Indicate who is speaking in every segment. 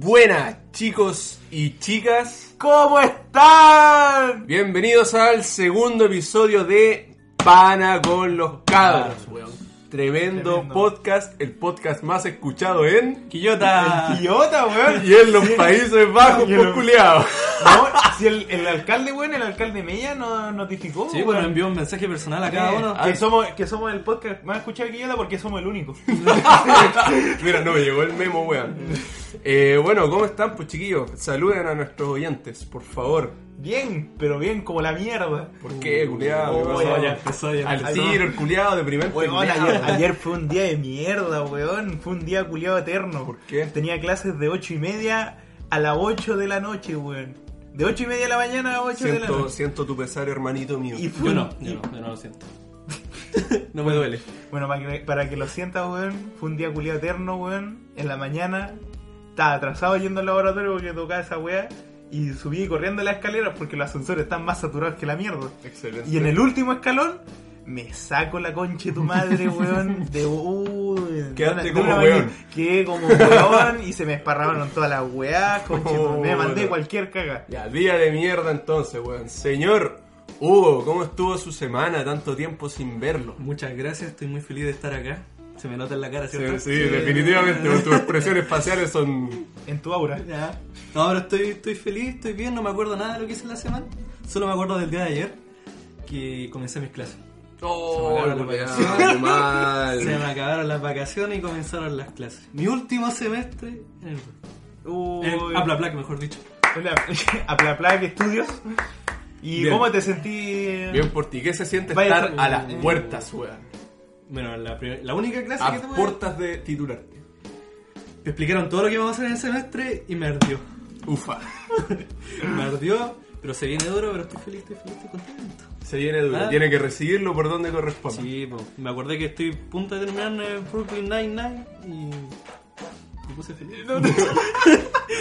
Speaker 1: Buenas chicos y chicas,
Speaker 2: ¿Cómo están?
Speaker 1: bienvenidos al segundo episodio de Pana con los Cabros, weón. Tremendo,
Speaker 2: Tremendo.
Speaker 1: podcast, el podcast más escuchado en... Ah.
Speaker 2: Quillota.
Speaker 1: Idiota, weón. Y en los Países Bajos,
Speaker 2: Y en
Speaker 1: por
Speaker 2: los-
Speaker 1: culiao.
Speaker 2: No, si el, el alcalde, weón, el alcalde Mella nos notificó. Ah,
Speaker 3: Sí,
Speaker 1: pues,
Speaker 3: bueno, envió un mensaje personal a cada
Speaker 1: Ah,
Speaker 3: uno.
Speaker 2: Que somos, que somos el podcast más escuchado de Quillota porque somos el único.
Speaker 1: Mira, no me llegó el memo, weón. Eh, bueno, ¿cómo están, pues chiquillos? Saluden a nuestros oyentes, por favor.
Speaker 2: Bien, pero bien, como la mierda.
Speaker 1: ¿Por qué, culiao? ¿Qué
Speaker 2: Oh,
Speaker 1: pasó?
Speaker 2: ya
Speaker 3: empezó ya.
Speaker 1: Al tiro, el culiao, deprimente.
Speaker 2: Weón,
Speaker 1: culiao.
Speaker 2: ayer, ayer fue un día de mierda, weón. Fue un día culiado eterno.
Speaker 1: ¿Por qué?
Speaker 2: Tenía clases de 8 y media a las 8 de la noche, weón. De 8 y media de la mañana a 8 de la
Speaker 1: Siento,
Speaker 2: noche.
Speaker 1: siento tu pesar, hermanito mío.
Speaker 2: Y fue
Speaker 3: Yo
Speaker 2: un-
Speaker 3: no, yo no, yo no lo siento. No me duele.
Speaker 2: Bueno, para que, para que lo sientas, weón, fue un día culiado eterno, weón. En la mañana estaba atrasado yendo al laboratorio porque tocaba esa weá. Y subí corriendo las escaleras porque los ascensores están más saturados que la mierda.
Speaker 1: Excelente.
Speaker 2: Y en el último escalón me saco la concha de tu madre, weón. De, uy,
Speaker 1: Quedaste
Speaker 2: de
Speaker 1: como
Speaker 2: manera-
Speaker 1: weón.
Speaker 2: Quedé como weón y se me esparraron todas las weás, concha. de tu-
Speaker 1: Oh,
Speaker 2: me mandé
Speaker 1: bueno.
Speaker 2: cualquier caga.
Speaker 1: Ya, día de mierda entonces, weón. Señor Hugo, ¿cómo estuvo su semana? Tanto tiempo sin verlo.
Speaker 3: Muchas gracias, estoy muy feliz de estar acá. Se me nota en la cara,
Speaker 1: Sí,
Speaker 3: ¿cierto?
Speaker 1: sí, definitivamente, weón, tus expresiones faciales son...
Speaker 2: En tu aura.
Speaker 3: Ya. No, ahora estoy, estoy feliz, estoy bien, no me acuerdo nada de lo que hice en la semana. Solo me acuerdo del día de ayer que comencé mis clases.
Speaker 1: Oh,
Speaker 3: Se me acabaron las
Speaker 1: weón, qué mal.
Speaker 3: Se me acabaron las vacaciones y comenzaron las clases. Mi último semestre en el...
Speaker 2: Uy.
Speaker 3: en
Speaker 1: Eh,
Speaker 3: el Apla Plac, mejor dicho.
Speaker 2: Hola, a Pla Pla que estudios. ¿Y
Speaker 1: Bien.
Speaker 2: cómo te sentí?
Speaker 1: Bien por ti, ¿qué se siente
Speaker 2: Vaya,
Speaker 1: estar a las
Speaker 2: eh,
Speaker 1: puertas, weón?
Speaker 3: Bueno, la, primer- la única clase
Speaker 1: A
Speaker 3: que tuve...
Speaker 1: puertas de titularte.
Speaker 3: Me explicaron todo lo que íbamos a hacer en el semestre y me ardió.
Speaker 1: Ufa.
Speaker 3: Me ardió, pero se viene duro, pero estoy feliz, estoy feliz, estoy contento.
Speaker 1: Se viene duro,
Speaker 3: Ah.
Speaker 1: tiene que recibirlo por donde corresponde.
Speaker 3: Sí, po. me acordé que estoy a punto de terminar en Brooklyn Nine-Nine y me puse feliz.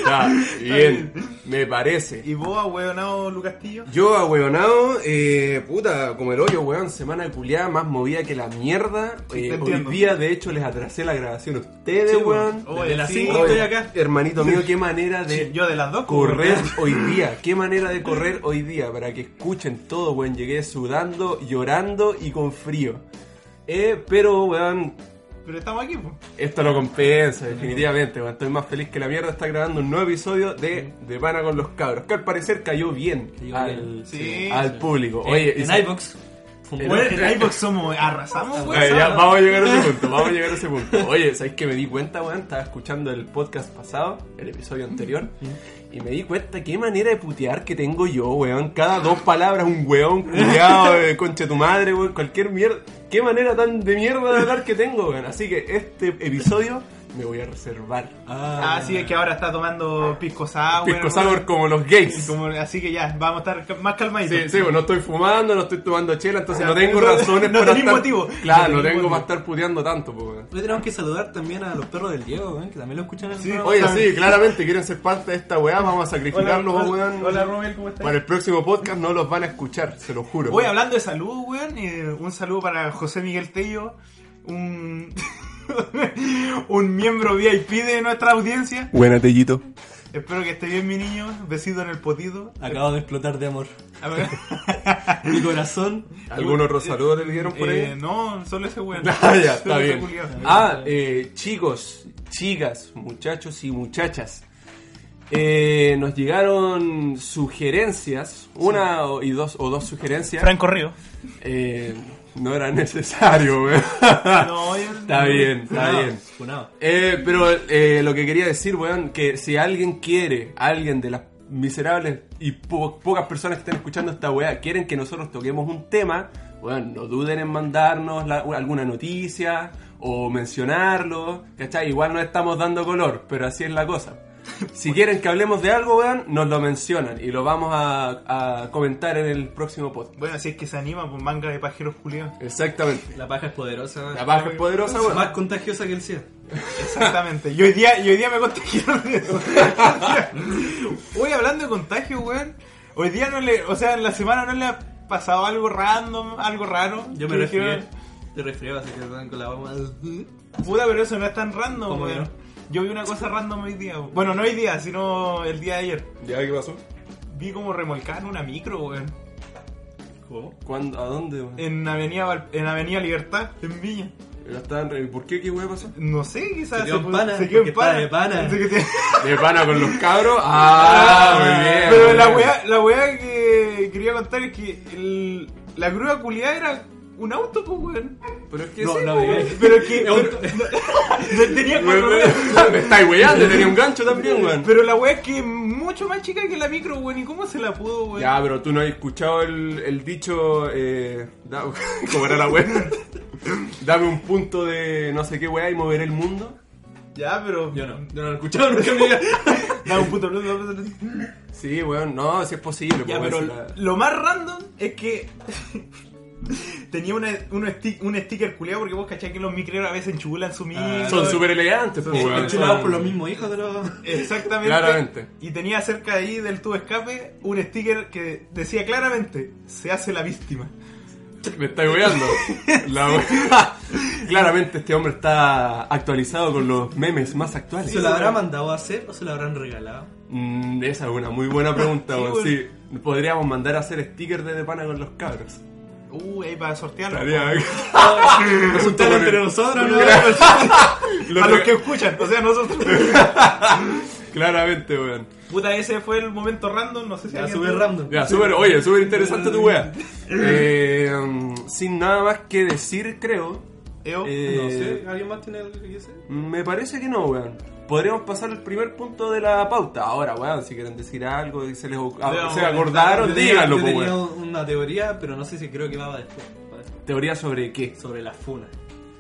Speaker 1: Ya, bien, me parece.
Speaker 2: ¿Y vos, ahueonado Lucas Tillo?
Speaker 1: Yo, ahueonado, eh, puta, como el hoyo, weón, semana culiada, más movida que la mierda.
Speaker 2: Sí,
Speaker 1: Eh, hoy
Speaker 2: te entiendo.
Speaker 1: día, de hecho, les atrasé la grabación a ustedes,
Speaker 3: Sí,
Speaker 1: weón.
Speaker 2: Oh,
Speaker 3: Desde las
Speaker 2: sí.
Speaker 3: 5
Speaker 1: Oye,
Speaker 3: estoy acá.
Speaker 1: Hermanito mío, qué manera de
Speaker 2: Yo de las dos. pues, como
Speaker 1: correr
Speaker 2: weón.
Speaker 1: hoy día. Qué manera de correr hoy día, para que escuchen todo, weón. Llegué sudando, llorando y con frío. Eh, pero, weón,
Speaker 2: Pero estamos aquí, pues.
Speaker 1: esto lo compensa, definitivamente. weón. Estoy más feliz que la mierda. Está grabando un nuevo episodio de De Pana con los Cabros, que al parecer cayó bien
Speaker 3: Cayó
Speaker 1: al,
Speaker 3: bien,
Speaker 2: sí.
Speaker 1: al público. Oye, y
Speaker 3: en
Speaker 1: se-
Speaker 3: iBox fue un
Speaker 1: Pero-
Speaker 2: Bueno,
Speaker 3: buen
Speaker 2: en iVoox somos, arrasamos, pues.
Speaker 1: Oye,
Speaker 2: weón.
Speaker 1: ya, vamos a llegar a ese punto, vamos a llegar a ese punto. Oye, ¿sabes qué? Me di cuenta, weón, estaba escuchando el podcast pasado, el episodio anterior, y me di cuenta qué manera de putear que tengo yo, weón. Cada dos palabras, un weón, culiado, de concha tu madre, weón, cualquier mierda. Qué manera tan de mierda de hablar que tengo, weón. Así que este episodio me voy a reservar.
Speaker 2: Ah, sí, es que ahora está tomando pisco sour.
Speaker 1: Pisco
Speaker 2: weón.
Speaker 1: sour como los
Speaker 2: Y
Speaker 1: gays.
Speaker 2: como- así que ya, vamos a estar ca- más calmaditos.
Speaker 1: Sí, sí, bueno, no estoy fumando, no estoy tomando chela, entonces
Speaker 2: Ya,
Speaker 1: no tengo
Speaker 2: no-
Speaker 1: razones
Speaker 2: no
Speaker 1: para
Speaker 2: tenés
Speaker 1: estar...
Speaker 2: motivo.
Speaker 1: Claro,
Speaker 2: No
Speaker 1: no
Speaker 2: tenés
Speaker 1: tengo
Speaker 2: motivo.
Speaker 1: para estar puteando tanto, pues, weón.
Speaker 3: Hoy tenemos que saludar también a los perros del Diego, weón, que también lo escuchan en el programa.
Speaker 1: Oye, sí, claramente quieren ser parte de esta weá, vamos a
Speaker 2: Hola,
Speaker 1: sacrificarlos,
Speaker 2: hola,
Speaker 1: weón.
Speaker 2: hola, Romel, ¿cómo estás?
Speaker 1: Para el próximo podcast no los van a escuchar, se lo juro.
Speaker 2: Voy hablando de salud, weón. eh, un saludo para José Miguel Tello, un, un miembro VIP de nuestra audiencia.
Speaker 1: Buena, Tellito.
Speaker 2: Espero que esté bien, mi niño. Besito en el potito.
Speaker 3: Acabo de explotar de amor.
Speaker 2: A ver,
Speaker 3: Mi corazón.
Speaker 1: ¿Algún otro saludo te dieron por ahí?
Speaker 2: eh, no, solo ese weón.
Speaker 1: Ah, ya, está
Speaker 2: Solo ese
Speaker 1: bien.
Speaker 2: culiao.
Speaker 1: Ah, eh, chicos, chicas, muchachos y muchachas. eh, nos llegaron sugerencias, una o- y dos o dos sugerencias.
Speaker 2: Franco Río.
Speaker 1: Eh, no era necesario, weón.
Speaker 2: No, yo-
Speaker 1: Está bien, está
Speaker 3: Funado,
Speaker 1: bien.
Speaker 3: funado.
Speaker 1: Eh, pero eh, lo que quería decir, weón, que si alguien quiere, alguien de las miserables y po- pocas personas que están escuchando esta weá, quieren que nosotros toquemos un tema, weón, no duden en mandarnos la- alguna noticia, o mencionarlo, ¿cachai? Igual no estamos dando color, pero así es la cosa. Si quieren que hablemos de algo, weón, nos lo mencionan y lo vamos a, a comentar en el próximo podcast.
Speaker 2: Bueno, si es que se anima, pues manga de pajeros culiados.
Speaker 1: Exactamente.
Speaker 3: La paja es poderosa.
Speaker 1: La paja es poderosa, weón.
Speaker 3: Más contagiosa que el SIDA.
Speaker 2: Exactamente. Y hoy día, y hoy día me contagiaron de eso. Hoy hablando de contagio, weón. Hoy día no le. O sea, en la semana no le ha pasado algo random, algo raro.
Speaker 3: Yo me
Speaker 2: Que
Speaker 3: resfrié.
Speaker 2: dijeron,
Speaker 3: Te resfrié, así que andan con la bomba.
Speaker 2: Puta, pero eso no es tan random,
Speaker 3: ¿Cómo
Speaker 2: weón.
Speaker 3: no?
Speaker 2: Yo vi una cosa random hoy día. weón. Bueno, no hoy día, sino el día de ayer.
Speaker 1: ¿Ya qué pasó?
Speaker 2: Vi como remolcaban una micro, weón.
Speaker 3: ¿Cómo?
Speaker 1: ¿Cuándo? ¿A dónde, weón?
Speaker 2: En Avenida, Val- en Avenida Libertad, en Viña.
Speaker 1: La estaban re- ¿Por qué? ¿Qué weón pasó?
Speaker 2: No sé, quizás
Speaker 3: Se quedó en
Speaker 2: pu-
Speaker 3: pana,
Speaker 2: se quedó en
Speaker 3: porque estaba
Speaker 2: pana.
Speaker 3: de pana.
Speaker 2: Se quedó-
Speaker 1: ¿De pana con los cabros? ¡Ah! muy bien.
Speaker 2: Pero
Speaker 1: muy
Speaker 2: la
Speaker 1: bien.
Speaker 2: weá, la weá que quería contar es que el- la grúa culiada era un auto, pues weón.
Speaker 1: Pero es que
Speaker 3: No,
Speaker 1: sí,
Speaker 3: no,
Speaker 1: weón.
Speaker 3: weón.
Speaker 2: Pero que.
Speaker 3: Es un-
Speaker 2: pero- tenía cuatro ruedas.
Speaker 1: Me estáis weyando, tenía un gancho también, weón.
Speaker 2: Pero la weá es que es mucho más chica que la micro, weón. ¿Y cómo se la pudo, weón?
Speaker 1: Ya, pero tú no has escuchado el, el dicho. Eh, da- ¿Cómo era la weá? Dame un punto de no sé qué weá y moveré el mundo.
Speaker 2: Ya, pero.
Speaker 3: Yo no. Yo no lo he escuchado nunca en mi vida.
Speaker 2: Da un punto. bla, bla, bla, bla.
Speaker 1: Sí, weón, no, si es posible.
Speaker 2: Ya,
Speaker 1: pues,
Speaker 2: pero
Speaker 1: weón, si la-
Speaker 2: lo más random es que. Tenía una, un, sti- un sticker culiado porque vos cachás que los micreros a veces enchulan su micro.
Speaker 1: Son súper elegantes, pues,
Speaker 3: Eh,
Speaker 2: son
Speaker 1: weón.
Speaker 3: Chulados por los mismos hijos de los.
Speaker 2: Exactamente.
Speaker 1: Claramente.
Speaker 2: Y tenía cerca ahí del tubo escape un sticker que decía claramente, se hace la víctima.
Speaker 1: Me estáis weyando. La weá. Claramente este hombre está actualizado con los memes más actuales.
Speaker 3: ¿Se lo habrá mandado a hacer o se lo habrán regalado?
Speaker 1: Mm, esa es una muy buena pregunta,
Speaker 2: Sí,
Speaker 1: weón.
Speaker 2: weón.
Speaker 1: Sí, podríamos mandar a hacer stickers de De Pana con los cabros.
Speaker 2: Uh, ahí para sortearlo.
Speaker 1: Estaría-
Speaker 3: Juntar entre nosotros, ¿no?
Speaker 2: Para los que escuchan, o sea, nosotros.
Speaker 1: Claramente, weón.
Speaker 2: Puta, ese fue el momento random, no sé si
Speaker 3: Ya,
Speaker 2: alguien-
Speaker 3: súper random.
Speaker 1: Ya, súper, oye, súper interesante tu wea. Eh, mm, sin nada más que decir, creo.
Speaker 2: Eo.
Speaker 1: Eh,
Speaker 3: No sé, ¿alguien más tiene algo que decir?
Speaker 1: Me parece que no, weón. Podríamos pasar al primer punto de la pauta. Ahora, weón, si quieren decir algo y se les ocu- ah,
Speaker 2: Veamos,
Speaker 1: se acordaron,
Speaker 3: Yo tenía-
Speaker 1: díganlo,
Speaker 3: yo
Speaker 1: po,
Speaker 3: tenía
Speaker 1: weón.
Speaker 3: una teoría, pero no sé si creo que va después. va después.
Speaker 1: Teoría sobre qué?
Speaker 3: Sobre la funa.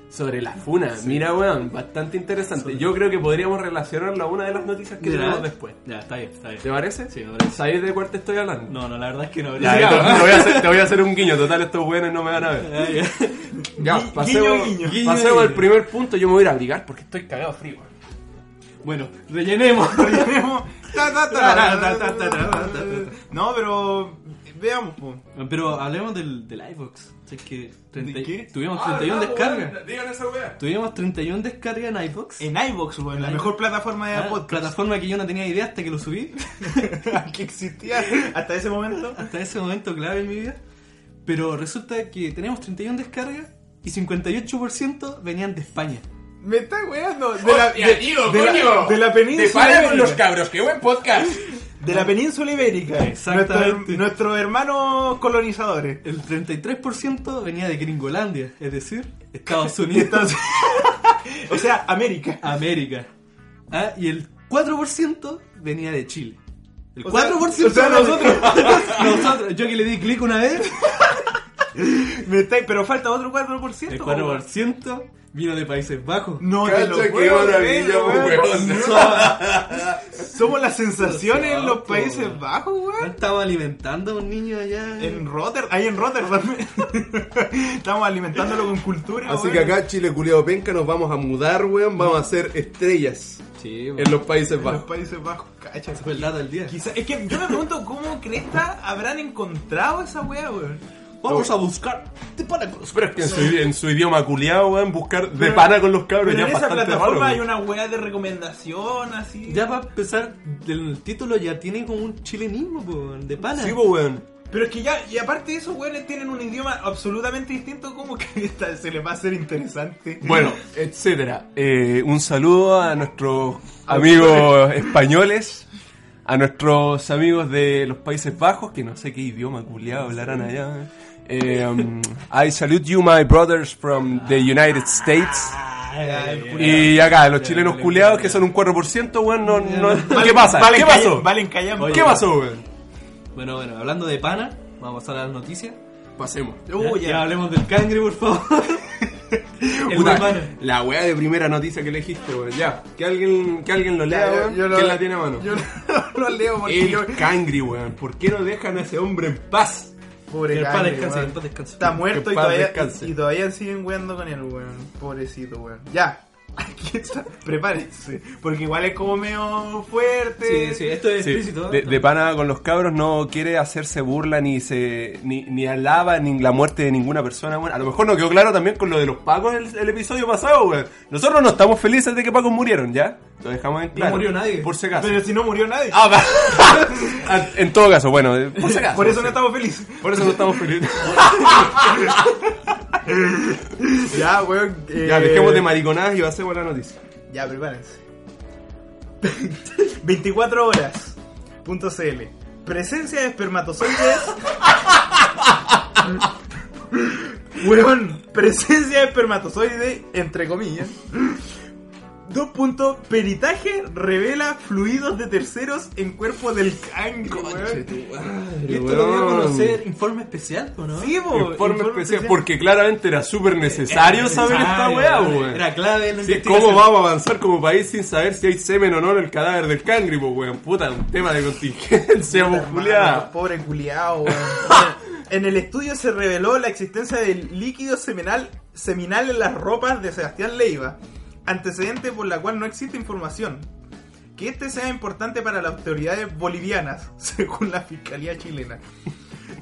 Speaker 1: Sobre la funa. Mira, weón, bastante interesante. Yo creo que podríamos relacionarlo a una de las noticias que tenemos después.
Speaker 3: Ya, está bien, está bien.
Speaker 1: ¿Te parece?
Speaker 3: Sí, me parece.
Speaker 1: ¿Sabes de cuál te estoy hablando?
Speaker 3: No, no, la verdad es que no.
Speaker 1: Ya,
Speaker 3: Ya,
Speaker 1: te, te voy a hacer, te voy a hacer un guiño, total estos weones no me van a ver.
Speaker 3: ya, ya.
Speaker 1: Ya,
Speaker 2: Gui-
Speaker 1: pasemos,
Speaker 2: guiño,
Speaker 3: guiño.
Speaker 1: pasemos
Speaker 3: Guiño,
Speaker 1: al
Speaker 3: guiño.
Speaker 1: primer punto, yo me voy a ir a abrigar porque estoy cagado frío. weón.
Speaker 3: Bueno, rellenemos.
Speaker 2: Tenemos- ta, ta, ta, ta, ta, ta, ta, ta, ta. No, pero veamos, po.
Speaker 3: Pero hablemos del, del iVox. O sea, es que treinta y-
Speaker 2: ¿De qué?
Speaker 3: Tuvimos
Speaker 1: Ah,
Speaker 3: 31 descargas.
Speaker 1: Digan esa wea.
Speaker 3: Tuvimos 31 descargas en iVox.
Speaker 2: en iVoox, weón, la
Speaker 3: En
Speaker 2: mejor plataforma de
Speaker 3: Ah,
Speaker 2: podcast
Speaker 3: plataforma que yo no tenía idea hasta que lo subí.
Speaker 2: que existía hasta ese momento.
Speaker 3: hasta ese momento clave en mi vida. Pero resulta que tenemos 31 descargas y 58% venían de España.
Speaker 2: Me está weando. De la,
Speaker 1: Hostia,
Speaker 2: de,
Speaker 1: tío,
Speaker 2: de la-
Speaker 1: coño.
Speaker 2: de la
Speaker 1: De
Speaker 2: península
Speaker 1: para
Speaker 2: ibérica.
Speaker 1: con los cabros, qué buen podcast.
Speaker 2: de la península ibérica.
Speaker 3: Exactamente.
Speaker 2: Nuestro- nuestros hermanos colonizadores.
Speaker 3: El 33% venía de Gringolandia, es decir, Estados Unidos,
Speaker 2: Entonces, o sea, América.
Speaker 3: América. Ah, Y el 4% venía de Chile. El
Speaker 2: O sea,
Speaker 3: 4%
Speaker 2: o sea,
Speaker 3: venía de-
Speaker 2: nosotros.
Speaker 3: nosotros. Yo que le di clic una vez,
Speaker 2: Me está, pero falta otro 4%.
Speaker 3: el
Speaker 2: weón.
Speaker 3: 4% vino de Países Bajos.
Speaker 2: No, te
Speaker 1: Cacha,
Speaker 2: lo
Speaker 1: qué
Speaker 2: puedo
Speaker 1: maravilla,
Speaker 2: creer,
Speaker 1: weón.
Speaker 2: Somos las sensaciones en los
Speaker 3: Exacto,
Speaker 2: Países
Speaker 3: weón.
Speaker 2: Bajos,
Speaker 3: No
Speaker 2: weón.
Speaker 1: Ah.
Speaker 3: Estaba alimentando a un niño allá.
Speaker 2: En Rotterdam, ahí en Rotterdam. Estamos alimentándolo con cultura.
Speaker 1: Así
Speaker 2: weón.
Speaker 1: que acá Chile culiado penca nos vamos a mudar, weón, vamos a ser estrellas
Speaker 3: Sí,
Speaker 1: en los Países
Speaker 2: En los
Speaker 1: Bajos.
Speaker 2: Países Bajos, cacha.
Speaker 3: fue el dato del día.
Speaker 2: Quizá- es que yo me pregunto cómo Cresta habrán encontrado esa weá, weón.
Speaker 3: Vamos
Speaker 2: Oh.
Speaker 3: a buscar. Te para
Speaker 1: Pero es que en su, idi- en su idioma culiado, weón, buscar de pana con los cabros
Speaker 2: Pero
Speaker 1: ya
Speaker 2: en
Speaker 1: es
Speaker 2: esa
Speaker 1: bastante
Speaker 2: plataforma
Speaker 1: raro.
Speaker 2: hay
Speaker 1: weón.
Speaker 2: una weá de recomendación, así.
Speaker 3: Ya para empezar, el título ya tiene como un chilenismo, po, de pana.
Speaker 1: Sí, pues, weón.
Speaker 2: Pero es que ya, y aparte de eso, weones tienen un idioma absolutamente distinto, ¿cómo que esta se les va a hacer interesante?
Speaker 1: Bueno, etcétera. Eh, un saludo a nuestros amigos españoles, a nuestros amigos de los Países Bajos, que no sé qué idioma culiado hablarán allá. Eh, um, I salute you, my brothers from the United States.
Speaker 3: Ah, el culiao.
Speaker 1: Y acá, los chilenos culiados que son un 4%, weón, no, no- ¿Qué
Speaker 2: Valen-
Speaker 1: pasa?
Speaker 2: Valen
Speaker 1: ¿Qué
Speaker 2: Calla-
Speaker 1: pasó?
Speaker 2: Valen Callampa.
Speaker 1: ¿Qué pasó, weón?
Speaker 3: Bueno, bueno, hablando de pana, vamos a pasar a las noticias.
Speaker 1: Pasemos.
Speaker 2: Uh,
Speaker 3: ya,
Speaker 2: ya.
Speaker 3: ya hablemos del cangre, por favor. El
Speaker 1: Puta,
Speaker 3: hermano.
Speaker 1: la weá de primera noticia que elegiste, weón. Ya, que alguien, que alguien lo lea, weón.
Speaker 2: lo-
Speaker 1: ¿Quién la tiene a mano?
Speaker 2: Yo lo, lo leo porque
Speaker 1: El
Speaker 2: yo.
Speaker 1: Cangri, weón. ¿Por qué no dejan a ese hombre en paz?
Speaker 2: Pobre
Speaker 3: Que el paz
Speaker 2: Kanye,
Speaker 3: descanse,
Speaker 2: weón.
Speaker 3: que el paz descanse.
Speaker 2: Está muerto
Speaker 1: Que
Speaker 2: y
Speaker 1: el paz
Speaker 2: todavía,
Speaker 1: descanse.
Speaker 2: y todavía siguen weando con él, weón. Pobrecito, weón. Ya. Aquí está. Prepárense. Porque igual es como medio fuerte.
Speaker 3: Sí, sí, esto es explícito.
Speaker 1: de, de pana con los cabros no quiere hacerse burla ni se ni, ni alaba ni la muerte de ninguna persona, weón. A lo mejor no quedó claro también con lo de los pacos el, el episodio pasado, weón. Nosotros no estamos felices de que pacos murieron, ¿ya? Lo dejamos en claro.
Speaker 3: murió nadie.
Speaker 1: Por si acaso.
Speaker 2: Pero si no murió nadie.
Speaker 1: Ah, va. en todo caso, bueno, eh, por si acaso.
Speaker 2: Por eso no estamos felices.
Speaker 1: Por eso no estamos felices.
Speaker 2: Ya, weón. eh,
Speaker 1: ya, dejemos de mariconadas y hacemos la noticia.
Speaker 2: Ya, prepárense. 24 horas. Punto CL. Presencia de espermatozoides. Weón, presencia de espermatozoide, entre comillas. Dos puntos, peritaje revela fluidos de terceros en cuerpo del cangre, weón.
Speaker 3: Y esto lo voy a conocer informe especial, ¿o no?
Speaker 2: Sí, po,
Speaker 1: Informe, especial, porque claramente era súper necesario saber esta weá, weón.
Speaker 3: Era clave en la
Speaker 1: Sí,
Speaker 3: investigación.
Speaker 1: ¿Cómo vamos a avanzar como país sin saber si hay semen o no en el cadáver del cangri, po, weón? Puta, un tema de contingencia, po,
Speaker 2: Puta, hermano,
Speaker 1: culiao.
Speaker 2: Pobre culiao, weón. Bueno, En el estudio se reveló la existencia del líquido seminal, seminal en las ropas de Sebastián Leiva, antecedente por la cual no existe información. Que este sea importante para las autoridades bolivianas, según la Fiscalía chilena.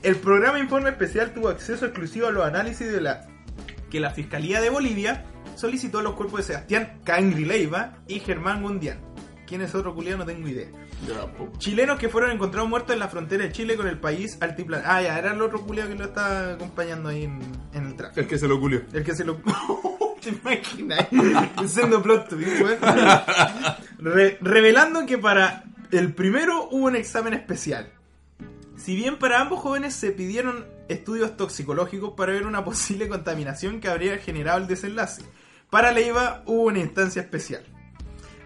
Speaker 2: El programa Informe Especial tuvo acceso exclusivo a los análisis de la que la Fiscalía de Bolivia solicitó a los cuerpos de Sebastián Cangri Leiva y Germán Gundián. ¿Quién es otro culiao? No tengo idea. Chilenos que fueron encontrados muertos en la frontera de Chile con el país altiplano. Ah, ya, era el otro culiao que lo está acompañando ahí en, en el traje.
Speaker 1: El que se lo culió.
Speaker 2: El que se lo. Oh, ¿Te imaginas? Siendo plot twist, weón. Re- revelando que para el primero hubo un examen especial. Si bien para ambos jóvenes se pidieron estudios toxicológicos para ver una posible contaminación que habría generado el desenlace, para Leiva hubo una instancia especial.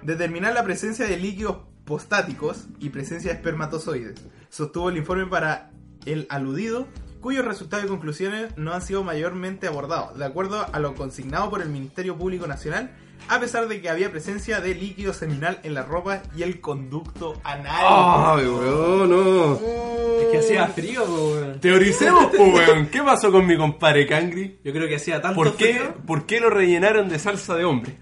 Speaker 2: Determinar la presencia de líquidos postáticos y presencia de espermatozoides, sostuvo el informe para el aludido, cuyos resultados y conclusiones no han sido mayormente abordados, de acuerdo a lo consignado por el Ministerio Público Nacional, a pesar de que había presencia de líquido seminal en la ropa y el conducto anal.
Speaker 1: Ay, weón, no.
Speaker 3: Es que hacía frío, po, weón.
Speaker 1: Teoricemos, po, weón. ¿Qué pasó con mi compadre cangri?
Speaker 3: Yo creo que hacía tanto
Speaker 1: ¿Por qué,
Speaker 3: frío,
Speaker 1: ¿Por qué lo rellenaron de salsa de hombre?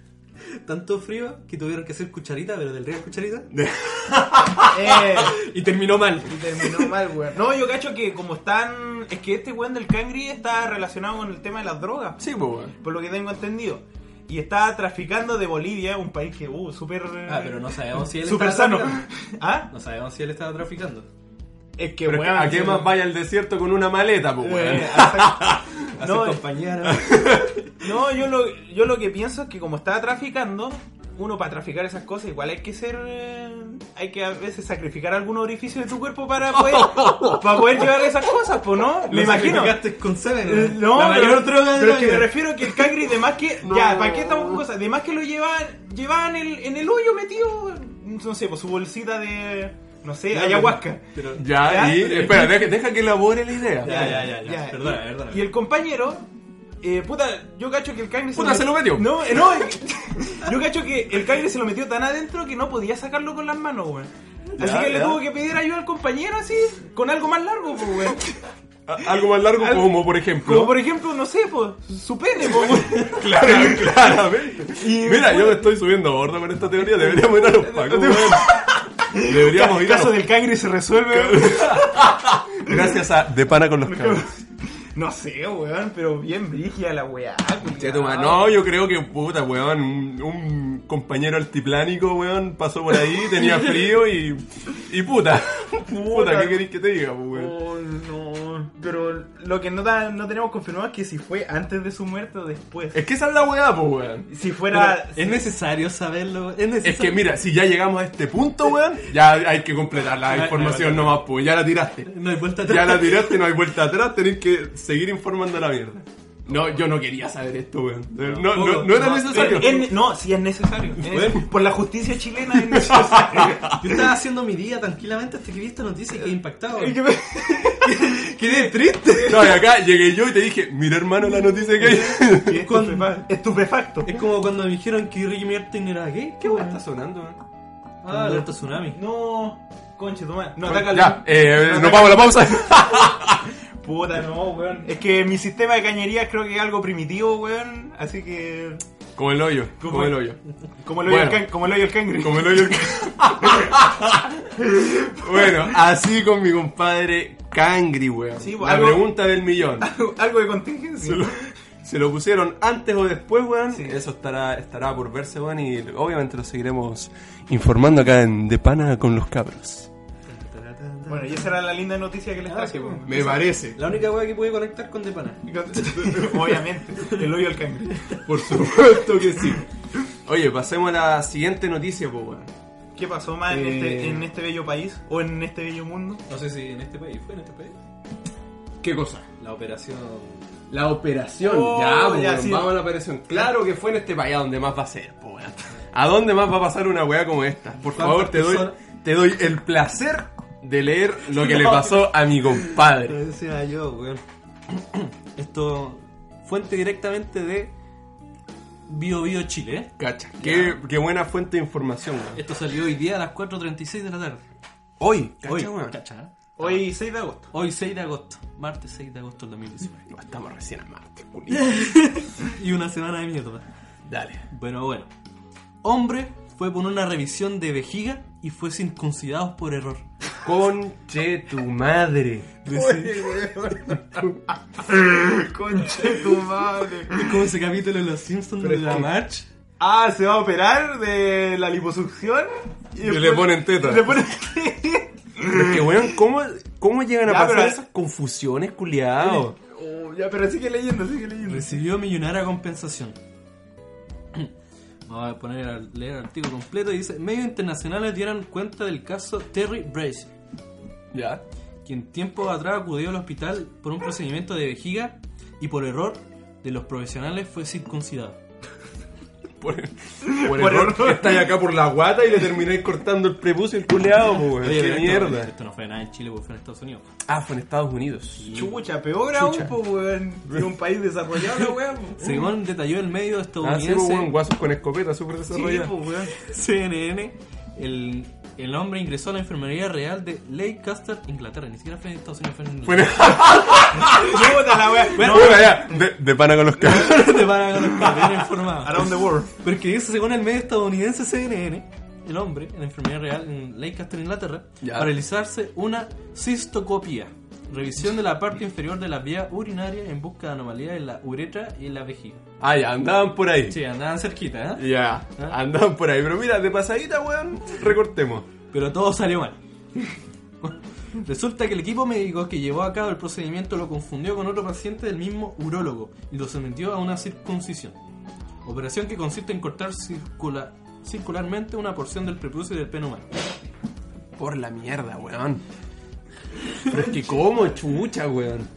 Speaker 3: tanto frío que tuvieron que hacer cucharita, pero del real cucharita.
Speaker 2: Eh,
Speaker 3: Y terminó mal.
Speaker 2: y terminó mal, weón. No, yo cacho que como están. Es que este weón del Cangri está relacionado con el tema de las drogas.
Speaker 1: Sí, po, weón.
Speaker 2: por lo que tengo entendido. Y está traficando de Bolivia, un país que, uh, súper.
Speaker 3: Ah, pero no sabemos si él
Speaker 2: Súper
Speaker 3: estaba
Speaker 2: sano.
Speaker 3: traficando.
Speaker 2: ¿Ah?
Speaker 3: No sabemos si él estaba traficando.
Speaker 2: Es que,
Speaker 1: Pero
Speaker 2: weón,
Speaker 1: ¿A qué
Speaker 2: sí,
Speaker 1: más vaya al desierto con una maleta, po,
Speaker 2: eh,
Speaker 1: weón?
Speaker 2: hasta-
Speaker 3: Hacer
Speaker 1: eh,
Speaker 2: no, eh,
Speaker 3: compañía, ¿no?
Speaker 2: no, yo lo, yo lo que pienso es que como estaba traficando, uno para traficar esas cosas igual hay que ser. eh, hay que a veces sacrificar algún orificio de tu cuerpo para poder, para poder llevar esas cosas, pues, ¿no? Me
Speaker 3: Lo
Speaker 2: imagino.
Speaker 3: sacrificaste con semen,
Speaker 2: Eh,
Speaker 3: weón.
Speaker 2: No,
Speaker 3: la
Speaker 2: pero-
Speaker 3: mayor droga de
Speaker 2: pero
Speaker 3: la
Speaker 2: es que me
Speaker 3: vida.
Speaker 2: refiero que el cangre, de más que. Ya, ¿para qué estamos con cosas? De más que lo llevaban, llevaban el, en el hoyo metido. No sé, pues su bolsita de. No sé,
Speaker 3: Ya,
Speaker 2: ayahuasca.
Speaker 3: pero-
Speaker 1: Ya,
Speaker 2: Ya.
Speaker 1: y. Espera, deja, deja que elabore la idea.
Speaker 3: Ya, ya, ya, ya. Perdona, perdona.
Speaker 2: Y el compañero. Eh, puta, yo cacho que el cangre
Speaker 1: Puta, se lo metió.
Speaker 2: No, eh, no. eh, yo cacho que el cangre se lo metió tan adentro que no podía sacarlo con las manos, weón. Así
Speaker 1: Ya,
Speaker 2: que le
Speaker 1: ya.
Speaker 2: tuvo que pedir ayuda al compañero así, con algo más largo, pues, weón.
Speaker 1: A- Algo más largo,
Speaker 2: Algo-
Speaker 1: como por ejemplo.
Speaker 2: Como por ejemplo, no sé, pues, su pene, pues, weón.
Speaker 1: Claro, claramente. Mira, yo me estoy subiendo a bordo con esta teoría. Deberíamos ir a los pacos, weón. Deberíamos
Speaker 2: el
Speaker 1: ir a
Speaker 2: caso
Speaker 1: los
Speaker 2: del cangre se resuelve.
Speaker 1: Gracias a De Pana con los cabros.
Speaker 2: No sé, weón, pero bien brigia la weá. culiao.
Speaker 1: Che, tu madre. No, yo creo que, puta, weón, un, un compañero altiplánico, weón, pasó por ahí, tenía frío y. Y puta. Puta, ¿qué querés que te diga, pues, weón?
Speaker 2: Oh, no. Pero lo que no, ta- no tenemos confirmado es que si fue antes de su muerte o después.
Speaker 1: Es que esa es la weá, pues, weón.
Speaker 2: Si
Speaker 3: Pero eh,
Speaker 2: fuera.
Speaker 3: es necesario saberlo. Es necesario.
Speaker 1: Es que mira, si ya llegamos a este punto, weón, ya hay que completar la
Speaker 3: Ya,
Speaker 1: información
Speaker 3: ya, ya.
Speaker 1: nomás, pues, ya la tiraste.
Speaker 3: No hay vuelta atrás.
Speaker 1: Ya la tiraste, no hay vuelta atrás, tenés que seguir informando a la mierda. No, yo no quería saber esto, weón. No, no,
Speaker 3: tampoco.
Speaker 1: no, no era
Speaker 3: No,
Speaker 1: necesario.
Speaker 2: Es- eh, no, sí es necesario. Es- por la justicia chilena es necesario.
Speaker 3: Yo estaba haciendo mi día tranquilamente hasta que vi esta noticia y quedé impactado.
Speaker 2: Y que me-
Speaker 3: Quedé triste.
Speaker 1: No, y acá llegué yo y te dije, mira hermano la noticia que hay.
Speaker 2: y es
Speaker 3: Con-
Speaker 2: estupefa- estupefacto.
Speaker 3: Es como cuando me dijeron que Ricky Martin era gay.
Speaker 1: ¿Qué
Speaker 3: ¿Qué
Speaker 1: weón
Speaker 3: bueno.
Speaker 1: está sonando, weón?
Speaker 3: Ah, alerta tsunami.
Speaker 2: No, conche tu madre. No, ataca
Speaker 1: Ya, eh,
Speaker 2: No,
Speaker 1: nos
Speaker 2: ataca-
Speaker 1: vamos a la pausa.
Speaker 2: Puta, no, weón. Es que mi sistema de cañerías creo que es algo primitivo, weón. Así que.
Speaker 1: Como el hoyo,
Speaker 2: ¿Cómo?
Speaker 1: como el hoyo.
Speaker 2: Como el hoyo
Speaker 1: Bueno.
Speaker 2: del can- como el hoyo del cangre.
Speaker 1: Como el hoyo. bueno, así con mi compadre Cangri, weón.
Speaker 2: Sí,
Speaker 1: la
Speaker 2: algo-
Speaker 1: pregunta del millón.
Speaker 2: algo de contingencia.
Speaker 1: Se lo, se lo pusieron antes o después, weón.
Speaker 2: Sí.
Speaker 1: Eso estará, estará por verse, weón. Y obviamente lo seguiremos informando acá en De Pana con los cabros.
Speaker 2: Bueno, y esa era la linda noticia que les
Speaker 3: Ah,
Speaker 2: traje,
Speaker 3: sí,
Speaker 2: weón.
Speaker 1: Me parece.
Speaker 3: La única weá que pude conectar con Depana.
Speaker 2: Obviamente, el hoyo del cangre.
Speaker 1: Por supuesto que sí. Oye, pasemos a la siguiente noticia, pues, weón.
Speaker 2: ¿Qué pasó más en,
Speaker 1: Eh.
Speaker 2: este, en este bello país o en este bello mundo?
Speaker 3: No sé si en este país, fue en este país.
Speaker 1: ¿Qué cosa?
Speaker 3: La operación
Speaker 1: La operación.
Speaker 2: Oh,
Speaker 1: ya, pues,
Speaker 2: ya,
Speaker 1: weón,
Speaker 2: sí.
Speaker 1: vamos a la operación. Claro que fue en este país a donde más va a ser, pues, weón. ¿A dónde más va a pasar una weá como esta? Por
Speaker 3: ¿Cuántas
Speaker 1: favor, te doy,
Speaker 3: personas?
Speaker 1: te doy el placer de leer lo que le pasó a mi
Speaker 3: Lo
Speaker 1: compadre.
Speaker 3: decía "Ah, yo, weón. Esto, fuente directamente de Bio Bio Chile. ¿eh?
Speaker 1: Cacha, qué, qué buena fuente de información, weón.
Speaker 3: Esto salió hoy día a las 4.36 de la tarde.
Speaker 1: Hoy, cacha,
Speaker 3: Hoy,
Speaker 1: weón.
Speaker 3: cacha, ¿eh?
Speaker 2: Hoy 6 de agosto.
Speaker 3: Hoy 6 de agosto, martes 6 de agosto del 2019.
Speaker 1: No, estamos recién a martes, culiao.
Speaker 3: Y una semana de mierda.
Speaker 1: Dale.
Speaker 3: Bueno, bueno. Hombre fue por una revisión de vejiga y fue circuncidado por error.
Speaker 1: Conche tu madre.
Speaker 2: Conche tu madre.
Speaker 3: Es como ese capítulo de Los Simpsons de la March.
Speaker 2: Ah, se va a operar de la liposucción. Y,
Speaker 1: Y
Speaker 2: después-
Speaker 1: le ponen teta.
Speaker 2: y Le ponen
Speaker 1: Pero es que, weón, ¿cómo, cómo llegan a
Speaker 2: Ya,
Speaker 1: pasar
Speaker 2: pero-
Speaker 1: esas confusiones, culiado?
Speaker 2: Oh, ya, pero sigue leyendo, sigue leyendo.
Speaker 3: Recibió millonaria compensación. Vamos a poner a leer el artículo completo y dice, medios internacionales dieron cuenta del caso Terry Brace,
Speaker 1: Ya.
Speaker 3: quien tiempo atrás acudió al hospital por un procedimiento de vejiga y por error de los profesionales fue circuncidado.
Speaker 1: Por, por
Speaker 2: Por
Speaker 1: error,
Speaker 2: error.
Speaker 1: estáis acá por la guata y le termináis cortando el prepucio el culeado, po, weón.
Speaker 3: Oye,
Speaker 1: ¡Qué
Speaker 3: pero esto-
Speaker 1: mierda!
Speaker 3: Esto no fue nada en Chile, porque fue en Estados Unidos.
Speaker 1: Ah, fue en Estados Unidos.
Speaker 2: Chucha, peor aún,
Speaker 1: Chucha.
Speaker 2: po, weón. De un país desarrollado, la weón.
Speaker 3: Según detalló el medio
Speaker 1: Ah, sí,
Speaker 3: estadounidense...
Speaker 1: po, weón, guasos con escopeta, súper
Speaker 2: Sí,
Speaker 1: desarrollado.
Speaker 2: po, weón.
Speaker 3: CNN, el, el hombre ingresó a la enfermería real de Leicester, Inglaterra. Ni siquiera fue en Estados Unidos, fue en
Speaker 1: Fue en-
Speaker 3: Inglaterra.
Speaker 2: Puta la weón.
Speaker 1: Bueno,
Speaker 2: No,
Speaker 1: ya, de, de pana con los cabros.
Speaker 3: Te van a ganar, bien informado.
Speaker 2: around the world.
Speaker 3: Porque dice, según el medio estadounidense CNN, el hombre, en la enfermedad real en Leicester, Inglaterra,
Speaker 1: Ya.
Speaker 3: paralizarse una cistocopia, revisión de la parte inferior de la vía urinaria en busca de anomalías en la uretra y en la vejiga.
Speaker 1: Ah, ya, andaban por ahí.
Speaker 3: Sí, andaban cerquita, ¿eh?
Speaker 1: Ya,
Speaker 2: Ah.
Speaker 1: andaban por ahí. Pero mira, de pasadita, weón, recortemos.
Speaker 3: Pero todo salió mal. Resulta que el equipo médico que llevó a cabo el procedimiento lo confundió con otro paciente del mismo urólogo y lo sometió a una circuncisión. Operación que consiste en cortar circula- circularmente una porción del prepucio y del pene humano.
Speaker 1: Por la mierda, weón. Pero es que como chucha, weón.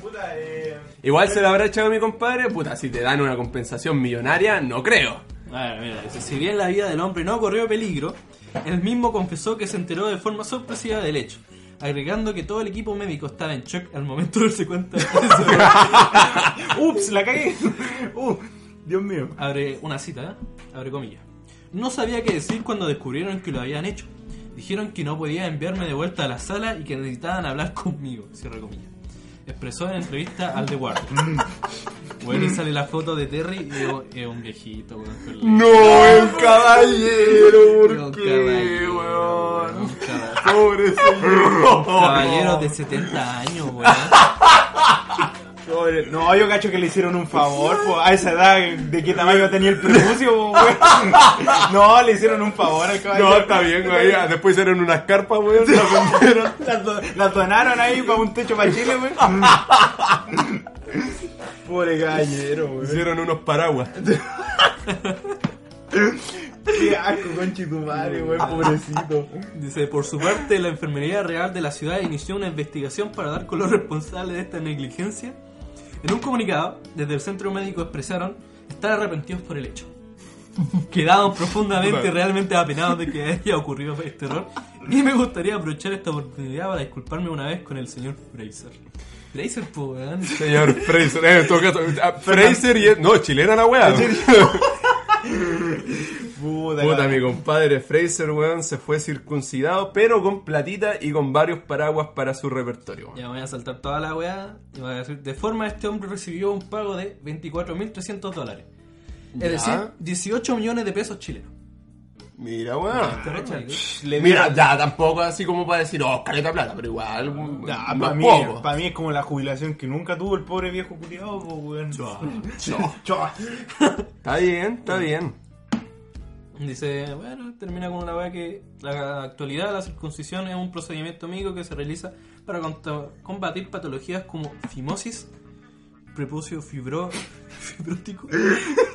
Speaker 2: Puta, eh.
Speaker 1: Igual se la habrá echado a mi compadre, puta, si te dan una compensación millonaria, no creo.
Speaker 3: A ver, mira, dice, si bien la vida del hombre no corrió peligro, él mismo confesó que se enteró de forma sorpresiva del hecho, agregando que todo el equipo médico estaba en shock al momento de darse cuenta de eso.
Speaker 2: Ups, la cagué. Uh, Dios mío.
Speaker 3: Abre una cita, ¿eh? abre comillas. No sabía qué decir cuando descubrieron que lo habían hecho. Dijeron que no podía enviarme de vuelta a la sala y que necesitaban hablar conmigo, cierre comillas. Expresó en entrevista al The
Speaker 1: Mm.
Speaker 3: Guardian. Bueno, y sale la foto de Terry y digo, es un viejito, weón, con la-
Speaker 1: No, el caballero,
Speaker 3: Era
Speaker 1: ¿por
Speaker 3: un
Speaker 1: qué,
Speaker 3: caballero, weón,
Speaker 1: weón?
Speaker 3: un caballero.
Speaker 1: Pobre
Speaker 3: Caballeros
Speaker 1: señor.
Speaker 3: de 70 años, weón.
Speaker 2: Pobre- No, yo cacho que le hicieron un favor, po. A esa edad, ¿de qué tamaño tenía el prepucio, po, weón? No, le hicieron un favor al caballero.
Speaker 1: No, está bien, güey. ya, Después hicieron unas carpas, weón. la vendieron.
Speaker 2: Las, do- las donaron ahí para un techo para Chile, weón. Pobre caballero, weón.
Speaker 1: Hicieron unos paraguas.
Speaker 2: Qué asco, conchi tu madre, weón, pobrecito.
Speaker 3: Dice, por su parte, la Enfermería Real de la ciudad inició una investigación para dar con los responsables de esta negligencia En un comunicado, desde el centro médico expresaron estar arrepentidos por el hecho. Quedaron profundamente y realmente apenados de que haya ocurrido este error. Y me gustaría aprovechar esta oportunidad para disculparme una vez con el señor Fraser. Fraser, po, weón.
Speaker 1: Señor Fraser, eh, en todo caso, ah, Fraser y... No, chilena la weá.
Speaker 2: Puta,
Speaker 1: Puta,
Speaker 2: cabrón.
Speaker 1: mi compadre Fraser, weón, se fue circuncidado, pero con platita y con varios paraguas para su repertorio. weón.
Speaker 3: Ya me voy a saltar toda la weá. y voy a decir, de forma, este hombre recibió un pago de 24.300 dólares.
Speaker 1: Ya.
Speaker 3: Es decir, 18 millones de pesos chilenos.
Speaker 1: Mira, weón.
Speaker 3: ¿Cachai?
Speaker 2: Le
Speaker 1: Mira, ya, tampoco así como para decir, oh, caleta plata, pero igual, weón,
Speaker 2: Nah,
Speaker 1: no
Speaker 2: para,
Speaker 1: es
Speaker 2: mí,
Speaker 1: poco.
Speaker 2: Ah, pa' mí es como la jubilación que nunca tuvo el pobre viejo culiado, po, weón.
Speaker 1: No.
Speaker 2: Chua.
Speaker 1: Está bien, está
Speaker 3: Mm.
Speaker 1: bien.
Speaker 3: Dice, bueno, termina con una weá que la actualidad la circuncisión es un procedimiento médico que se realiza para contra- combatir patologías como fimosis, prepucio fibro, fibrótico,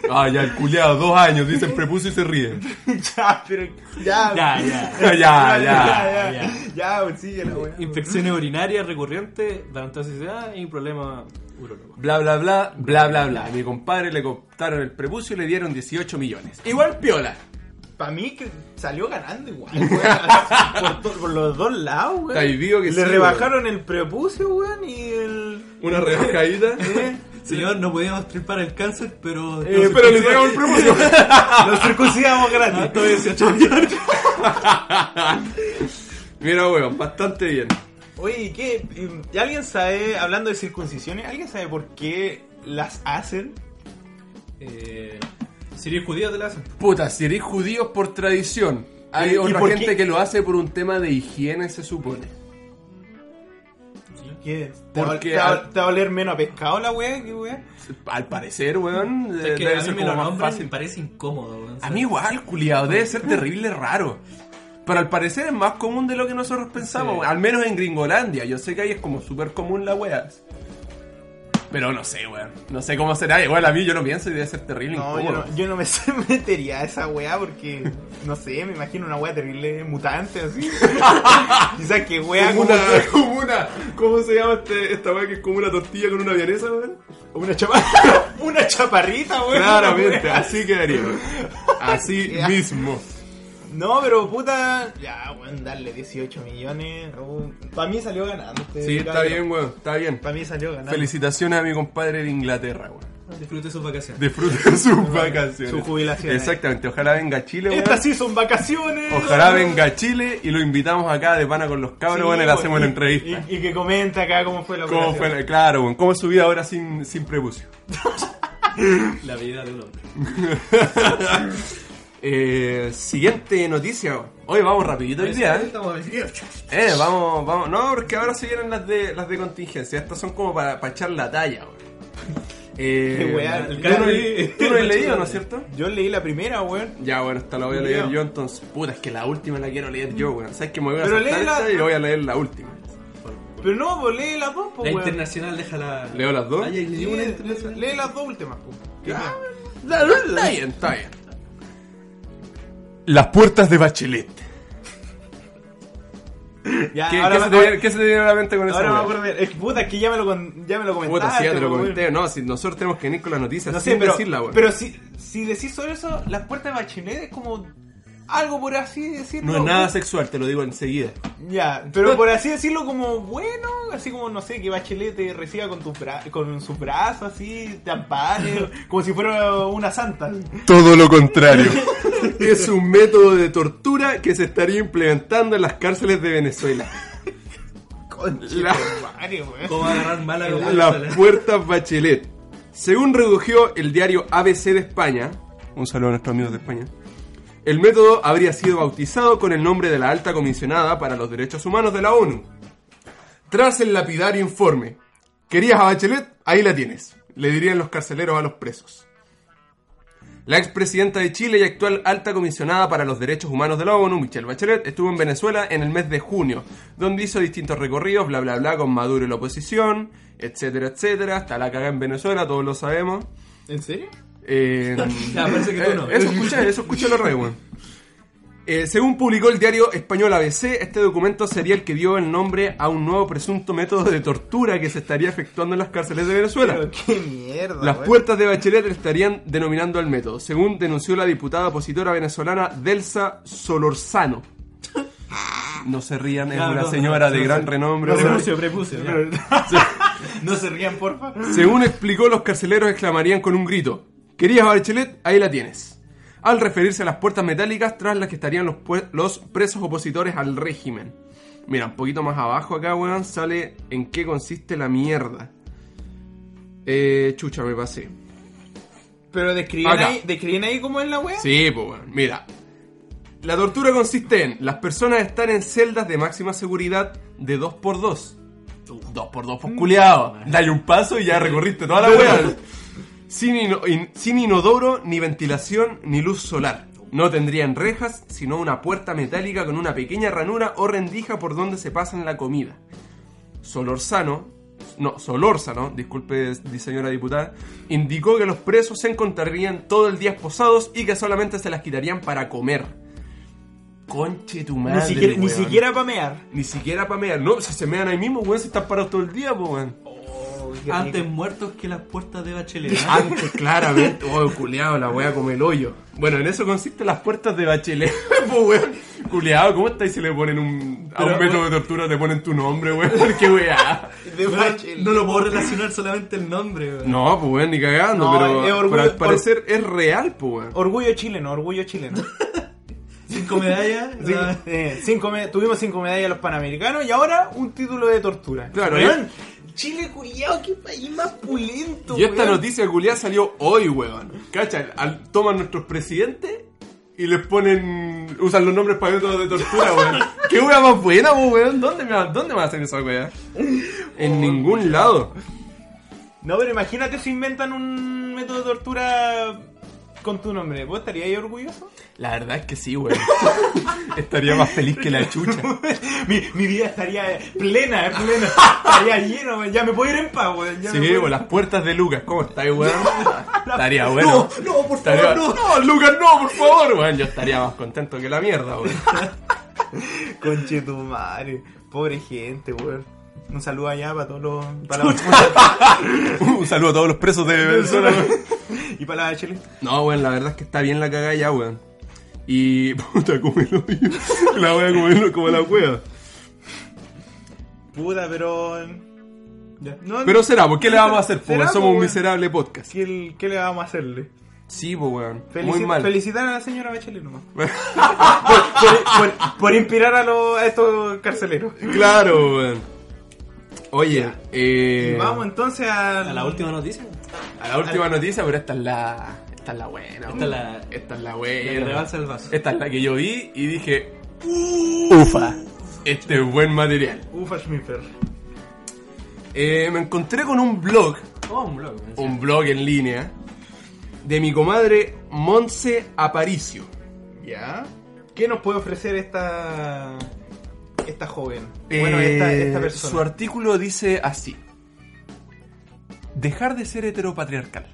Speaker 1: Ah, ya, el culiado, dos años, dice el prepucio y se ríe.
Speaker 2: ya, pero ya.
Speaker 3: Ya, ya.
Speaker 1: Ya,
Speaker 2: Ya,
Speaker 1: ya.
Speaker 2: ya,
Speaker 3: ya.
Speaker 2: ya. Ya, weón, sigue la weá.
Speaker 3: infecciones urinarias recurrentes, la y problemas urológicos.
Speaker 1: Bla, bla, bla, bla, bla, bla. A mi compadre le cortaron el prepucio y le dieron 18 millones. Igual piola.
Speaker 2: Para mí que salió ganando igual, weón. por, to- por los dos lados, weón.
Speaker 1: Está ahí vivo que
Speaker 2: Le
Speaker 1: sí, weón.
Speaker 2: rebajaron el prepucio, weón, y el.
Speaker 1: Una rebajadita.
Speaker 3: Señor, no podíamos tripar el cáncer, pero...
Speaker 1: Eh, pero le dieron el prepucio.
Speaker 2: Lo circuncidamos gratis.
Speaker 3: Todo 18 millones.
Speaker 1: Mira, weón, bastante bien.
Speaker 2: Oye, ¿y ¿qué? ¿Y ¿Alguien sabe, hablando de circuncisiones, ¿alguien sabe por qué las hacen?
Speaker 3: Eh, Sirio judío te la hacen.
Speaker 1: Puta, si eres judío por tradición,
Speaker 2: ¿Y-
Speaker 1: hay
Speaker 2: y
Speaker 1: otra
Speaker 2: por
Speaker 1: gente
Speaker 2: qué?
Speaker 1: que lo hace por un tema de higiene, se supone.
Speaker 2: ¿Qué? ¿Te, va,
Speaker 1: Porque
Speaker 2: te va-
Speaker 1: al-
Speaker 2: te va a oler menos a pescado la weá? ¿Qué weá?
Speaker 1: Al parecer, weón,
Speaker 3: Es que
Speaker 1: Eh, debe
Speaker 3: a mí
Speaker 1: ser
Speaker 3: me
Speaker 1: como
Speaker 3: lo
Speaker 1: más
Speaker 3: nombran y
Speaker 1: fácil.
Speaker 3: me parece incómodo. weón.
Speaker 1: A mí igual, culiado, debe ser terrible raro. Pero al parecer es más común de lo que nosotros pensamos,
Speaker 3: Sí.
Speaker 1: al menos en Gringolandia. Yo sé que ahí es como súper común la wea. Pero no sé, weón. No sé cómo será. Igual a mí yo lo pienso y debe ser terrible
Speaker 2: No, yo
Speaker 1: incómodo.
Speaker 2: no, yo no me sé- metería a esa weá porque, no sé, me imagino una weá terrible mutante así. Quizás que weá
Speaker 1: Como
Speaker 2: como...
Speaker 1: una, como una- ¿Cómo se llama este- esta weá que es como una tortilla con una vienesa, weón?
Speaker 2: Una, chapa- una chaparrita, weón.
Speaker 1: Claramente,
Speaker 2: Una weá.
Speaker 1: así quedaría. weón. Así
Speaker 2: Ya.
Speaker 1: mismo.
Speaker 2: No, pero puta... Ya, weón, darle 18 millones. Para mí salió ganando. este
Speaker 1: Sí, está
Speaker 2: cabrón.
Speaker 1: bien, weón. Está bien.
Speaker 2: Para mí salió ganando.
Speaker 1: Felicitaciones a mi compadre de Inglaterra, weón.
Speaker 3: Disfrute sus vacaciones.
Speaker 1: Disfruten sus vacaciones.
Speaker 2: Su jubilación.
Speaker 1: Exactamente, ojalá venga a Chile, weón.
Speaker 2: Estas sí son vacaciones.
Speaker 1: Ojalá venga a Chile y lo invitamos acá de pana con los cabros,
Speaker 2: Sí,
Speaker 1: bueno, y le hacemos
Speaker 2: y-
Speaker 1: una entrevista.
Speaker 2: Y, y que comenta acá cómo fue la
Speaker 1: ¿Cómo
Speaker 2: operación.
Speaker 1: fue la- claro, weón, ¿cómo es su vida ahora sin, sin prepucio?
Speaker 3: La vida de un hombre.
Speaker 1: Eh, siguiente noticia. weón. Hoy vamos rapidito hoy día, ¿eh? Eh, vamos, vamos. No, porque ahora se vienen las de, las de contingencia. Estas son como para, para echar la talla, weón. Eh,
Speaker 2: Qué weá, el
Speaker 1: tú no,
Speaker 3: Gary-
Speaker 1: tú no has leído, ¿no es cierto?
Speaker 2: Yo leí la primera, weón.
Speaker 1: Ya, bueno, esta la voy a leer yo entonces. Puta, es que la última la quiero leer yo, weón. Sabes que me voy a
Speaker 2: Pero
Speaker 1: saltar
Speaker 2: léela.
Speaker 1: esta y voy a leer la última.
Speaker 2: Pero no, pues lee la dos,
Speaker 3: La
Speaker 2: pues, weón.
Speaker 3: internacional deja la.
Speaker 1: ¿Leo las dos?
Speaker 3: Ah, ya, leí una
Speaker 2: Lee,
Speaker 3: internacional.
Speaker 2: lee las dos últimas, pues.
Speaker 1: Está bien, está bien. Las puertas de Bachelet.
Speaker 2: Ya,
Speaker 1: ¿Qué,
Speaker 2: Ah, ahora
Speaker 1: qué se,
Speaker 2: me-
Speaker 1: te, viene- qué se te viene a la mente con
Speaker 2: ahora me
Speaker 1: esa wea?
Speaker 2: acuerdo. Es que, puta, es que ya me lo, con- ya me lo comentaste.
Speaker 1: Puta, sí, ya te lo
Speaker 2: pues, weón.
Speaker 1: comenté. No, si nosotros tenemos que venir con las noticias
Speaker 2: No sé,
Speaker 1: sin
Speaker 2: pero,
Speaker 1: decirla, weón.
Speaker 2: pero si, si decís sobre eso, las puertas de Bachelet es como algo por así decirlo.
Speaker 1: No es nada
Speaker 2: weón.
Speaker 1: sexual, te lo digo enseguida.
Speaker 2: Ya, pero por así decirlo como bueno, así como no sé, que Bachelet te reciba con, tus bra- con sus brazos así, te ampare, como si fuera una santa.
Speaker 1: Todo lo contrario. es un método de tortura que se estaría implementando en las cárceles de Venezuela. La-
Speaker 2: Mario, weón.
Speaker 3: ¿Cómo va a agarrar mal a la
Speaker 1: Las puertas Bachelet. Según recogió el diario ABC de España, un saludo a nuestros amigos de España, el método habría sido bautizado con el nombre de la alta comisionada para los derechos humanos de la ONU. Tras el lapidario informe, ¿querías a Bachelet? Ahí la tienes, le dirían los carceleros a los presos. La expresidenta de Chile y actual alta comisionada para los derechos humanos de la ONU, Michelle Bachelet, estuvo en Venezuela en el mes de junio, donde hizo distintos recorridos, bla bla bla, con Maduro y la oposición, etcétera, etcétera. Hasta la caga en Venezuela, todos lo sabemos.
Speaker 2: ¿En serio?
Speaker 1: Eh,
Speaker 3: Ya, parece que tú no.
Speaker 1: eh, Eso escuché, eso escuché lo re, weón. Eh, según publicó el diario español ABC, este documento sería el que dio el nombre a un nuevo presunto método de tortura que se estaría efectuando en las cárceles de Venezuela.
Speaker 2: Pero qué mierda.
Speaker 1: Las
Speaker 2: weón.
Speaker 1: puertas de Bachelet le estarían denominando al método, según denunció la diputada opositora venezolana Delsa Solorzano. No se rían, es
Speaker 3: Claro,
Speaker 1: una
Speaker 3: no,
Speaker 1: señora
Speaker 3: no,
Speaker 1: de
Speaker 3: no,
Speaker 1: gran
Speaker 3: no.
Speaker 1: renombre.
Speaker 3: Prepucio, prepucio. ya.
Speaker 2: no se rían, porfa.
Speaker 1: Según explicó, los carceleros exclamarían con un grito: ¿Querías a Bachelet? Ahí la tienes. Al referirse a las puertas metálicas tras las que estarían los, pue- los presos opositores al régimen. Mira, un poquito más abajo acá, weón, sale en qué consiste la mierda. Eh, chucha, me pasé.
Speaker 2: Pero describían
Speaker 1: Acá.
Speaker 2: ahí, describían ahí cómo es la wea.
Speaker 1: Sí, pues bueno, mira. La tortura consiste en las personas están en celdas de máxima seguridad de 2x2. 2x2, pues culiao. Dale un paso y ya recorriste toda la wea. Sin, ino- in- sin inodoro, ni ventilación, ni luz solar. No tendrían rejas, sino una puerta metálica con una pequeña ranura o rendija por donde se pasan la comida. Solorzano, no, Solórzano, disculpe di- señora diputada, indicó que los presos se encontrarían todo el día esposados y que solamente se las quitarían para comer. Conche tu madre.
Speaker 2: ni siquiera, ni
Speaker 1: weón.
Speaker 2: siquiera pamear.
Speaker 1: Ni siquiera para mear. No, si se mean ahí mismo, weón, se están parados todo el día, po, weón.
Speaker 3: Antes muertos que las puertas de Bachelet. Ah,
Speaker 1: Antes, claramente. Oh, culeado, la wea como el hoyo. Bueno, en eso consisten las puertas de bachelet. pues, weón. Culeado, ¿cómo está? Y si le ponen un. a un
Speaker 3: Pero,
Speaker 1: método de tortura le ponen tu nombre, weón. Qué weá.
Speaker 2: De Bachelet.
Speaker 3: No lo puedo relacionar solamente el nombre, weón.
Speaker 1: No, pues, weón, ni cagando.
Speaker 2: No,
Speaker 1: pero,
Speaker 2: es orgullo-
Speaker 1: pero al parecer es real, pues, weón.
Speaker 2: Orgullo chileno, orgullo chileno.
Speaker 3: Cinco medallas.
Speaker 2: Sí,
Speaker 3: la-
Speaker 2: eh, cinco me- tuvimos cinco medallas a los panamericanos y ahora un título de tortura.
Speaker 1: Claro,
Speaker 2: Weón, Chile, culiao, qué país más pulento.
Speaker 1: Y esta
Speaker 2: weón.
Speaker 1: noticia culiada salió hoy, weón. Cacha, al- toman nuestros presidentes y les ponen. usan los nombres para métodos de tortura, weón. Qué wea más buena, po, weón. ¿Dónde me, va- dónde me va a hacer esa wea? En ningún lado.
Speaker 2: No, pero imagínate si inventan un método de tortura con tu nombre. ¿Vos estarías ahí orgulloso?
Speaker 1: La verdad es que sí, weón. Estaría más feliz que la chucha.
Speaker 2: mi, mi vida estaría plena, plena. estaría lleno, weón. ya me puedo ir en paz, weón. ya
Speaker 1: Sí,
Speaker 2: me puedo ir.
Speaker 1: weón, las puertas de Lucas. ¿Cómo estáis, weón? Estaría bueno.
Speaker 3: No, no, por favor,
Speaker 1: Estaría-
Speaker 3: no.
Speaker 1: No, Lucas, no, por favor, weón. Yo estaría más contento que la mierda, weón.
Speaker 2: Conche tu madre, pobre gente, weón. Un saludo allá para todos los. Para
Speaker 1: Un saludo a todos los presos de Venezuela, weón.
Speaker 2: y para la Bachelet.
Speaker 1: No, weón, la verdad es que está bien la cagada ya, weón. Y. puta, como el hoyo. La voy a comer como la cueva.
Speaker 2: Puta, pero. Ya. No,
Speaker 1: Pero será, ¿por qué le vamos a hacer, po,
Speaker 2: Será,
Speaker 1: weón?
Speaker 2: po,
Speaker 1: Somos un
Speaker 2: weón.
Speaker 1: miserable podcast.
Speaker 2: ¿Qué, el- qué le vamos a hacerle?
Speaker 1: Sí, po, weón.
Speaker 2: Felici-
Speaker 1: Muy mal.
Speaker 2: Felicitar a la señora Bachelet nomás. por, por- por- por inspirar a, los- a estos carceleros.
Speaker 1: Claro, weón. Oye, eh.
Speaker 2: Vamos entonces a,
Speaker 3: A la última noticia.
Speaker 1: A la última noticia, pero esta es la. Esta es la buena.
Speaker 3: Esta es la-
Speaker 1: Esta es la
Speaker 3: La
Speaker 1: buena.
Speaker 3: que rebalsa el vaso.
Speaker 1: Esta es la que yo vi y dije. Ufa. Este es buen material.
Speaker 2: Ufa Schmiffer.
Speaker 1: Eh, me encontré con un blog
Speaker 3: Oh, un blog. me decía.
Speaker 1: un blog en línea de mi comadre Monse Aparicio.
Speaker 2: ¿Ya? ¿Qué nos puede ofrecer esta. esta joven? bueno,
Speaker 1: Eh,
Speaker 2: esta, esta
Speaker 1: Su
Speaker 2: persona.
Speaker 1: artículo dice así. Dejar de ser heteropatriarcal.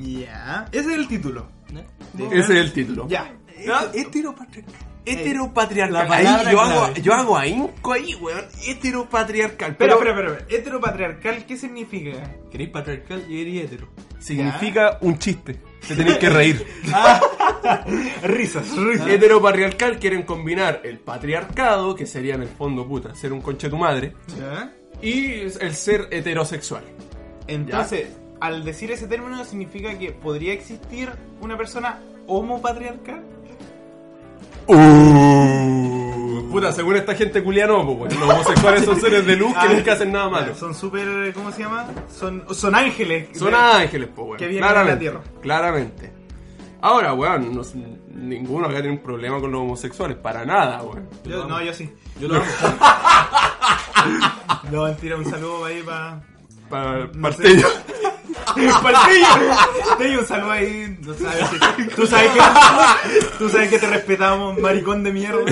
Speaker 2: Ya. Ese es el título.
Speaker 3: ¿No?
Speaker 2: Bueno.
Speaker 1: Ese es el este título.
Speaker 2: Ya.
Speaker 1: Heteropatriarcal. Heteropatriarcal.
Speaker 3: La palabra
Speaker 1: Ahí yo, hago,
Speaker 3: clave.
Speaker 1: yo hago ahínco ahí, weón. Heteropatriarcal.
Speaker 2: Espera,
Speaker 1: Pero
Speaker 2: espera, espera, espera. Heteropatriarcal, ¿qué significa?
Speaker 3: Queréis patriarcal y eres hetero.
Speaker 1: significa un chiste. Te tenéis que reír. Ah.
Speaker 2: Risas, risas.
Speaker 1: Heteropatriarcal quieren combinar el patriarcado, que sería en el fondo, puta, ser un conche tu madre,
Speaker 2: ¿Ya?
Speaker 1: y el ser heterosexual.
Speaker 2: Entonces, al decir ese término significa que podría existir una persona homopatriarcal.
Speaker 1: Puta, según esta gente culia no, pues, weón. Los homosexuales son seres de luz que
Speaker 2: Ah,
Speaker 1: nunca hacen nada malo.
Speaker 2: ya, Son súper, ¿cómo se llama? Son, son ángeles.
Speaker 1: Son
Speaker 2: De-
Speaker 1: ángeles, pues, weón.
Speaker 2: que vienen de la
Speaker 1: claramente,
Speaker 2: tierra.
Speaker 1: Claramente. Ahora, weón, no, ninguno acá tiene un problema con los homosexuales, para nada, weón.
Speaker 2: Yo- no, yo sí.
Speaker 3: Yo lo amo.
Speaker 2: No, mentira, un saludo para ahí para...
Speaker 1: Para
Speaker 2: sé.
Speaker 1: Martello.
Speaker 2: ¡Palpillo! Te doy un saludo ahí. No sabes que- tú, sabes que, tú sabes que te respetamos, maricón de mierda.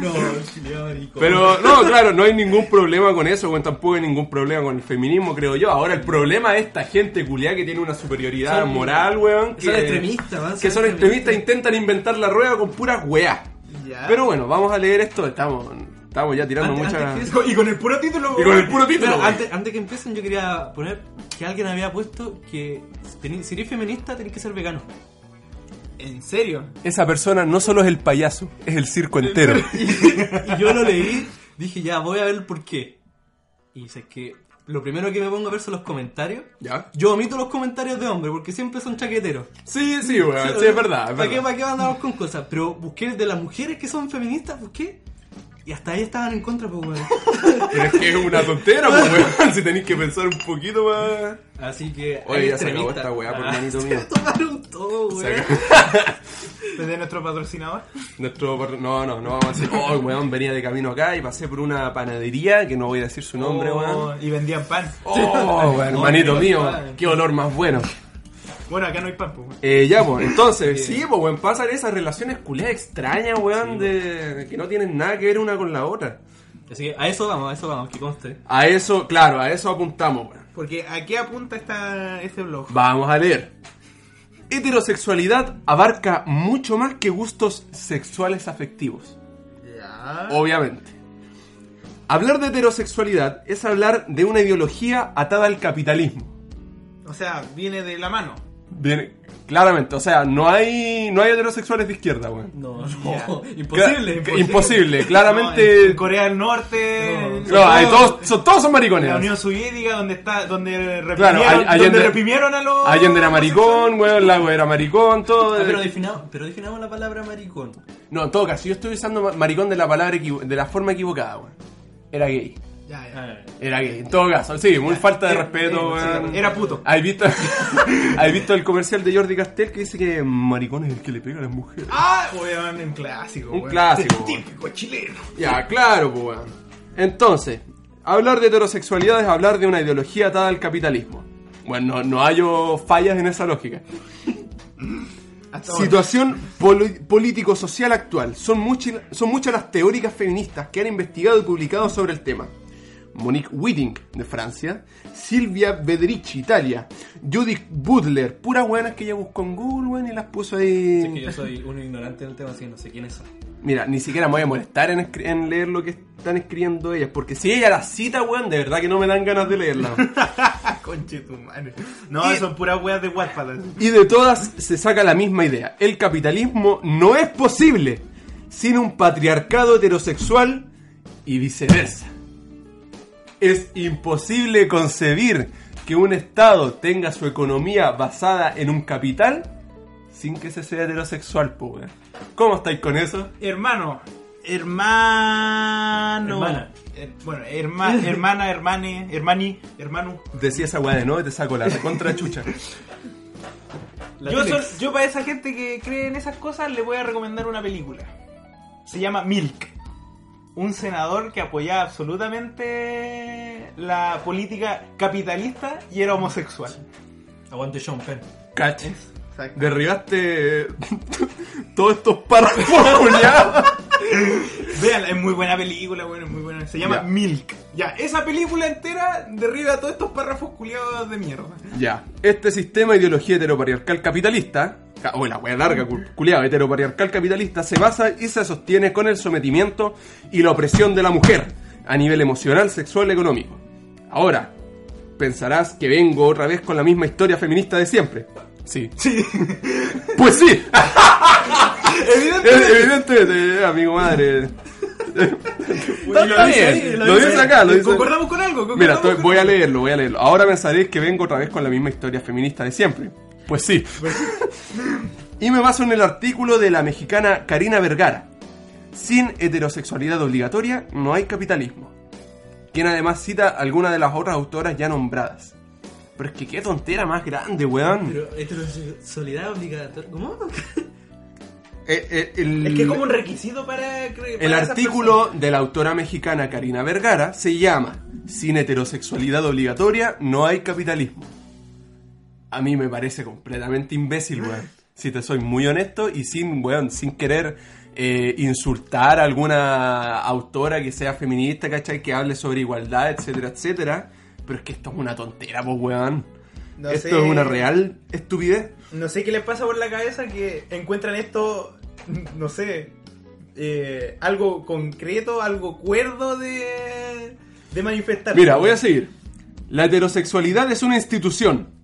Speaker 3: No, chileo, marico.
Speaker 1: Pero no, claro, no hay ningún problema con eso, weón, tampoco hay ningún problema con el feminismo, creo yo. Ahora el problema es esta gente culiá que tiene una superioridad
Speaker 3: Son-
Speaker 1: moral, weón. Que
Speaker 3: son extremistas, weón,
Speaker 1: Que
Speaker 3: son
Speaker 1: son extremistas, intentan inventar la rueda con puras weas.
Speaker 2: Ya.
Speaker 1: Pero bueno, vamos a leer esto, estamos, estamos ya tirando
Speaker 3: Antes-
Speaker 1: muchas...
Speaker 3: antes
Speaker 2: y con el puro título.
Speaker 1: Y con el puro título,
Speaker 3: Pero
Speaker 1: weón.
Speaker 3: antes, antes que empiecen, yo quería poner que alguien había puesto que teni- si eres feminista tenés que ser vegano.
Speaker 2: ¿En serio?
Speaker 1: Esa persona no solo es el payaso, es el circo entero.
Speaker 3: Y yo lo leí, dije ya, voy a ver por qué. Y dices que lo primero que me pongo a ver son los comentarios.
Speaker 1: ¿Ya?
Speaker 3: Yo omito los comentarios de hombre porque siempre son chaqueteros.
Speaker 1: Sí, sí, weón, sí, es verdad, es
Speaker 3: ¿Para qué,
Speaker 1: verdad.
Speaker 3: para qué andamos con cosas? Pero busqué el de las mujeres que son feministas, busqué. Y hasta ahí estaban en contra, pues, weón.
Speaker 1: Pero es que es una tontera, pues, weón, si tenéis que pensar un poquito más...
Speaker 3: Así que.
Speaker 1: Oye,
Speaker 3: hay
Speaker 1: ya se acabó
Speaker 3: extremistas.
Speaker 1: esta weá, por
Speaker 3: Ah,
Speaker 1: manito
Speaker 3: se
Speaker 1: mío.
Speaker 3: tomaron todo, weón.
Speaker 2: ¿Desde nuestro patrocinador?
Speaker 1: Nuestro par- No, no, no vamos a decir. Oh, weón, venía de camino acá y pasé por una panadería que no voy a decir su nombre, weón.
Speaker 2: Oh, Y vendían pan.
Speaker 1: Oh, weón, hermanito mío, qué olor más bueno.
Speaker 2: Bueno, acá no hay pan, pues. weón.
Speaker 1: Eh, ya, pues, entonces, sí, pues, weón, pasan esas relaciones culiadas extrañas, weón, de... que no tienen nada que ver una con la otra.
Speaker 3: Así que a eso vamos, a eso vamos, que conste.
Speaker 1: A eso, claro, a eso apuntamos, weón.
Speaker 2: Porque ¿a qué apunta esta, este blog?
Speaker 1: Vamos a leer. Heterosexualidad abarca mucho más que gustos sexuales afectivos.
Speaker 2: Ya.
Speaker 1: Obviamente. Hablar de heterosexualidad es hablar de una ideología atada al capitalismo.
Speaker 2: O sea, viene de la mano.
Speaker 1: Bien, claramente, o sea, no hay no hay heterosexuales de izquierda, weón.
Speaker 3: No,
Speaker 2: Ya.
Speaker 3: no,
Speaker 1: Cla-
Speaker 3: imposible,
Speaker 1: que- imposible,
Speaker 2: No, en
Speaker 1: claramente.
Speaker 2: Corea del Norte.
Speaker 3: No.
Speaker 2: en-
Speaker 1: No, hay todos, son, todos son maricones.
Speaker 2: La Unión Soviética, donde está, donde reprimieron,
Speaker 1: Claro, Ay- Allende-
Speaker 2: donde reprimieron a los.
Speaker 1: Allende era maricón, weón, Lago era maricón, todo.
Speaker 3: Ah, pero, definamos, pero definamos la palabra maricón.
Speaker 1: No, en todo caso, yo estoy usando ma- maricón de la palabra equivo- de la forma equivocada, weón. Era gay.
Speaker 2: Ya, ya.
Speaker 3: Ah,
Speaker 1: Era gay, en todo caso. Sí, muy falta de
Speaker 2: Era-
Speaker 1: respeto,
Speaker 2: era-
Speaker 1: weón.
Speaker 2: Era puto.
Speaker 1: ¿Has visto, ¿Has visto el comercial de Jordi Castel que dice que maricón es el que le pega a las mujeres?
Speaker 2: Ah, weón, un clásico,
Speaker 1: Un
Speaker 2: weón.
Speaker 1: clásico,
Speaker 2: Típico chileno.
Speaker 1: Ya, claro, pues weón. Entonces, hablar de heterosexualidad es hablar de una ideología atada al capitalismo. Bueno, no, no hallo fallas en esa lógica.
Speaker 2: Hasta ahora.
Speaker 1: Situación poli- político-social actual. Son, muchi- son muchas las teóricas feministas que han investigado y publicado sobre el tema. Monique Witting, de Francia. Silvia Bedricci, Italia. Judith Butler. Puras buenas que ella buscó en Google, weón, y las puso ahí.
Speaker 3: es que yo soy un ignorante del tema, así que no sé quiénes son.
Speaker 1: Mira, ni siquiera me voy a molestar en, escri- en leer lo que están escribiendo ellas. Porque si ella la cita, weón, de verdad que no me dan ganas de leerla. weón.
Speaker 2: Ah, conche tu madre. No,
Speaker 1: Y-
Speaker 2: son puras weas de Wattpad.
Speaker 1: Y de todas se saca la misma idea. El capitalismo no es posible sin un patriarcado heterosexual y viceversa. Es imposible concebir que un Estado tenga su economía basada en un capital sin que ese sea heterosexual, po, weón. ¿Cómo estáis con eso?
Speaker 2: Hermano. Hermano.
Speaker 3: Hermana.
Speaker 2: Her- bueno, herma, hermana, hermane, hermani, hermano.
Speaker 1: Decía esa weá de no, te saco la recontra chucha.
Speaker 3: La
Speaker 2: yo,
Speaker 3: Telex.
Speaker 2: sol- yo para esa gente que cree en esas cosas le voy a recomendar una película. Se llama Milk. Un senador que apoyaba absolutamente la política capitalista y era homosexual.
Speaker 3: Aguante Sean Penn.
Speaker 1: Cach. Derribaste eh, todos estos párrafos, culiao.
Speaker 2: Vean, es muy buena película, bueno, es muy buena. Se llama
Speaker 1: Ya.
Speaker 2: Milk. Ya, esa película entera derriba todos estos párrafos culiados de mierda.
Speaker 1: Ya, este sistema de ideología heteropatriarcal capitalista, ca- oh, la wea larga, cul- culiao, heteropatriarcal capitalista, se basa y se sostiene con el sometimiento y la opresión de la mujer a nivel emocional, sexual, económico. Ahora, pensarás que vengo otra vez con la misma historia feminista de siempre. Sí.
Speaker 2: Sí,
Speaker 1: Pues sí,
Speaker 2: evidentemente.
Speaker 1: es- evidentemente, eh, amigo madre.
Speaker 3: Está
Speaker 1: lo dice,
Speaker 3: bien,
Speaker 1: lo dice acá, lo dice.
Speaker 2: Concordamos con algo, concordamos
Speaker 1: Mira, estoy-
Speaker 2: con
Speaker 1: voy a
Speaker 2: algo.
Speaker 1: leerlo, voy a leerlo. Ahora pensaréis que vengo otra vez con la misma historia feminista de siempre. Pues sí. y me baso en el artículo de la mexicana Karina Vergara. Sin heterosexualidad obligatoria no hay capitalismo. Quien además cita alguna de las otras autoras ya nombradas. Pero es que qué tontera más grande, weón.
Speaker 3: Pero heterosexualidad obligatoria. ¿Cómo?
Speaker 1: Eh, eh, el-
Speaker 2: Es que es como un requisito para. cre- para
Speaker 1: El
Speaker 2: esas
Speaker 1: artículo de la autora mexicana Karina Vergara se llama Sin heterosexualidad obligatoria no hay capitalismo. a mí me parece completamente imbécil, weón. Si te soy muy honesto y sin, weón, sin querer eh, insultar a alguna autora que sea feminista, ¿cachai? Que hable sobre igualdad, etcétera, etcétera. Pero es que esto es una tontera, pues, weón.
Speaker 2: No
Speaker 1: esto
Speaker 2: sé.
Speaker 1: es una real estupidez.
Speaker 2: No sé qué les pasa por la cabeza que encuentran esto, no sé, eh, algo concreto, algo cuerdo de, de manifestar.
Speaker 1: Mira, voy a seguir. La heterosexualidad es una institución.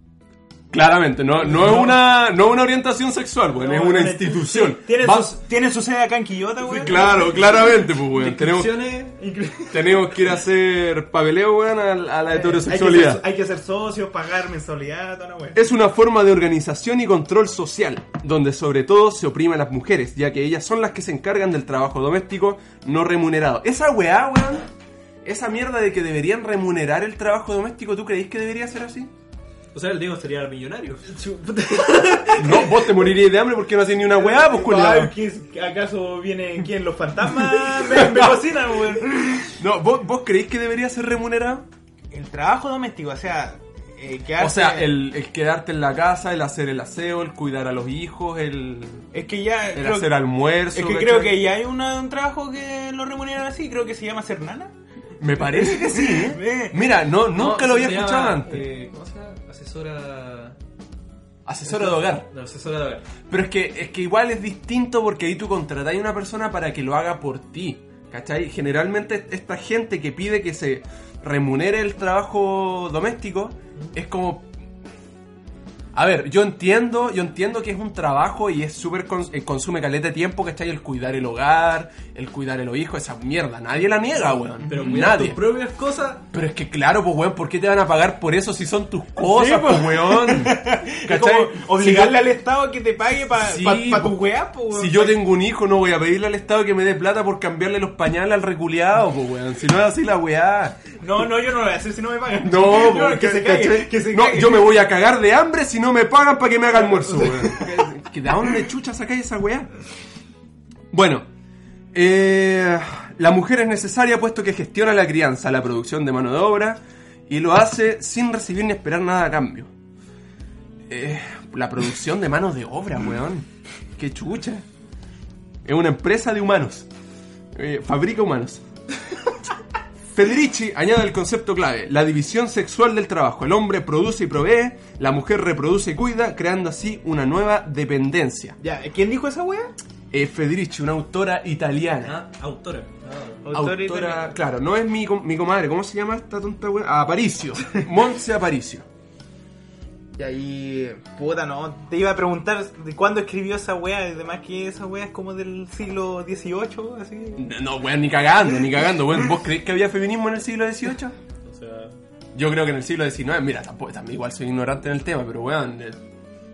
Speaker 1: Claramente, no, no, es una, no es una orientación sexual, weón,
Speaker 2: No,
Speaker 1: es una
Speaker 2: no,
Speaker 1: institución.
Speaker 2: Tiene,
Speaker 1: Va-
Speaker 2: su, tiene su sede acá en Quillota, güey.
Speaker 1: Claro, claramente, pues, weón. Tenemos,
Speaker 3: Descripciones
Speaker 2: Incre-
Speaker 1: tenemos que ir a hacer papeleo, weón, a, a la
Speaker 2: Eh, Hay que ser-
Speaker 1: heterosexualidad.
Speaker 2: Hay que ser socio, pagar mensualidad, toda la wea.
Speaker 1: Es una forma de organización y control social, donde sobre todo se oprime a las mujeres, ya que ellas son las que se encargan del trabajo doméstico no remunerado. Esa weá, weón, esa mierda de que deberían remunerar el trabajo doméstico, ¿tú creéis que debería ser así?
Speaker 3: O sea, el Diego sería millonario.
Speaker 1: No, vos te morirías de hambre porque no hacías ni una weá, pues
Speaker 2: Ay,
Speaker 1: culiao.
Speaker 2: ¿qué es- ¿Acaso vienen quién? ¿Los fantasmas? Me, me cocinan, weón.
Speaker 1: No, ¿vos, vos creéis que debería ser remunerado?
Speaker 2: El trabajo doméstico, o sea, eh, quedarse-
Speaker 1: O sea, el, el quedarte en la casa, el hacer el aseo, el cuidar a los hijos, el,
Speaker 2: Es que ya.
Speaker 1: el
Speaker 2: creo-
Speaker 1: hacer almuerzo.
Speaker 2: es que
Speaker 1: ¿cachai?
Speaker 2: creo que ya hay una- un trabajo que lo remuneran así, creo que se llama ser nana.
Speaker 1: Me parece que sí, ¿eh?
Speaker 2: Eh.
Speaker 1: Mira, no, nunca
Speaker 3: No,
Speaker 1: lo había
Speaker 3: se llama,
Speaker 1: escuchado antes.
Speaker 3: eh, ¿Cómo se llama? Asesora.
Speaker 1: Asesora de hogar.
Speaker 3: No, asesora de hogar.
Speaker 1: Pero es que, es que igual es distinto porque ahí tú contratáis a una persona para que lo haga por ti. ¿Cachai? Generalmente esta gente que pide que se remunere el trabajo doméstico es como... A ver, yo entiendo, yo entiendo que es un trabajo y es súper cons- eh, consume caleta de tiempo, ¿cachai? El cuidar el hogar, el cuidar a los hijos, esa mierda, nadie la niega, weón.
Speaker 3: Pero cuidar
Speaker 1: nadie.
Speaker 3: tus propias cosas.
Speaker 1: Pero es que claro, pues weón, ¿por qué te van a pagar por eso si son tus cosas, pues, weón?
Speaker 2: Es
Speaker 1: ¿Cachai?
Speaker 2: como obligarle al Estado a que te pague para
Speaker 1: Sí, po.
Speaker 2: tus weas, po, weón.
Speaker 1: Si yo tengo un hijo, no voy a pedirle al Estado que me dé plata por cambiarle los pañales al reculeado, pues, weón. Si no es así la weá.
Speaker 2: No, no, yo no lo voy a hacer si no me pagan.
Speaker 1: No,
Speaker 2: Yo,
Speaker 1: po,
Speaker 2: que se
Speaker 1: ¿cachai?
Speaker 2: cague, que se
Speaker 1: No,
Speaker 2: cague.
Speaker 1: yo me voy a cagar de hambre si no me pagan para que me haga almuerzo, weón. ¿Que ¿De dónde chucha sacáis esa weá? Bueno, eh, la mujer es necesaria puesto que gestiona la crianza, la producción de mano de obra y lo hace sin recibir ni esperar nada a cambio. Eh, la producción de manos de obra, weón. Qué chucha. Es una empresa de humanos. Eh, fabrica humanos. Federici añade el concepto clave, la división sexual del trabajo. El hombre produce y provee, la mujer reproduce y cuida, creando así una nueva dependencia.
Speaker 2: Ya, ¿quién dijo esa wea?
Speaker 1: Eh, Federici, una autora italiana.
Speaker 3: Ah, autora. Ah,
Speaker 1: Autora,
Speaker 2: italiana.
Speaker 1: claro, no es mi, com- mi comadre, ¿cómo se llama esta tonta wea? Aparicio, Monse Aparicio.
Speaker 2: Y ahí, puta, no. Te iba a preguntar de cuándo escribió esa wea. Además, que esa wea es como del siglo XVIII, así.
Speaker 1: No, weón, ni cagando, ni cagando, weón. ¿Vos creéis que había feminismo en el siglo XVIII?
Speaker 3: o sea.
Speaker 1: Yo creo que en el siglo XIX, mira, tampoco, también igual soy ignorante en el tema, pero weón, eh,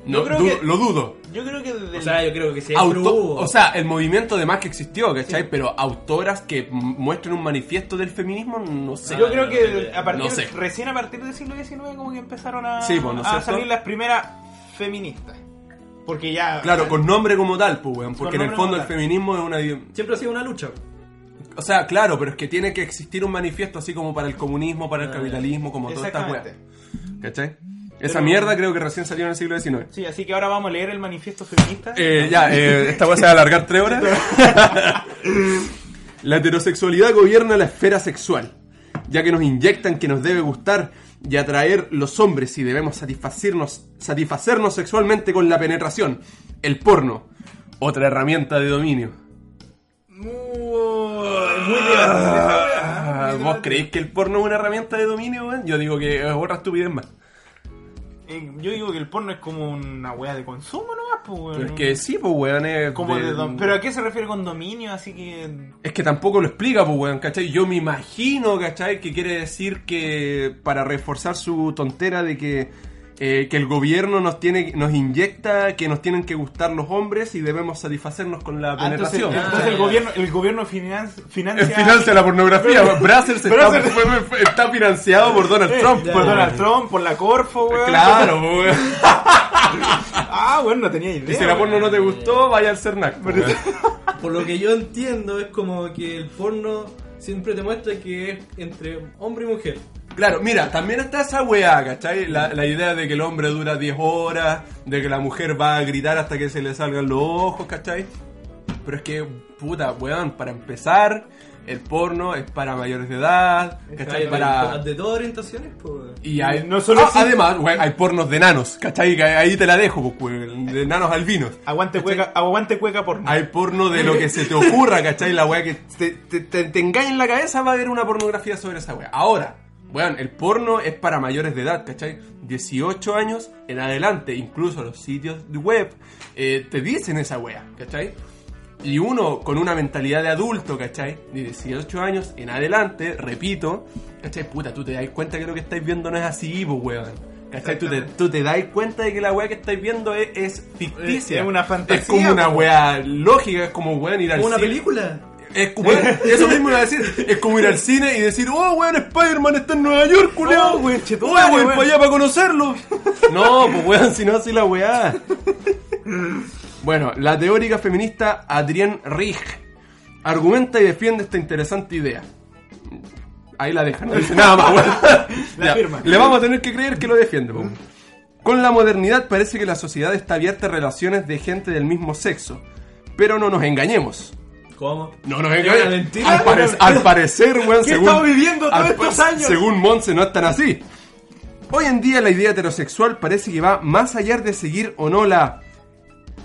Speaker 1: no,
Speaker 2: Yo creo
Speaker 1: dudo-
Speaker 2: que-
Speaker 1: lo dudo.
Speaker 2: Yo creo que desde
Speaker 3: O sea, yo creo que sí.
Speaker 1: Auto-
Speaker 3: hubo.
Speaker 1: o sea, el movimiento de más que existió, ¿cachai? Pero autoras que m- muestren un manifiesto del feminismo, Ah, no sé.
Speaker 2: yo creo que a partir,
Speaker 1: No sé.
Speaker 2: recién a partir del siglo XIX como que empezaron a,
Speaker 1: Sí, pues, ¿no es
Speaker 2: a
Speaker 1: cierto?
Speaker 2: salir las primeras feministas. Porque ya...
Speaker 1: Claro, con nombre como tal, pues, weón, porque en el
Speaker 2: nombre
Speaker 1: fondo el
Speaker 2: como tal.
Speaker 1: feminismo es una...
Speaker 3: Siempre ha sido una lucha.
Speaker 1: O sea, claro, pero es que tiene que existir un manifiesto así como para el comunismo, para el capitalismo, como todas estas weas.
Speaker 2: Exactamente.
Speaker 1: ¿Cachai? Esa mierda creo que recién salió en el siglo XIX.
Speaker 2: Sí, así que ahora vamos a leer el manifiesto feminista.
Speaker 1: Eh, ya, eh, esta weá se va a alargar tres horas. la heterosexualidad gobierna la esfera sexual, ya que nos inyectan que nos debe gustar y atraer los hombres y debemos satisfacernos, satisfacernos sexualmente con la penetración, el porno, otra herramienta de dominio.
Speaker 2: Muy, muy debatible esa wea,
Speaker 1: Ah, ¿Vos
Speaker 2: muy debatible.
Speaker 1: creéis que el porno es una herramienta de dominio, weón? Yo digo que es otra estupidez más.
Speaker 2: Eh, Yo digo que el porno es como una wea de consumo nomás, pues, weón.
Speaker 1: Pero es que sí, pues, weón, es
Speaker 2: Como
Speaker 1: de-
Speaker 2: de dom- Pero a qué se refiere con dominio, así que...
Speaker 1: Es que tampoco lo explica, pues, weón, ¿cachai? Yo me imagino, ¿cachai? Que quiere decir que para reforzar su tontera de que, eh, que el gobierno nos tiene nos inyecta, que nos tienen que gustar los hombres y debemos satisfacernos con la
Speaker 2: Ah, entonces,
Speaker 1: penetración.
Speaker 2: entonces
Speaker 3: Ah,
Speaker 2: el,
Speaker 3: ya.
Speaker 2: gobierno, el gobierno finan-
Speaker 1: El
Speaker 2: financia...
Speaker 1: financia la pornografía. Brazzers está,
Speaker 2: Brazzers.
Speaker 1: fue- fue- está financiado por Donald
Speaker 2: Eh,
Speaker 1: Trump. pues,
Speaker 2: por
Speaker 1: weón.
Speaker 2: Donald Trump, por la Corfo, weón.
Speaker 1: Claro, pues, weón.
Speaker 2: Ah, bueno, no tenía idea.
Speaker 1: Y si la porno no te gustó, vaya al Cernac. weón.
Speaker 3: Por lo que yo entiendo, es como que el porno siempre te muestra que es entre hombre y mujer.
Speaker 1: Claro, mira, también está esa weá, ¿cachai? La, la idea de que el hombre dura 10 horas, de que la mujer va a gritar hasta que se le salgan los ojos, ¿cachai? Pero es que, puta, weón, para empezar, el porno es para mayores de edad, ¿cachai?
Speaker 3: Hay
Speaker 1: Para...
Speaker 3: De todas orientaciones, pues.
Speaker 1: Y hay,
Speaker 2: No solo
Speaker 1: Ah,
Speaker 2: eso-
Speaker 1: además, güey, hay pornos de nanos, ¿cachai? Que Ahí te la dejo, pues, güey, de nanos albinos.
Speaker 2: Aguante cueca, aguante cueca por
Speaker 1: Hay porno de lo que se te ocurra, ¿cachai? La weá que te, te, te- te engaña en la cabeza va a haber una pornografía sobre esa weá. Ahora, weón, el porno es para mayores de edad, ¿cachai? 18 años en adelante, incluso los sitios de web eh, te dicen esa weá, ¿cachai? Y uno con una mentalidad de adulto, ¿cachai? De 18 años en adelante, repito, ¿cachai? Puta, tú te das cuenta que lo que estáis viendo no es así, pues, weón. ¿Cachai? Tú te,
Speaker 2: Exactamente.
Speaker 1: tú te das cuenta de que la weá que estáis viendo es, es ficticia.
Speaker 2: Es una fantasía,
Speaker 1: Es como una
Speaker 2: po.
Speaker 1: weá lógica, es como weón ir al
Speaker 3: Una
Speaker 1: cine.
Speaker 3: película.
Speaker 1: Es como, eso mismo iba a decir. Es como ir al cine y decir, oh weón, Spider-Man está en Nueva York, culeado.
Speaker 2: Oh, weón, chetumare,
Speaker 1: oh, weón,
Speaker 2: weón.
Speaker 1: para allá para conocerlo. No, pues weón, si no así la weá. Bueno, la teórica feminista Adrienne Rich argumenta y defiende esta interesante idea. Ahí la dejan, no dice nada más, weón.
Speaker 2: La
Speaker 1: Ya,
Speaker 2: firma.
Speaker 1: Le vamos a tener que creer que lo defiende, po. Con la modernidad parece que la sociedad está abierta a relaciones de gente del mismo sexo. Pero no nos engañemos.
Speaker 3: ¿Cómo?
Speaker 1: No, no,
Speaker 3: Es
Speaker 1: venga,
Speaker 3: una
Speaker 1: oye,
Speaker 3: mentira,
Speaker 1: Al, pare-
Speaker 3: weón.
Speaker 1: al parecer, weón,
Speaker 2: ¿Qué
Speaker 1: según.
Speaker 2: estaba viviendo todos
Speaker 1: al-
Speaker 2: estos años?
Speaker 1: Según Monse, no es tan así. Hoy en día la idea heterosexual parece que va más allá de seguir o no la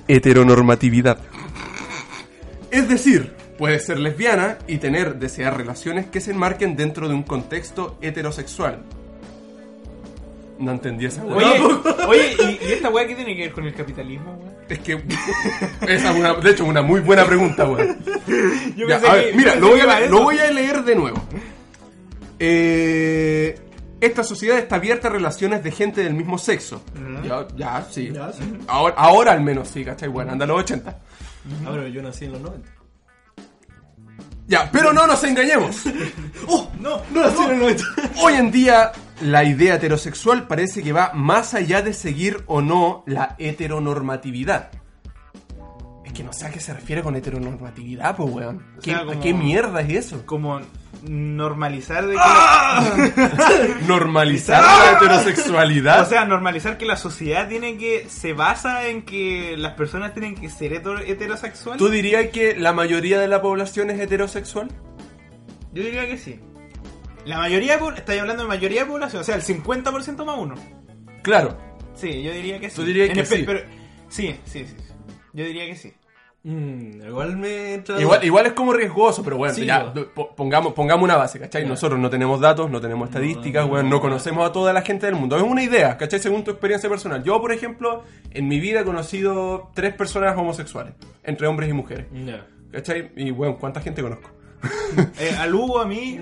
Speaker 1: heteronormatividad. Es decir, puedes ser lesbiana y tener, desear relaciones que se enmarquen dentro de un contexto heterosexual. No entendí esa weá.
Speaker 2: Oye, oye ¿y, y esta weá qué tiene que ver con el capitalismo, weón?
Speaker 1: Es que. Esa es una, de hecho, una muy buena pregunta, weón.
Speaker 2: Yo
Speaker 1: Ya,
Speaker 2: pensé
Speaker 1: a ver,
Speaker 2: que-
Speaker 1: mira,
Speaker 2: yo
Speaker 1: lo
Speaker 2: pensé
Speaker 1: voy,
Speaker 2: que iba
Speaker 1: a,
Speaker 2: eso.
Speaker 1: lo voy a leer de nuevo. Eh, esta sociedad está abierta a relaciones de gente del mismo sexo. Ya, ya, sí.
Speaker 3: Ya, sí.
Speaker 1: Ahora, ahora al menos, sí, ¿cachai? Bueno, anda a los 80.
Speaker 3: Ah, pero yo nací en los 90.
Speaker 1: Ya, pero no nos engañemos.
Speaker 3: ¡Oh! No, no nací en los 90.
Speaker 1: Hoy en día, la idea heterosexual parece que va más allá de seguir o no la heteronormatividad. Es que no sé a qué se refiere con heteronormatividad, pues, weón. ¿Qué,
Speaker 2: sea, como-
Speaker 1: ¿Qué mierda es eso?
Speaker 2: Como normalizar de que
Speaker 1: Ah. Normalizar la heterosexualidad.
Speaker 2: la, o sea, normalizar que la sociedad tiene que se basa en que las personas tienen que ser heter- heterosexuales.
Speaker 1: ¿Tú dirías que la mayoría de la población es heterosexual?
Speaker 2: Yo diría que sí. La mayoría, de po- estáis hablando de mayoría de población, o sea, el 50% más uno.
Speaker 1: Claro.
Speaker 2: Sí, yo diría que sí.
Speaker 1: Tú dirías
Speaker 2: En
Speaker 1: que
Speaker 2: espe-
Speaker 1: sí.
Speaker 2: pero- sí, sí, sí. sí. Yo diría que sí.
Speaker 3: Mm, igual me entra.
Speaker 1: Igual, igual es como riesgoso, pero bueno,
Speaker 3: Sí,
Speaker 1: ya,
Speaker 3: po.
Speaker 1: po- pongamos, pongamos una base, ¿cachai?
Speaker 3: Ya.
Speaker 1: Nosotros no tenemos datos, no tenemos estadísticas,
Speaker 3: no,
Speaker 1: weón, no,
Speaker 3: no.
Speaker 1: conocemos a toda la gente del mundo. Es una idea, ¿cachai? Según tu experiencia personal. Yo, por ejemplo, en mi vida he conocido tres personas homosexuales, entre hombres y mujeres.
Speaker 3: Ya.
Speaker 1: ¿Cachai? Y, bueno, ¿cuánta gente conozco?
Speaker 2: Eh, al Hugo, a mí.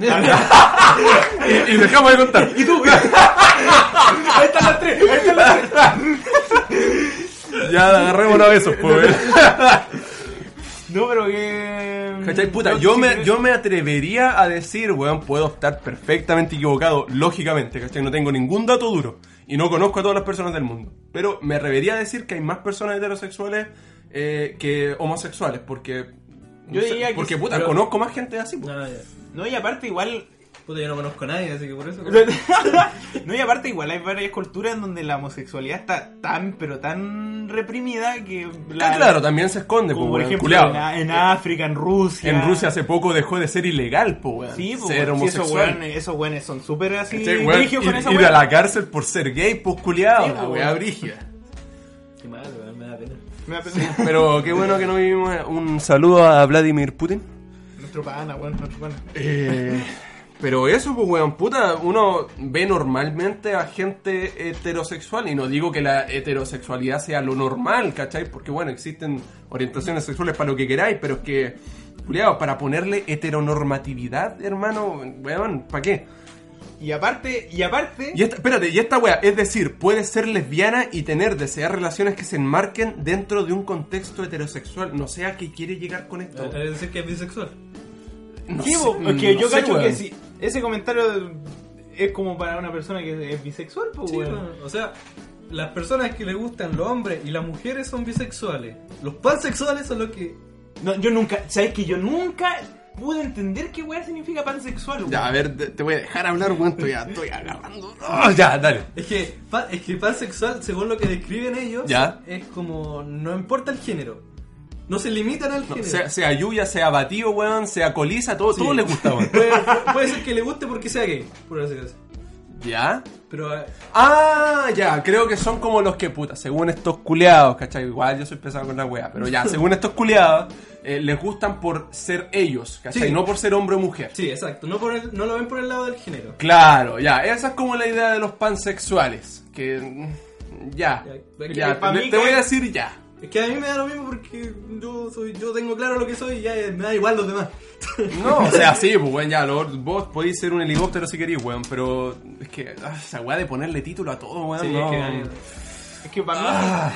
Speaker 1: Y, y dejamos de contar.
Speaker 2: ¿Y tú? ahí están las tres. Ahí están las tres.
Speaker 1: ya, agarrémonos a besos, pues. weón.
Speaker 2: No, pero que.
Speaker 1: ¿Cachai? Puta,
Speaker 2: No,
Speaker 1: yo,
Speaker 2: Mm, sí,
Speaker 1: me,
Speaker 2: creo-
Speaker 1: yo me atrevería a decir, weón, puedo estar perfectamente equivocado, lógicamente, ¿cachai? No tengo ningún dato duro y no conozco a todas las personas del mundo. Pero me atrevería a decir que hay más personas heterosexuales eh, que homosexuales, porque.
Speaker 2: Yo diría que
Speaker 1: Porque,
Speaker 2: sí,
Speaker 1: puta,
Speaker 3: pero-
Speaker 1: conozco más gente así, pues.
Speaker 3: No, Ah, ya.
Speaker 2: No, y aparte, igual.
Speaker 3: Puta, yo no conozco a nadie, así que por eso.
Speaker 2: no, y aparte, igual hay varias culturas en donde la homosexualidad está tan, pero tan reprimida que. la-
Speaker 1: Ah, claro, también se esconde, pues,
Speaker 2: Como por
Speaker 1: weón,
Speaker 2: ejemplo,
Speaker 1: culiao.
Speaker 2: en, en África, en Rusia.
Speaker 1: En Rusia hace poco dejó de ser ilegal, pues, weón.
Speaker 2: Sí, pues,
Speaker 1: ser
Speaker 2: weón, sí, esos
Speaker 1: homosexual.
Speaker 2: weones, esos weones son súper así.
Speaker 1: ¿Cachai, weón?
Speaker 2: rígidos con
Speaker 1: Ir-
Speaker 2: esa
Speaker 1: ir
Speaker 2: weá.
Speaker 1: a la cárcel por ser gay, pues, culiado.
Speaker 2: Sí,
Speaker 1: la
Speaker 2: pues,
Speaker 1: weá
Speaker 2: weón.
Speaker 1: brígida.
Speaker 3: Qué mal, weón, me da pena.
Speaker 2: Me da pena.
Speaker 1: Pero qué bueno que no vivimos. eh, Un saludo a Vladimir Putin.
Speaker 2: Nuestro pana, weón, nuestro pana.
Speaker 1: Eh, pero eso, pues, weón, puta, uno ve normalmente a gente heterosexual. Y no digo que la heterosexualidad sea lo normal, ¿cachai? Porque, bueno, existen orientaciones sexuales para lo que queráis, pero es que, culiado, para ponerle heteronormatividad, hermano, weón, ¿para qué?
Speaker 2: Y aparte, y aparte.
Speaker 1: Y esta, espérate, y esta weá, es decir, puedes ser lesbiana y tener, desear relaciones que se enmarquen dentro de un contexto heterosexual. No sé a qué quiere llegar con esto.
Speaker 3: Es decir, que es bisexual.
Speaker 1: No
Speaker 2: Sí,
Speaker 1: sé,
Speaker 2: bo,
Speaker 1: mm,
Speaker 2: porque
Speaker 1: no
Speaker 2: yo
Speaker 1: sé,
Speaker 2: cacho que
Speaker 1: weón.
Speaker 2: si ese comentario es como para una persona que es bisexual, pues,
Speaker 3: Sí,
Speaker 2: weón.
Speaker 3: weón. O sea, las personas que les gustan los hombres y las mujeres son bisexuales. Los pansexuales son los que.
Speaker 2: No, yo nunca, ¿sabes que yo nunca pude entender qué weá significa pansexual, weón.
Speaker 1: Ya, a ver, te, te voy a dejar hablar un momento, ya estoy agarrando. Ah, ya, dale.
Speaker 3: Es que, pa- es que pansexual, según lo que describen ellos,
Speaker 1: Ya.
Speaker 3: es como no importa el género. No se limitan al
Speaker 1: No,
Speaker 3: género.
Speaker 1: sea, sea lluvia, sea batido, weón, sea coliza, todo,
Speaker 3: Sí.
Speaker 1: todo le gusta, weón.
Speaker 3: puede, puede ser que le guste porque sea gay, por así decirlo.
Speaker 1: ¿Ya?
Speaker 3: Pero eh,
Speaker 1: Ah, ya, creo que son como los que puta, según estos culeados, ¿cachai? Igual yo soy pesado con la wea, pero ya, según estos culeados, eh, les gustan por ser ellos, ¿cachai?
Speaker 3: Sí.
Speaker 1: No por ser hombre o mujer.
Speaker 3: sí, exacto. No, por el- no lo ven por el lado del género.
Speaker 1: Claro, ya, esa es como la idea de los pansexuales, que... mm, Ya,
Speaker 3: Ya,
Speaker 1: ya,
Speaker 2: pa'
Speaker 1: te,
Speaker 2: mí
Speaker 1: te voy
Speaker 2: que-
Speaker 1: a decir ya.
Speaker 3: Es que a mí me da lo mismo porque yo soy, yo tengo claro lo que soy y ya eh, me da igual los demás.
Speaker 1: No, o sea, sí, pues, weón, ya, lo- vos podéis ser un helicóptero si queréis, weón, pero es que ah, esa weá de ponerle título a todo, weón,
Speaker 3: Sí,
Speaker 1: no. Ah.
Speaker 3: es que-
Speaker 2: Es que para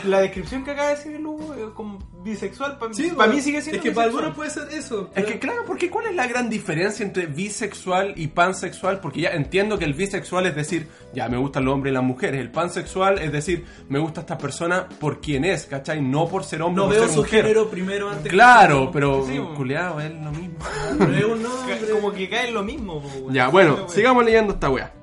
Speaker 2: mí, la descripción que acaba de decir Lu es como bisexual. Para
Speaker 3: Sí,
Speaker 2: para
Speaker 3: pues,
Speaker 2: mí sigue siendo.
Speaker 3: Es que para
Speaker 2: bisexual.
Speaker 3: algunos puede ser eso.
Speaker 1: Es
Speaker 3: pero-
Speaker 1: que claro, porque ¿cuál es la gran diferencia entre bisexual y pansexual? Porque ya entiendo que el bisexual es decir, ya me gustan los hombres y las mujeres. El pansexual es decir, me gusta esta persona por quien es, ¿cachai? No por ser hombre o
Speaker 3: no
Speaker 1: por
Speaker 3: veo
Speaker 1: ser
Speaker 3: su
Speaker 1: mujer.
Speaker 3: género primero antes
Speaker 1: Claro, pero
Speaker 2: Sí, bueno.
Speaker 1: culeado es lo mismo.
Speaker 3: que no veo un
Speaker 2: Ca-
Speaker 3: nombre.
Speaker 2: Como que cae en lo mismo, po, weón.
Speaker 1: Ya, bueno,
Speaker 2: Sí,
Speaker 1: sigamos leyendo esta wea.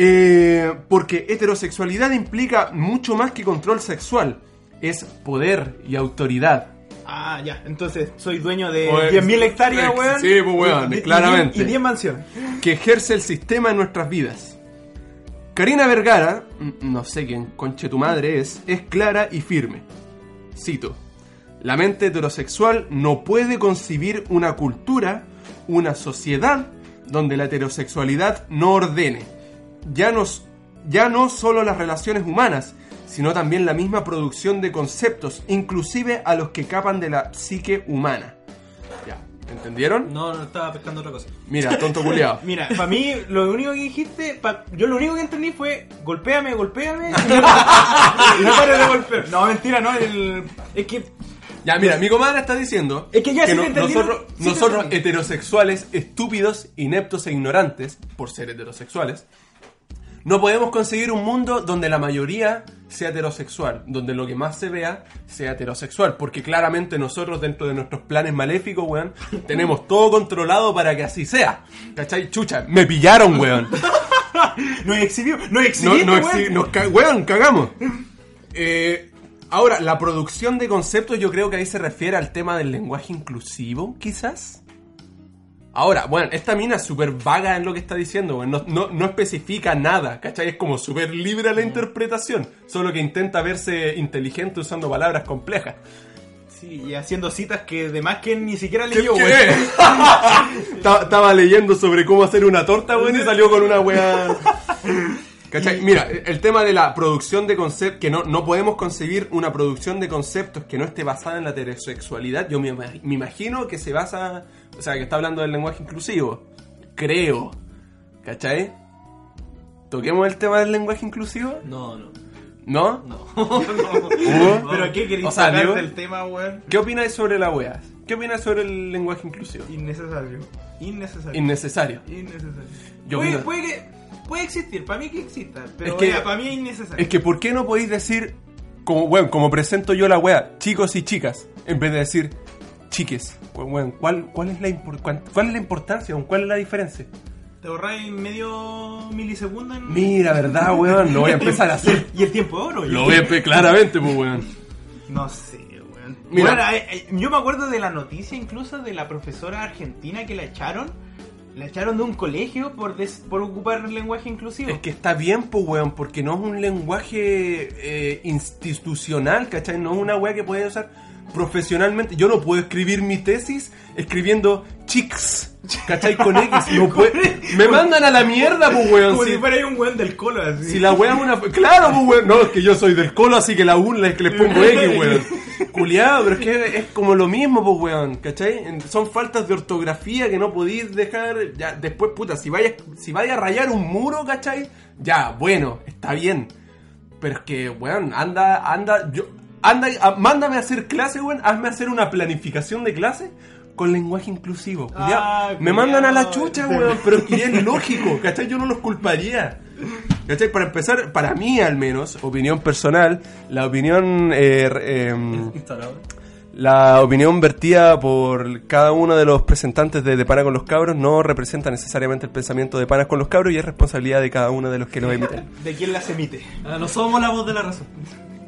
Speaker 1: Eh, porque heterosexualidad implica mucho más que control sexual. Es poder y autoridad.
Speaker 2: weón. Ah, ya. Entonces, soy dueño de
Speaker 1: Pues,
Speaker 2: 10.000 hectáreas,
Speaker 1: ex-
Speaker 2: weón.
Speaker 1: sí, pues, weón,
Speaker 2: y- y-
Speaker 1: claramente.
Speaker 2: Y 10 mansiones.
Speaker 1: que ejerce el sistema en nuestras vidas. Karina Vergara, mm, no sé quién conche tu madre es, es clara y firme. Cito, la mente heterosexual no puede concebir una cultura, una sociedad, donde la heterosexualidad no ordene. Ya no, s- ya no solo las relaciones humanas, sino también la misma producción de conceptos, inclusive a los que capan de la psique humana. Ya, ¿entendieron?
Speaker 3: No, no estaba pescando otra cosa.
Speaker 1: Mira, tonto culiao.
Speaker 2: Mira, para mí, lo único que dijiste, pa- yo lo único que entendí fue: golpéame, golpéame. y no pares de golpear. No, mentira, no. el- es que.
Speaker 1: Ya, mira, mi comadre está diciendo
Speaker 2: Es que ya sí te entendí,
Speaker 1: nosotros,
Speaker 2: sí te
Speaker 1: nosotros
Speaker 2: entendí.
Speaker 1: heterosexuales, estúpidos, ineptos e ignorantes, por ser heterosexuales, no podemos conseguir un mundo donde la mayoría sea heterosexual, donde lo que más se vea sea heterosexual, porque claramente nosotros dentro de nuestros planes maléficos, weón, tenemos todo controlado para que así sea. ¿Cachai? Chucha, me pillaron, weón.
Speaker 2: Nos exhibió, nos
Speaker 1: No,
Speaker 2: exhibió,
Speaker 1: no exhi- nos ca- weón, cagamos. Eh, ahora, la producción de conceptos yo creo que ahí se refiere al tema del lenguaje inclusivo, quizás. Ahora, bueno, esta mina es súper vaga en lo que está diciendo, weón. No, no- no especifica nada, ¿cachai? Es como súper libre a la interpretación, solo que intenta verse inteligente usando palabras complejas.
Speaker 2: Sí, y haciendo citas que de más que ni siquiera
Speaker 1: ¿Qué-
Speaker 2: leyó,
Speaker 1: qué?
Speaker 2: weón.
Speaker 1: Ta- Estaba leyendo sobre cómo hacer una torta, weón, y salió con una weá. ¿Cachai? Mira, el tema de la producción de conceptos, que no, no podemos concebir una producción de conceptos que no esté basada en la heterosexualidad, yo me, ima- me imagino que se basa, o sea, que está hablando del lenguaje inclusivo. Creo. ¿Cachai? ¿Toquemos el tema del lenguaje inclusivo?
Speaker 3: No, no.
Speaker 1: ¿No?
Speaker 3: No.
Speaker 1: ¿Hubo?
Speaker 2: Pero qué queréis
Speaker 1: O sea,
Speaker 2: sacar
Speaker 1: digo-
Speaker 2: del tema, weón.
Speaker 1: ¿Qué opináis sobre la weá? ¿Qué opináis sobre el lenguaje inclusivo?
Speaker 2: Innecesario. Innecesario.
Speaker 1: Innecesario.
Speaker 2: innecesario.
Speaker 1: Yo
Speaker 2: puede,
Speaker 1: opino-
Speaker 2: puede que- puede existir, para mí que exista, pero
Speaker 1: Es que-
Speaker 2: para mí es innecesario.
Speaker 1: Es que ¿por qué no podéis decir, como, weón, como presento yo la wea, chicos y chicas, en vez de decir chiques? Weón, weón, ¿cuál, cuál, es la impor- cuán- cuál es la importancia? weón? ¿Cuál es la diferencia?
Speaker 2: Te ahorráis medio milisegundo en...
Speaker 1: Mira, ¿verdad, weón? Lo voy a empezar a hacer.
Speaker 2: Y el tiempo es oro. y el
Speaker 1: Lo voy a
Speaker 2: tiempo-
Speaker 1: pe- claramente, pues, weón.
Speaker 2: No sé, weón.
Speaker 1: Mira.
Speaker 2: Bueno, eh, eh, yo me acuerdo de la noticia incluso de la profesora argentina que la echaron. La echaron de un colegio por, des- por ocupar el lenguaje inclusivo.
Speaker 1: Es que está bien, pues, weón, porque no es un lenguaje eh, institucional, ¿cachai? No es una wea que puede usar profesionalmente. Yo no puedo escribir mi tesis escribiendo chicks, ¿cachai? Con X. No puedo- Me mandan a la mierda, pues, weón.
Speaker 2: Como
Speaker 1: sí.
Speaker 2: si fuera ahí un weón del colo así.
Speaker 1: Si la wea es una. Claro, pues, weón. No, es que yo soy del colo, así que la un es que le pongo X, weón. Culeado, pero es que es como lo mismo, pues, weón. ¿Cachai? En- Son faltas de ortografía que no podéis dejar. Ya, después, puta, si vayas si vaya a rayar un muro, ¿cachai? Ya, bueno, está bien. Pero es que, weón, anda, anda, yo. Anda, a- mándame a hacer clase, weón. Hazme hacer una planificación de clase con lenguaje inclusivo. culiao.
Speaker 2: Ah,
Speaker 1: Me mandan a la
Speaker 2: culiao.
Speaker 1: chucha, weón, pero es que ya es lógico, ¿cachai? Yo no los culparía. ¿Cachai? Para empezar, para mí al menos, opinión personal, la opinión eh, re- em,
Speaker 3: Instagram.
Speaker 1: La opinión vertida por cada uno de los presentantes de De Panas con los Cabros no representa necesariamente el pensamiento de Panas con los Cabros y es responsabilidad de cada uno de los que lo emiten.
Speaker 2: ¿De quién las emite?
Speaker 3: Ah, No somos la voz de la razón.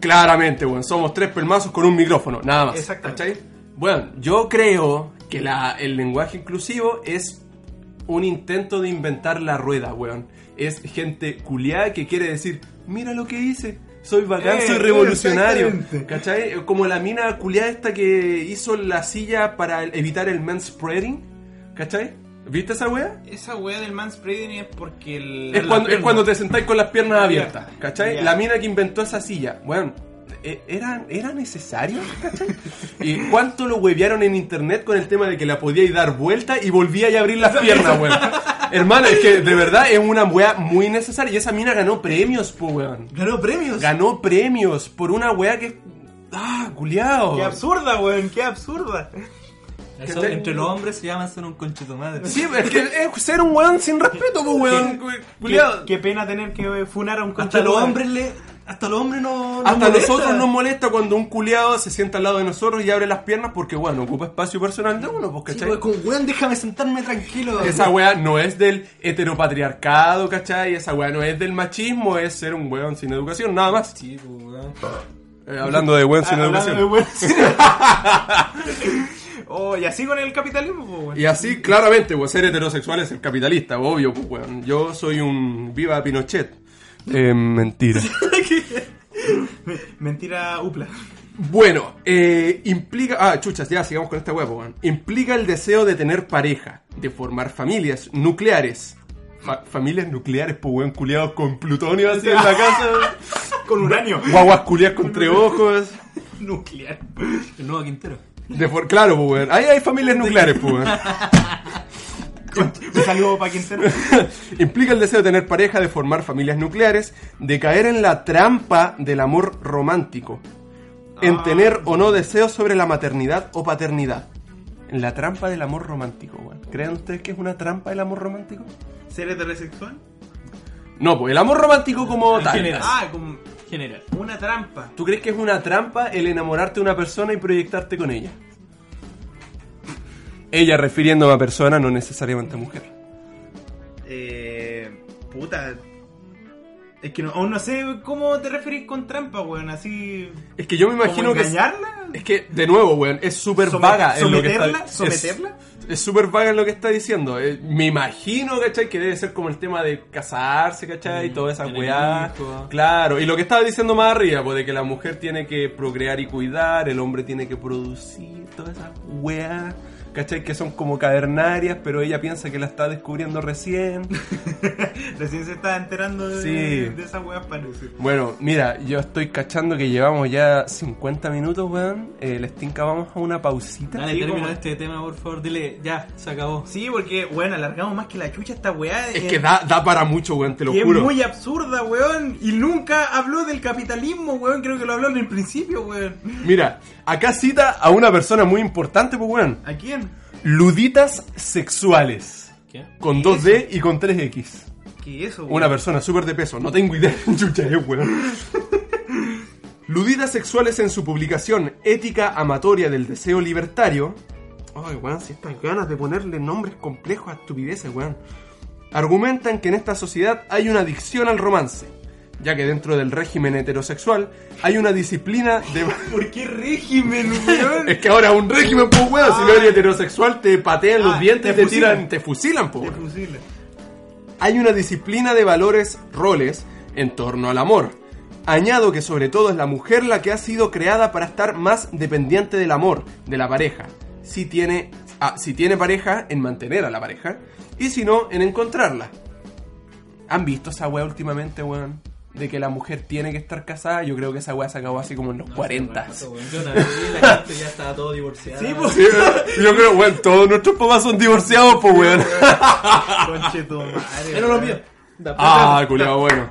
Speaker 1: Claramente, weón, somos tres pelmazos con un micrófono, nada más.
Speaker 2: Exactamente.
Speaker 1: ¿cachai? Bueno, yo creo que la- el lenguaje inclusivo es un intento de inventar la rueda, weón. Es gente culiada que quiere decir, mira lo que hice, soy bacán,
Speaker 2: Eh,
Speaker 1: soy revolucionario.
Speaker 2: exactamente.
Speaker 1: ¿Cachai? Eh, Como la mina culiada esta que hizo la silla para evitar el manspreading, ¿cachai? ¿Viste esa wea?
Speaker 2: Esa weá del manspreading es porque el.
Speaker 1: Es cuando, es cuando te sentáis con las piernas abiertas, ¿cachai?
Speaker 2: Ya.
Speaker 1: La mina que inventó esa silla, bueno, e- era, era necesario, ¿cachai? ¿Y cuánto lo huevearon en internet con el tema de que la podíais dar vuelta y volvía a abrir las piernas, weón? Hermana, es que de verdad es una wea muy necesaria y esa mina ganó premios, po, weón.
Speaker 3: Ganó premios.
Speaker 1: Ganó premios por una wea que... ¡Ah, culiao!
Speaker 2: ¡Qué absurda, weón! ¡Qué absurda!
Speaker 3: Eso, entre los hombres se llaman ser un conchito madre.
Speaker 1: Sí, es que es ser un weón sin respeto, po, weón.
Speaker 2: Qué,
Speaker 1: Culiao.
Speaker 2: qué pena tener que funar a un
Speaker 3: Hasta los
Speaker 2: conchetumare.
Speaker 3: hombres le. Hasta los hombres no. no
Speaker 1: Hasta
Speaker 3: molesta.
Speaker 1: nosotros nos molesta cuando un culiado se sienta al lado de nosotros y abre las piernas porque, bueno, ocupa espacio personal de uno, pues,
Speaker 3: Sí,
Speaker 1: ¿cachai?
Speaker 3: pues, como, weón, déjame sentarme tranquilo.
Speaker 1: Esa weá no es del heteropatriarcado, ¿cachai? Esa weá no es del machismo, es ser un weón sin educación, nada más.
Speaker 3: Sí, pues, weón.
Speaker 1: Eh, hablando de weón sin
Speaker 2: Ah, hablando
Speaker 1: educación.
Speaker 2: de weón sin- Oh, y así con el capitalismo, po, weón.
Speaker 1: Y así, claramente, pues, ser heterosexual es el capitalista, obvio, pues, weón. Yo soy un viva Pinochet. Eh, mentira.
Speaker 2: Me- Mentira upla.
Speaker 1: Bueno, eh, implica. Ah, chuchas, ya sigamos con esta huevo, Implica el deseo de tener pareja, de formar familias nucleares. Fa- familias nucleares, pues, weón, culiados con plutonio así en la casa.
Speaker 2: Con uranio.
Speaker 1: Guaguas culiadas con tres ojos.
Speaker 2: Nuclear.
Speaker 3: El nuevo Quintero.
Speaker 1: De for- claro, pues, weón. Ahí hay familias nucleares, pues, weón.
Speaker 2: Un saludo para quien sea.
Speaker 1: Implica el deseo de tener pareja, de formar familias nucleares, de caer en la trampa del amor romántico,
Speaker 3: Ah.
Speaker 1: en tener o no deseos sobre la maternidad o paternidad. En la trampa del amor romántico, weón. ¿Creen ustedes que es una trampa el amor romántico?
Speaker 2: ¿Ser heterosexual?
Speaker 1: No, pues el amor romántico como
Speaker 3: En
Speaker 1: tal.
Speaker 3: general.
Speaker 2: Ah, como
Speaker 3: General.
Speaker 2: una trampa.
Speaker 1: ¿Tú crees que es una trampa el enamorarte de una persona y proyectarte con ella? Ella refiriéndome a persona, no necesariamente a mujer.
Speaker 2: Eh. Puta. Es que no, aún no sé cómo te referís con trampa, weón. Así.
Speaker 1: Es que yo me imagino
Speaker 2: ¿Como
Speaker 1: que...
Speaker 2: engañarla?
Speaker 1: Es que, de nuevo, weón, es súper
Speaker 2: Somet-
Speaker 1: vaga. en lo que está-
Speaker 2: someterla,
Speaker 1: es-
Speaker 2: someterla.
Speaker 1: Es súper vaga en lo que está diciendo. Eh, Me imagino, ¿cachai? Que debe ser como el tema de casarse, ¿cachai? Y toda esa
Speaker 3: Mm, tener
Speaker 1: weá.
Speaker 3: hijos.
Speaker 1: Claro. Y lo que estaba diciendo más arriba, pues de que la mujer tiene que procrear y cuidar, el hombre tiene que producir, toda esa weá. ¿Cachai? Que son como cavernarias, pero ella piensa que la está descubriendo recién.
Speaker 2: Recién se está enterando de,
Speaker 1: Sí.
Speaker 2: de esas weas, parece.
Speaker 1: Bueno, mira, yo estoy cachando que llevamos ya 50 minutos, weón. Eh, les tinca, vamos a una pausita.
Speaker 3: Dale,
Speaker 2: Sí,
Speaker 3: termina
Speaker 2: como-
Speaker 3: este tema, por favor. Dile, ya, se acabó.
Speaker 2: Sí, porque, weón, alargamos más que la chucha esta weá.
Speaker 1: Es
Speaker 2: eh,
Speaker 1: que da, da para mucho, weón, te lo
Speaker 2: y es
Speaker 1: juro.
Speaker 2: muy absurda, weón. Y nunca habló del capitalismo, weón. Creo que lo habló en el principio, weón.
Speaker 1: Mira, acá cita a una persona muy importante, pues, weón.
Speaker 2: ¿A quién?
Speaker 1: Luditas sexuales.
Speaker 3: ¿Qué?
Speaker 1: Con 2D y con 3X.
Speaker 2: ¿Qué es eso, weón?
Speaker 1: Una persona súper de peso, no tengo idea de chucha es, weón. Luditas sexuales en su publicación Ética Amatoria del Deseo Libertario. Ay, weón, si estas ganas de ponerle nombres complejos a estupideces, weón. Argumentan que en esta sociedad hay una adicción al romance, ya que dentro del régimen heterosexual hay una disciplina de.
Speaker 2: ¿Por qué régimen, weón?
Speaker 1: Es que ahora es un régimen, pues, weón. Si no eres heterosexual, te patean los
Speaker 2: Ah,
Speaker 1: dientes,
Speaker 2: te
Speaker 1: te,
Speaker 2: fusilan.
Speaker 1: tiran, te fusilan, pues.
Speaker 2: Te
Speaker 1: weón.
Speaker 2: fusila.
Speaker 1: Hay una disciplina de valores, roles, en torno al amor. Añado que sobre todo es la mujer la que ha sido creada para estar más dependiente del amor, de la pareja. Si tiene, ah, si tiene pareja, en mantener a la pareja. Y si no, en encontrarla. ¿Han visto esa weá últimamente, weón? De que la mujer tiene que estar casada. Yo creo que esa weá se acabó así como en los 40.
Speaker 3: pues, Yo la vi, la gente ya estaba todo divorciada.
Speaker 2: Sí, pues.
Speaker 1: Sí, yo creo, bueno, todos nuestros papás son divorciados, pues, weón.
Speaker 2: Conche tu madre.
Speaker 3: Era lo
Speaker 2: weón.
Speaker 3: mío.
Speaker 1: Ah, culiado, bueno.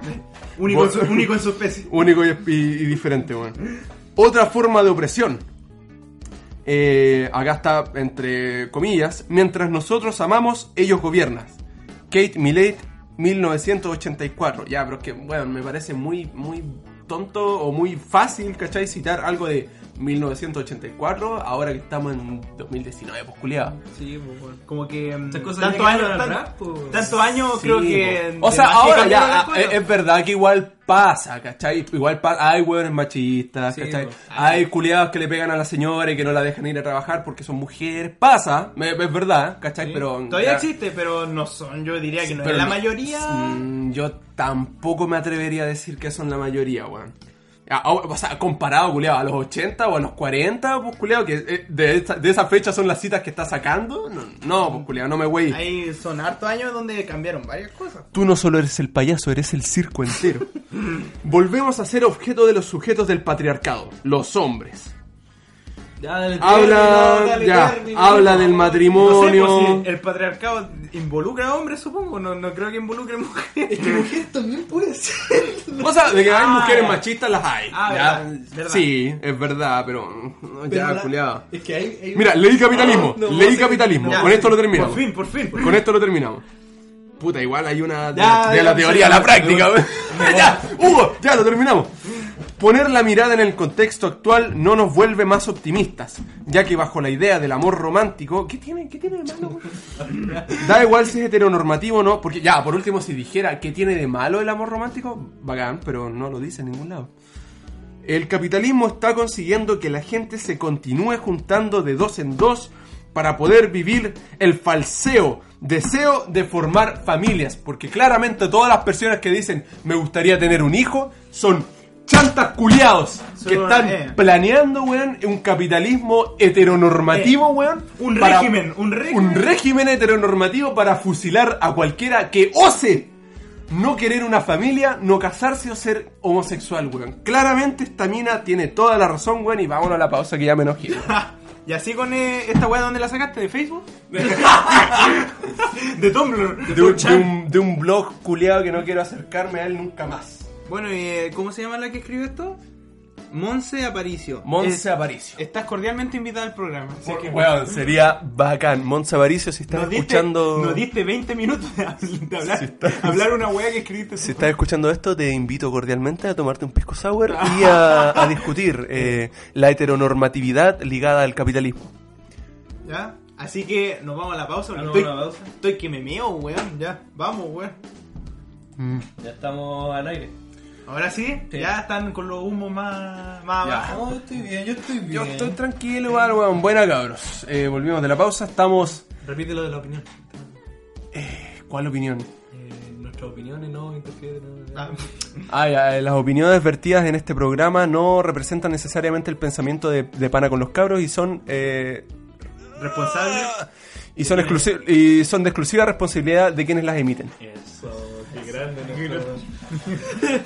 Speaker 2: Único, en su,
Speaker 1: Bueno.
Speaker 2: único en su especie.
Speaker 1: Único y, y- y diferente, weón. Otra forma de opresión. Eh, acá está, entre comillas, mientras nosotros amamos, ellos gobiernan. Kate Millett, 1984. Ya, pero es que, bueno, me parece muy, muy tonto o muy fácil, ¿cachai? Citar algo de 1984, ahora que estamos en 2019, pues culiado.
Speaker 4: Sí, pues, bueno.
Speaker 2: Como que. mm,
Speaker 4: Estas cosas
Speaker 2: Tantos
Speaker 4: de que
Speaker 2: años,
Speaker 4: quedaron
Speaker 2: tan-
Speaker 4: atrás, pues.
Speaker 2: tantos años
Speaker 1: Sí,
Speaker 2: creo
Speaker 1: po.
Speaker 2: que.
Speaker 1: O sea,
Speaker 2: de más que
Speaker 1: ahora
Speaker 2: cambiaron
Speaker 1: ya
Speaker 2: las
Speaker 1: eh,
Speaker 2: cosas.
Speaker 1: es verdad que igual pasa, ¿cachai? Igual pasa, hay hueones machistas,
Speaker 4: Sí,
Speaker 1: ¿cachai?
Speaker 4: po.
Speaker 1: Hay culiados que le pegan a la señora y que no la dejan ir a trabajar porque son mujeres. Pasa, me- es verdad, ¿cachai? Pero
Speaker 2: Todavía
Speaker 1: ya-
Speaker 2: existe, pero no son. Yo diría que no es
Speaker 1: pero
Speaker 2: la
Speaker 1: no-
Speaker 2: mayoría.
Speaker 1: Mm, Yo tampoco me atrevería a decir que son la mayoría, weón. Ah, ah, O sea, comparado, culiado, a los 80 o a los 40, pues, culiado, que eh, de esa, de esa fecha son las citas que está sacando. No, no pues, culiado, no me güey.
Speaker 2: Ahí son hartos años donde cambiaron varias cosas.
Speaker 1: Tú no solo eres el payaso, eres el circo entero. Volvemos a ser objeto de los sujetos del patriarcado, los hombres.
Speaker 3: Ya, dale,
Speaker 1: Habla,
Speaker 3: dale,
Speaker 1: ya,
Speaker 3: término.
Speaker 1: habla del
Speaker 2: No sé,
Speaker 1: matrimonio.
Speaker 2: pues, si el patriarcado involucra a hombres, supongo. No, no creo que involucre mujeres.
Speaker 4: Es que mujer también puede ser.
Speaker 1: O sea, de que hay
Speaker 2: Ah,
Speaker 1: mujeres
Speaker 2: ya.
Speaker 1: machistas las hay.
Speaker 2: Ah,
Speaker 1: ya.
Speaker 2: verdad, verdad.
Speaker 1: Sí, es verdad, pero. no,
Speaker 4: Pero
Speaker 1: ya,
Speaker 4: la-
Speaker 1: culiado.
Speaker 4: Es que hay. hay
Speaker 1: Mira, ley capitalismo,
Speaker 4: No,
Speaker 1: ley
Speaker 4: no sé-
Speaker 1: capitalismo.
Speaker 2: Ya,
Speaker 1: Con esto lo terminamos.
Speaker 2: Por fin, por fin. por
Speaker 1: Con
Speaker 2: fin.
Speaker 1: esto lo terminamos. Puta, igual hay una de,
Speaker 2: Ya,
Speaker 1: la, de
Speaker 2: ya,
Speaker 1: la
Speaker 2: no sé,
Speaker 1: teoría a
Speaker 2: no
Speaker 1: la
Speaker 2: sé,
Speaker 1: práctica.
Speaker 2: no
Speaker 1: ya, Hugo, ya lo terminamos. Poner la mirada en el contexto actual no nos vuelve más optimistas, ya que bajo la idea del amor romántico, ¿qué tiene, qué tiene de malo? güey? da igual si es heteronormativo o no, porque ya, por último, si dijera qué tiene de malo el amor romántico, bacán, pero no lo dice en ningún lado. El capitalismo está consiguiendo que la gente se continúe juntando de dos en dos para poder vivir el falseo deseo de formar familias. Porque claramente todas las personas que dicen me gustaría tener un hijo son chantas culiados que
Speaker 2: Son,
Speaker 1: están
Speaker 2: eh.
Speaker 1: planeando, weón, un capitalismo heteronormativo,
Speaker 2: Eh,
Speaker 1: weón.
Speaker 2: un
Speaker 1: para-
Speaker 2: régimen, un régimen.
Speaker 1: Un régimen heteronormativo para fusilar a cualquiera que ose no querer una familia, no casarse o ser homosexual, weón. Claramente esta mina tiene toda la razón, weón, y vámonos a la pausa que ya me enojé. weón.
Speaker 2: Y así con eh, esta weá, ¿dónde la sacaste? ¿De Facebook? de Tumblr.
Speaker 1: De un, de un- de un blog culiado que no quiero acercarme a él nunca más.
Speaker 2: Bueno, ¿y eh, cómo se llama la que escribió esto? Monse Aparicio.
Speaker 1: Monse
Speaker 2: Es-
Speaker 1: Aparicio.
Speaker 2: Estás cordialmente invitada al programa. Así que,
Speaker 1: Weón, sería bacán. Monse Aparicio, si estás
Speaker 2: nos, diste,
Speaker 1: escuchando...
Speaker 2: nos diste 20 minutos de, habl- de hablar,
Speaker 1: Sí, está-
Speaker 2: hablar una weá que escribiste.
Speaker 1: Si estás escuchando esto, te invito cordialmente a tomarte un pisco sour y a, a discutir eh, la heteronormatividad ligada al capitalismo.
Speaker 2: ¿Ya? Así que nos vamos a la pausa.
Speaker 3: Ah,
Speaker 2: porque
Speaker 3: no,
Speaker 2: estoy,
Speaker 3: una pausa.
Speaker 2: estoy que me meo, weón. Ya, vamos, weón. Mm.
Speaker 3: Ya estamos al aire.
Speaker 2: Ahora sí,
Speaker 3: Sí.
Speaker 2: ya están con los humos más, más
Speaker 1: Ya.
Speaker 2: abajo.
Speaker 3: No, estoy bien, yo estoy bien.
Speaker 1: Yo estoy tranquilo, igual, weón. Buena, cabros. Eh, volvimos de la pausa. Estamos.
Speaker 3: Repite lo de la opinión.
Speaker 1: ¿Cuál opinión?
Speaker 3: Eh, nuestras opiniones no interfieren. no-
Speaker 2: Ah,
Speaker 1: Ah, ya, eh, las opiniones vertidas en este programa no representan necesariamente el pensamiento de, de pana con los cabros y son. eh,
Speaker 2: responsable.
Speaker 1: y son, exclusi- y son de exclusiva responsabilidad de quienes las emiten.
Speaker 3: eh, Eso, qué grande. nuestro-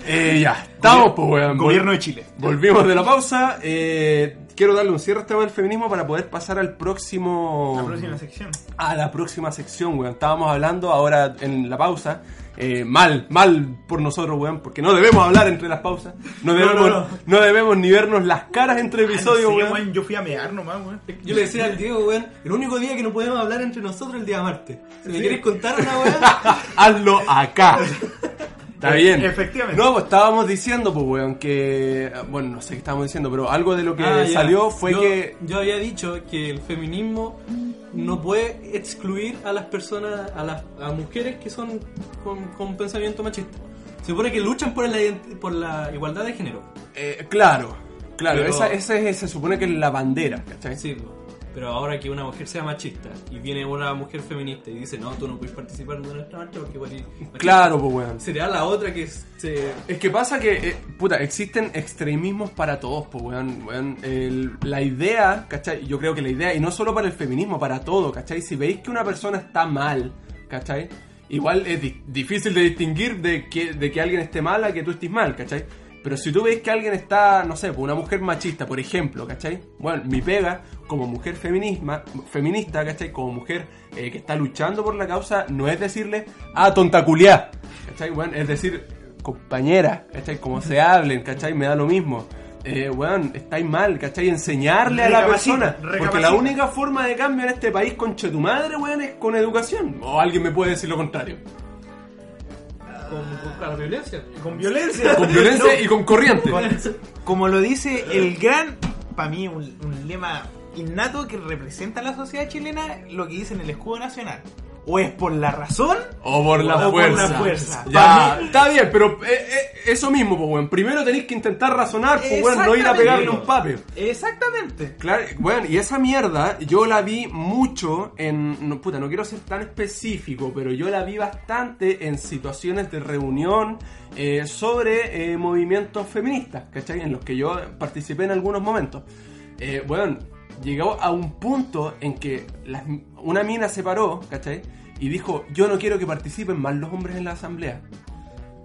Speaker 1: Eh, ya, estamos, pues, weón.
Speaker 2: Gobierno de Chile.
Speaker 1: Volvimos de la pausa. eh, quiero darle un cierre a este tema del feminismo para poder pasar al próximo.
Speaker 2: La próxima sección.
Speaker 1: a la próxima sección, weón. Estábamos hablando ahora en la pausa. eh, mal, mal por nosotros, weón, porque no debemos hablar entre las pausas. No debemos, no,
Speaker 2: no, no.
Speaker 1: debemos ni vernos las caras entre episodios,
Speaker 2: Ah, Sí,
Speaker 1: weón.
Speaker 2: weón, Yo fui a mear nomás, weón.
Speaker 3: Yo le decía al Diego, weón, el único día que no podemos hablar entre nosotros es el día martes. Si me quieres contar una weá,
Speaker 1: Hazlo acá. Está
Speaker 2: E-
Speaker 1: bien.
Speaker 2: efectivamente.
Speaker 1: No, pues estábamos diciendo, pues, weón, que. Bueno, no sé qué estábamos diciendo, pero algo de lo que
Speaker 3: Ah, ya.
Speaker 1: salió fue
Speaker 3: yo,
Speaker 1: que.
Speaker 3: Yo había dicho que el feminismo no puede excluir a las personas, a las a mujeres que son con, con pensamiento machista. Se supone que luchan por la, ident- por la igualdad de género.
Speaker 1: eh, claro, claro,
Speaker 3: Pero-
Speaker 1: esa, esa es- se supone que es la bandera, ¿cachai?
Speaker 3: Sí, po. pero ahora que una mujer sea machista y viene una mujer feminista y dice, no, tú no puedes participar de nuestra marcha porque vos eres machista",
Speaker 1: Claro, pues, weón.
Speaker 3: Sería la otra que se...
Speaker 1: Es que pasa que, eh, puta, existen extremismos para todos, pues, weón. weón. El- la idea, ¿cachai? Yo creo que la idea, y no solo para el feminismo, para todo, ¿cachai? Si veis que una persona está mal, ¿cachai? Igual es di- difícil de distinguir de que, de que alguien esté mal a que tú estés mal, ¿cachai? Pero si tú veis que alguien está, no sé, pues, una mujer machista, por ejemplo, ¿cachai? Bueno, mi pega como mujer feminisma, feminista, ¿cachai? Como mujer eh, que está luchando por la causa, no es decirle, ah, tontaculiá, ¿cachai? Bueno, es decir, compañera, ¿cachai? Como se hablen, ¿cachai? Me da lo mismo. Eh, weón, estáis mal, ¿cachai? Enseñarle a la
Speaker 2: Recapacita,
Speaker 1: persona. Porque
Speaker 2: recapacita.
Speaker 1: la única forma de cambio en este país, conche tu madre, weón, es con educación. O alguien me puede decir lo contrario.
Speaker 3: Con, con la violencia.
Speaker 2: Con violencia.
Speaker 1: Con violencia y con corriente.
Speaker 2: Como lo dice el gran para mí un, un lema innato que representa a la sociedad chilena lo que dice en el escudo nacional. O es por la razón
Speaker 1: O por la
Speaker 2: o
Speaker 1: fuerza.
Speaker 2: por la fuerza.
Speaker 1: Ya, está bien, pero eh, eh, eso mismo, pues, weón. Primero tenéis que intentar razonar, pues, weón, no ir a
Speaker 2: Exactamente.
Speaker 1: pegarle un pape.
Speaker 2: Exactamente.
Speaker 1: Claro, bueno, y esa mierda yo la vi mucho en. No, puta, no quiero ser tan específico, pero yo la vi bastante en situaciones de reunión eh, sobre eh, movimientos feministas, ¿cachai? En los que yo participé en algunos momentos. Eh, bueno, llegó a un punto en que las- una mina se paró, ¿cachai? Y dijo: Yo no quiero que participen más los hombres en la asamblea.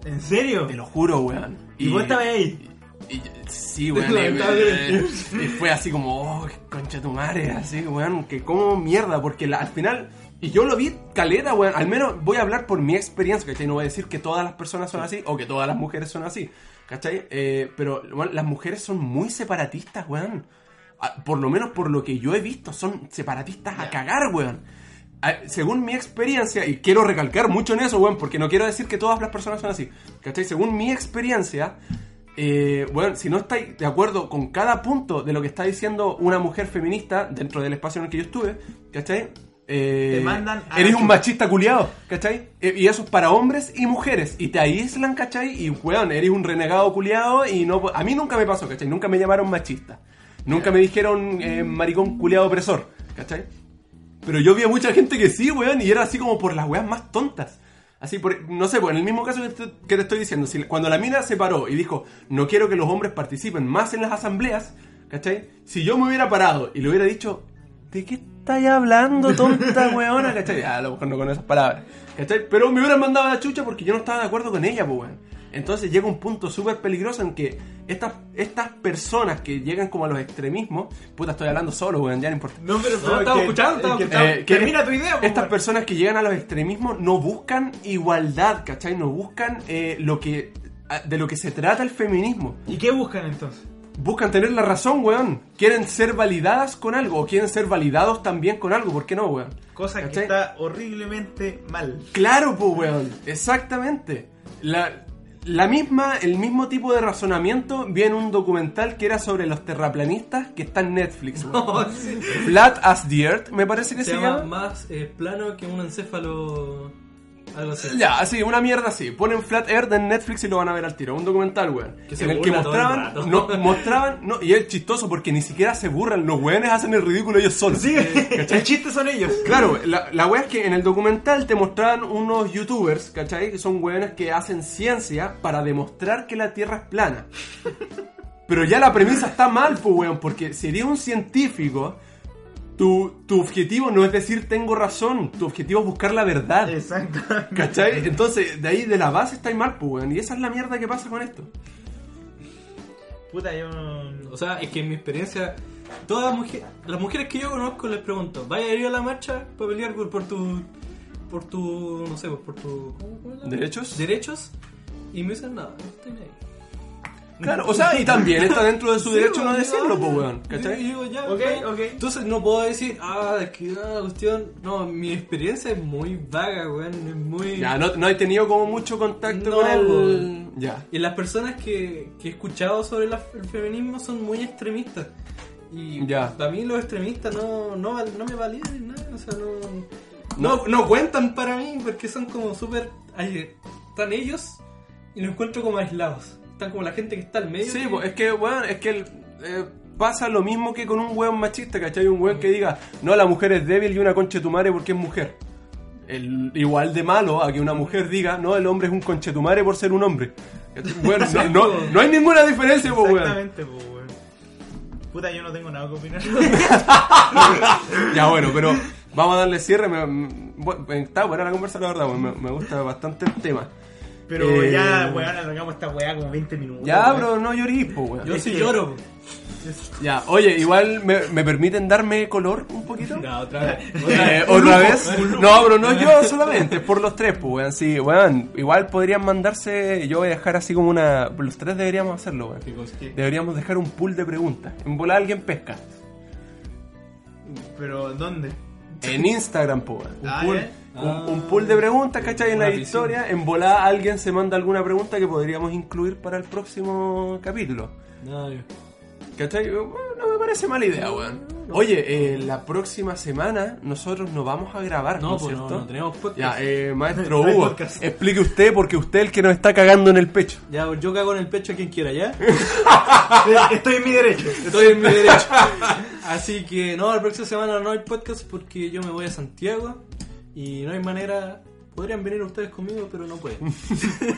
Speaker 2: ¿En serio?
Speaker 1: Te lo juro, weón.
Speaker 2: Y vos estabas ahí.
Speaker 1: Y yo- sí, weón. eh, eh, Y, fue así como, oh, concha tu madre, así, weón, que como mierda, porque la- al final, y yo lo vi caleta, weón, al menos voy a hablar por mi experiencia, ¿cachai? No voy a decir que todas las personas son así o que todas las mujeres son así, ¿cachai? Eh, pero, weón, las mujeres son muy separatistas, weón. Ah, Por lo menos por lo que yo he visto, son separatistas a cagar, weón. Ah, según mi experiencia, y quiero recalcar mucho en eso, weón, porque no quiero decir que todas las personas son así, ¿cachai? Según mi experiencia, eh, weón, si no estáis de acuerdo con cada punto de lo que está diciendo una mujer feminista dentro del espacio en el que yo estuve, ¿cachai? Eh,
Speaker 2: Te mandan a
Speaker 1: eres
Speaker 2: la
Speaker 1: un
Speaker 2: chupa.
Speaker 1: machista culiado, ¿cachai? Eh, Y eso es para hombres y mujeres, y te aíslan, ¿cachai? Y, weón, eres un renegado culiado y no... po- A mí nunca me pasó, ¿cachai? Nunca me llamaron machista. Nunca me dijeron eh, maricón culiado opresor, ¿cachai? Pero yo vi a mucha gente que sí, weón, y era así como por las weas más tontas. Así, por, no sé, pues en el mismo caso que te, que te estoy diciendo, si, cuando la mina se paró y dijo, no quiero que los hombres participen más en las asambleas, ¿cachai? Si yo me hubiera parado y le hubiera dicho, ¿de qué estáis hablando, tonta weona? ¿cachai? Ah, A lo mejor no con esas palabras, ¿cachai? Pero me hubieran mandado a la chucha porque yo no estaba de acuerdo con ella, pues, weón. Entonces llega un punto súper peligroso en que estas, estas personas que llegan como a los extremismos, puta, estoy hablando solo, weón, ya no importa.
Speaker 2: No, pero
Speaker 3: No, estaba escuchando, estaba
Speaker 2: que-
Speaker 3: escuchando.
Speaker 1: Eh, que
Speaker 2: Termina tu idea, po,
Speaker 1: Estas
Speaker 2: weón.
Speaker 1: personas que llegan a los extremismos no buscan igualdad, ¿cachai? No buscan eh, lo que a- de lo que se trata el feminismo.
Speaker 2: ¿Y qué buscan entonces?
Speaker 1: Buscan tener la razón, weón. Quieren ser validadas con algo o quieren ser validados también con algo. ¿Por qué no, weón?
Speaker 2: Cosa que
Speaker 1: ¿Cachai?
Speaker 2: está horriblemente mal.
Speaker 1: Claro, pues, weón. Exactamente. La, la misma, el mismo tipo de razonamiento vi en un documental que era sobre los terraplanistas que está en Netflix, weón. Flat as the Earth, me parece que se,
Speaker 3: Se llama
Speaker 1: llama.
Speaker 3: más eh, plano que un encéfalo. Algo así.
Speaker 1: Ya, así, una mierda así. Ponen Flat Earth en Netflix y lo van a ver al tiro. Un documental, weón.
Speaker 3: Que se
Speaker 1: En el que
Speaker 3: burla todo el
Speaker 1: mostraban.
Speaker 3: rato.
Speaker 1: no, mostraban. No, y es chistoso porque ni siquiera se burlan. Los weones hacen el ridículo ellos solos.
Speaker 2: Sí, el chiste son ellos.
Speaker 1: Claro, la, la wea es que en el documental te mostraban unos youtubers, ¿cachai? Que son weones que hacen ciencia para demostrar que la Tierra es plana. Pero ya la premisa está mal, pues weón, porque si eres un científico, tu, tu objetivo no es decir tengo razón, tu objetivo es buscar la verdad.
Speaker 2: Exacto.
Speaker 1: ¿Cachai? Entonces, de ahí de la base está mal, pues, weón. Y esa es la mierda que pasa con esto.
Speaker 2: Puta, yo. no-
Speaker 3: O sea, es que en mi experiencia, todas las mujeres, las mujeres que yo conozco les pregunto, ¿vaya a ir a la marcha para pelear por, por tu, por tu, no sé, por tu ¿cómo se llama?
Speaker 1: ¿Derechos?
Speaker 3: derechos? Y me dicen nada, no estoy ahí.
Speaker 1: Claro, o sea, y también está dentro de su derecho no decirlo, pues, weón.
Speaker 3: Y
Speaker 1: ¿Cachai?
Speaker 3: digo, ya,
Speaker 2: Ok,
Speaker 3: ya.
Speaker 2: ok.
Speaker 3: Entonces no puedo decir, ah, es que ah, cuestión, no, mi experiencia es muy vaga, weón, es muy...
Speaker 1: Ya, no, no he tenido como mucho contacto
Speaker 3: No,
Speaker 1: con el...
Speaker 3: weón.
Speaker 1: Ya.
Speaker 3: Y las personas que, que he escuchado sobre la- el feminismo son muy extremistas. Y
Speaker 1: Ya.
Speaker 3: para mí los extremistas no, no, val- no me valían nada. O sea, no,
Speaker 1: No,
Speaker 3: no, no cuentan para mí porque son como súper... ay, Están ellos y los encuentro como aislados. Están como la gente que está al medio.
Speaker 1: Sí,
Speaker 3: que-
Speaker 1: pues, es que, weón, es que el- eh, pasa lo mismo que con un weón machista, ¿cachai? Un weón que diga, no, la mujer es débil y una concha de tu madre porque es mujer. El, igual de malo a que una mujer diga, no, el hombre es un concha de tu madre por ser un hombre. Bueno, no, no, no hay ninguna diferencia, pues, weón.
Speaker 2: Exactamente, pues, weón. Puta, yo no tengo nada que opinar.
Speaker 1: Ya bueno, pero vamos a darle cierre. Me, me- bueno, está buena la conversa, la verdad. bueno, Me, me gusta bastante el tema.
Speaker 2: Pero
Speaker 1: Eh,
Speaker 2: ya, weón, alargamos esta weá como 20 minutos.
Speaker 1: Ya,
Speaker 2: weón.
Speaker 1: bro, no llorís, po, weón.
Speaker 3: Yo
Speaker 2: Es
Speaker 3: sí
Speaker 2: que-
Speaker 3: lloro.
Speaker 1: Ya, oye, igual me, me permiten darme color un poquito.
Speaker 3: No, otra vez.
Speaker 1: Eh, ¿Otra vez? No, bro, no yo solamente, es por los tres, pues, weón. Sí, weón, igual podrían mandarse, yo voy a dejar así como una... Los tres deberíamos hacerlo, weón. Deberíamos dejar un pool de preguntas. En volar alguien pesca.
Speaker 2: Pero, ¿dónde?
Speaker 1: En Instagram, po, weón.
Speaker 2: Ah,
Speaker 1: pool,
Speaker 2: ¿eh?
Speaker 1: un- un pool de preguntas, ¿cachai? En
Speaker 3: Una
Speaker 1: la
Speaker 3: piscina.
Speaker 1: historia, en volada alguien se manda alguna pregunta que podríamos incluir para el próximo capítulo.
Speaker 3: No, yo-
Speaker 1: ¿Cachai? Eh, bueno, No me parece mala idea, weón. Oye, eh, la próxima semana nosotros no vamos a grabar, ¿no,
Speaker 3: No,
Speaker 1: es
Speaker 3: pues no,
Speaker 1: cierto?
Speaker 3: no tenemos podcast.
Speaker 1: Ya,
Speaker 3: Ya,
Speaker 1: eh, maestro
Speaker 2: No hay
Speaker 1: Hugo,
Speaker 2: podcast.
Speaker 1: explique usted porque usted es el que nos está cagando en el pecho.
Speaker 3: yo cago en el pecho a quien quiera, ¿ya?
Speaker 2: Eh, Estoy en mi derecho.
Speaker 3: Estoy en mi derecho. Así que no, la próxima semana no hay podcast porque yo me voy a Santiago y no hay manera. Podrían venir ustedes conmigo, pero no pueden.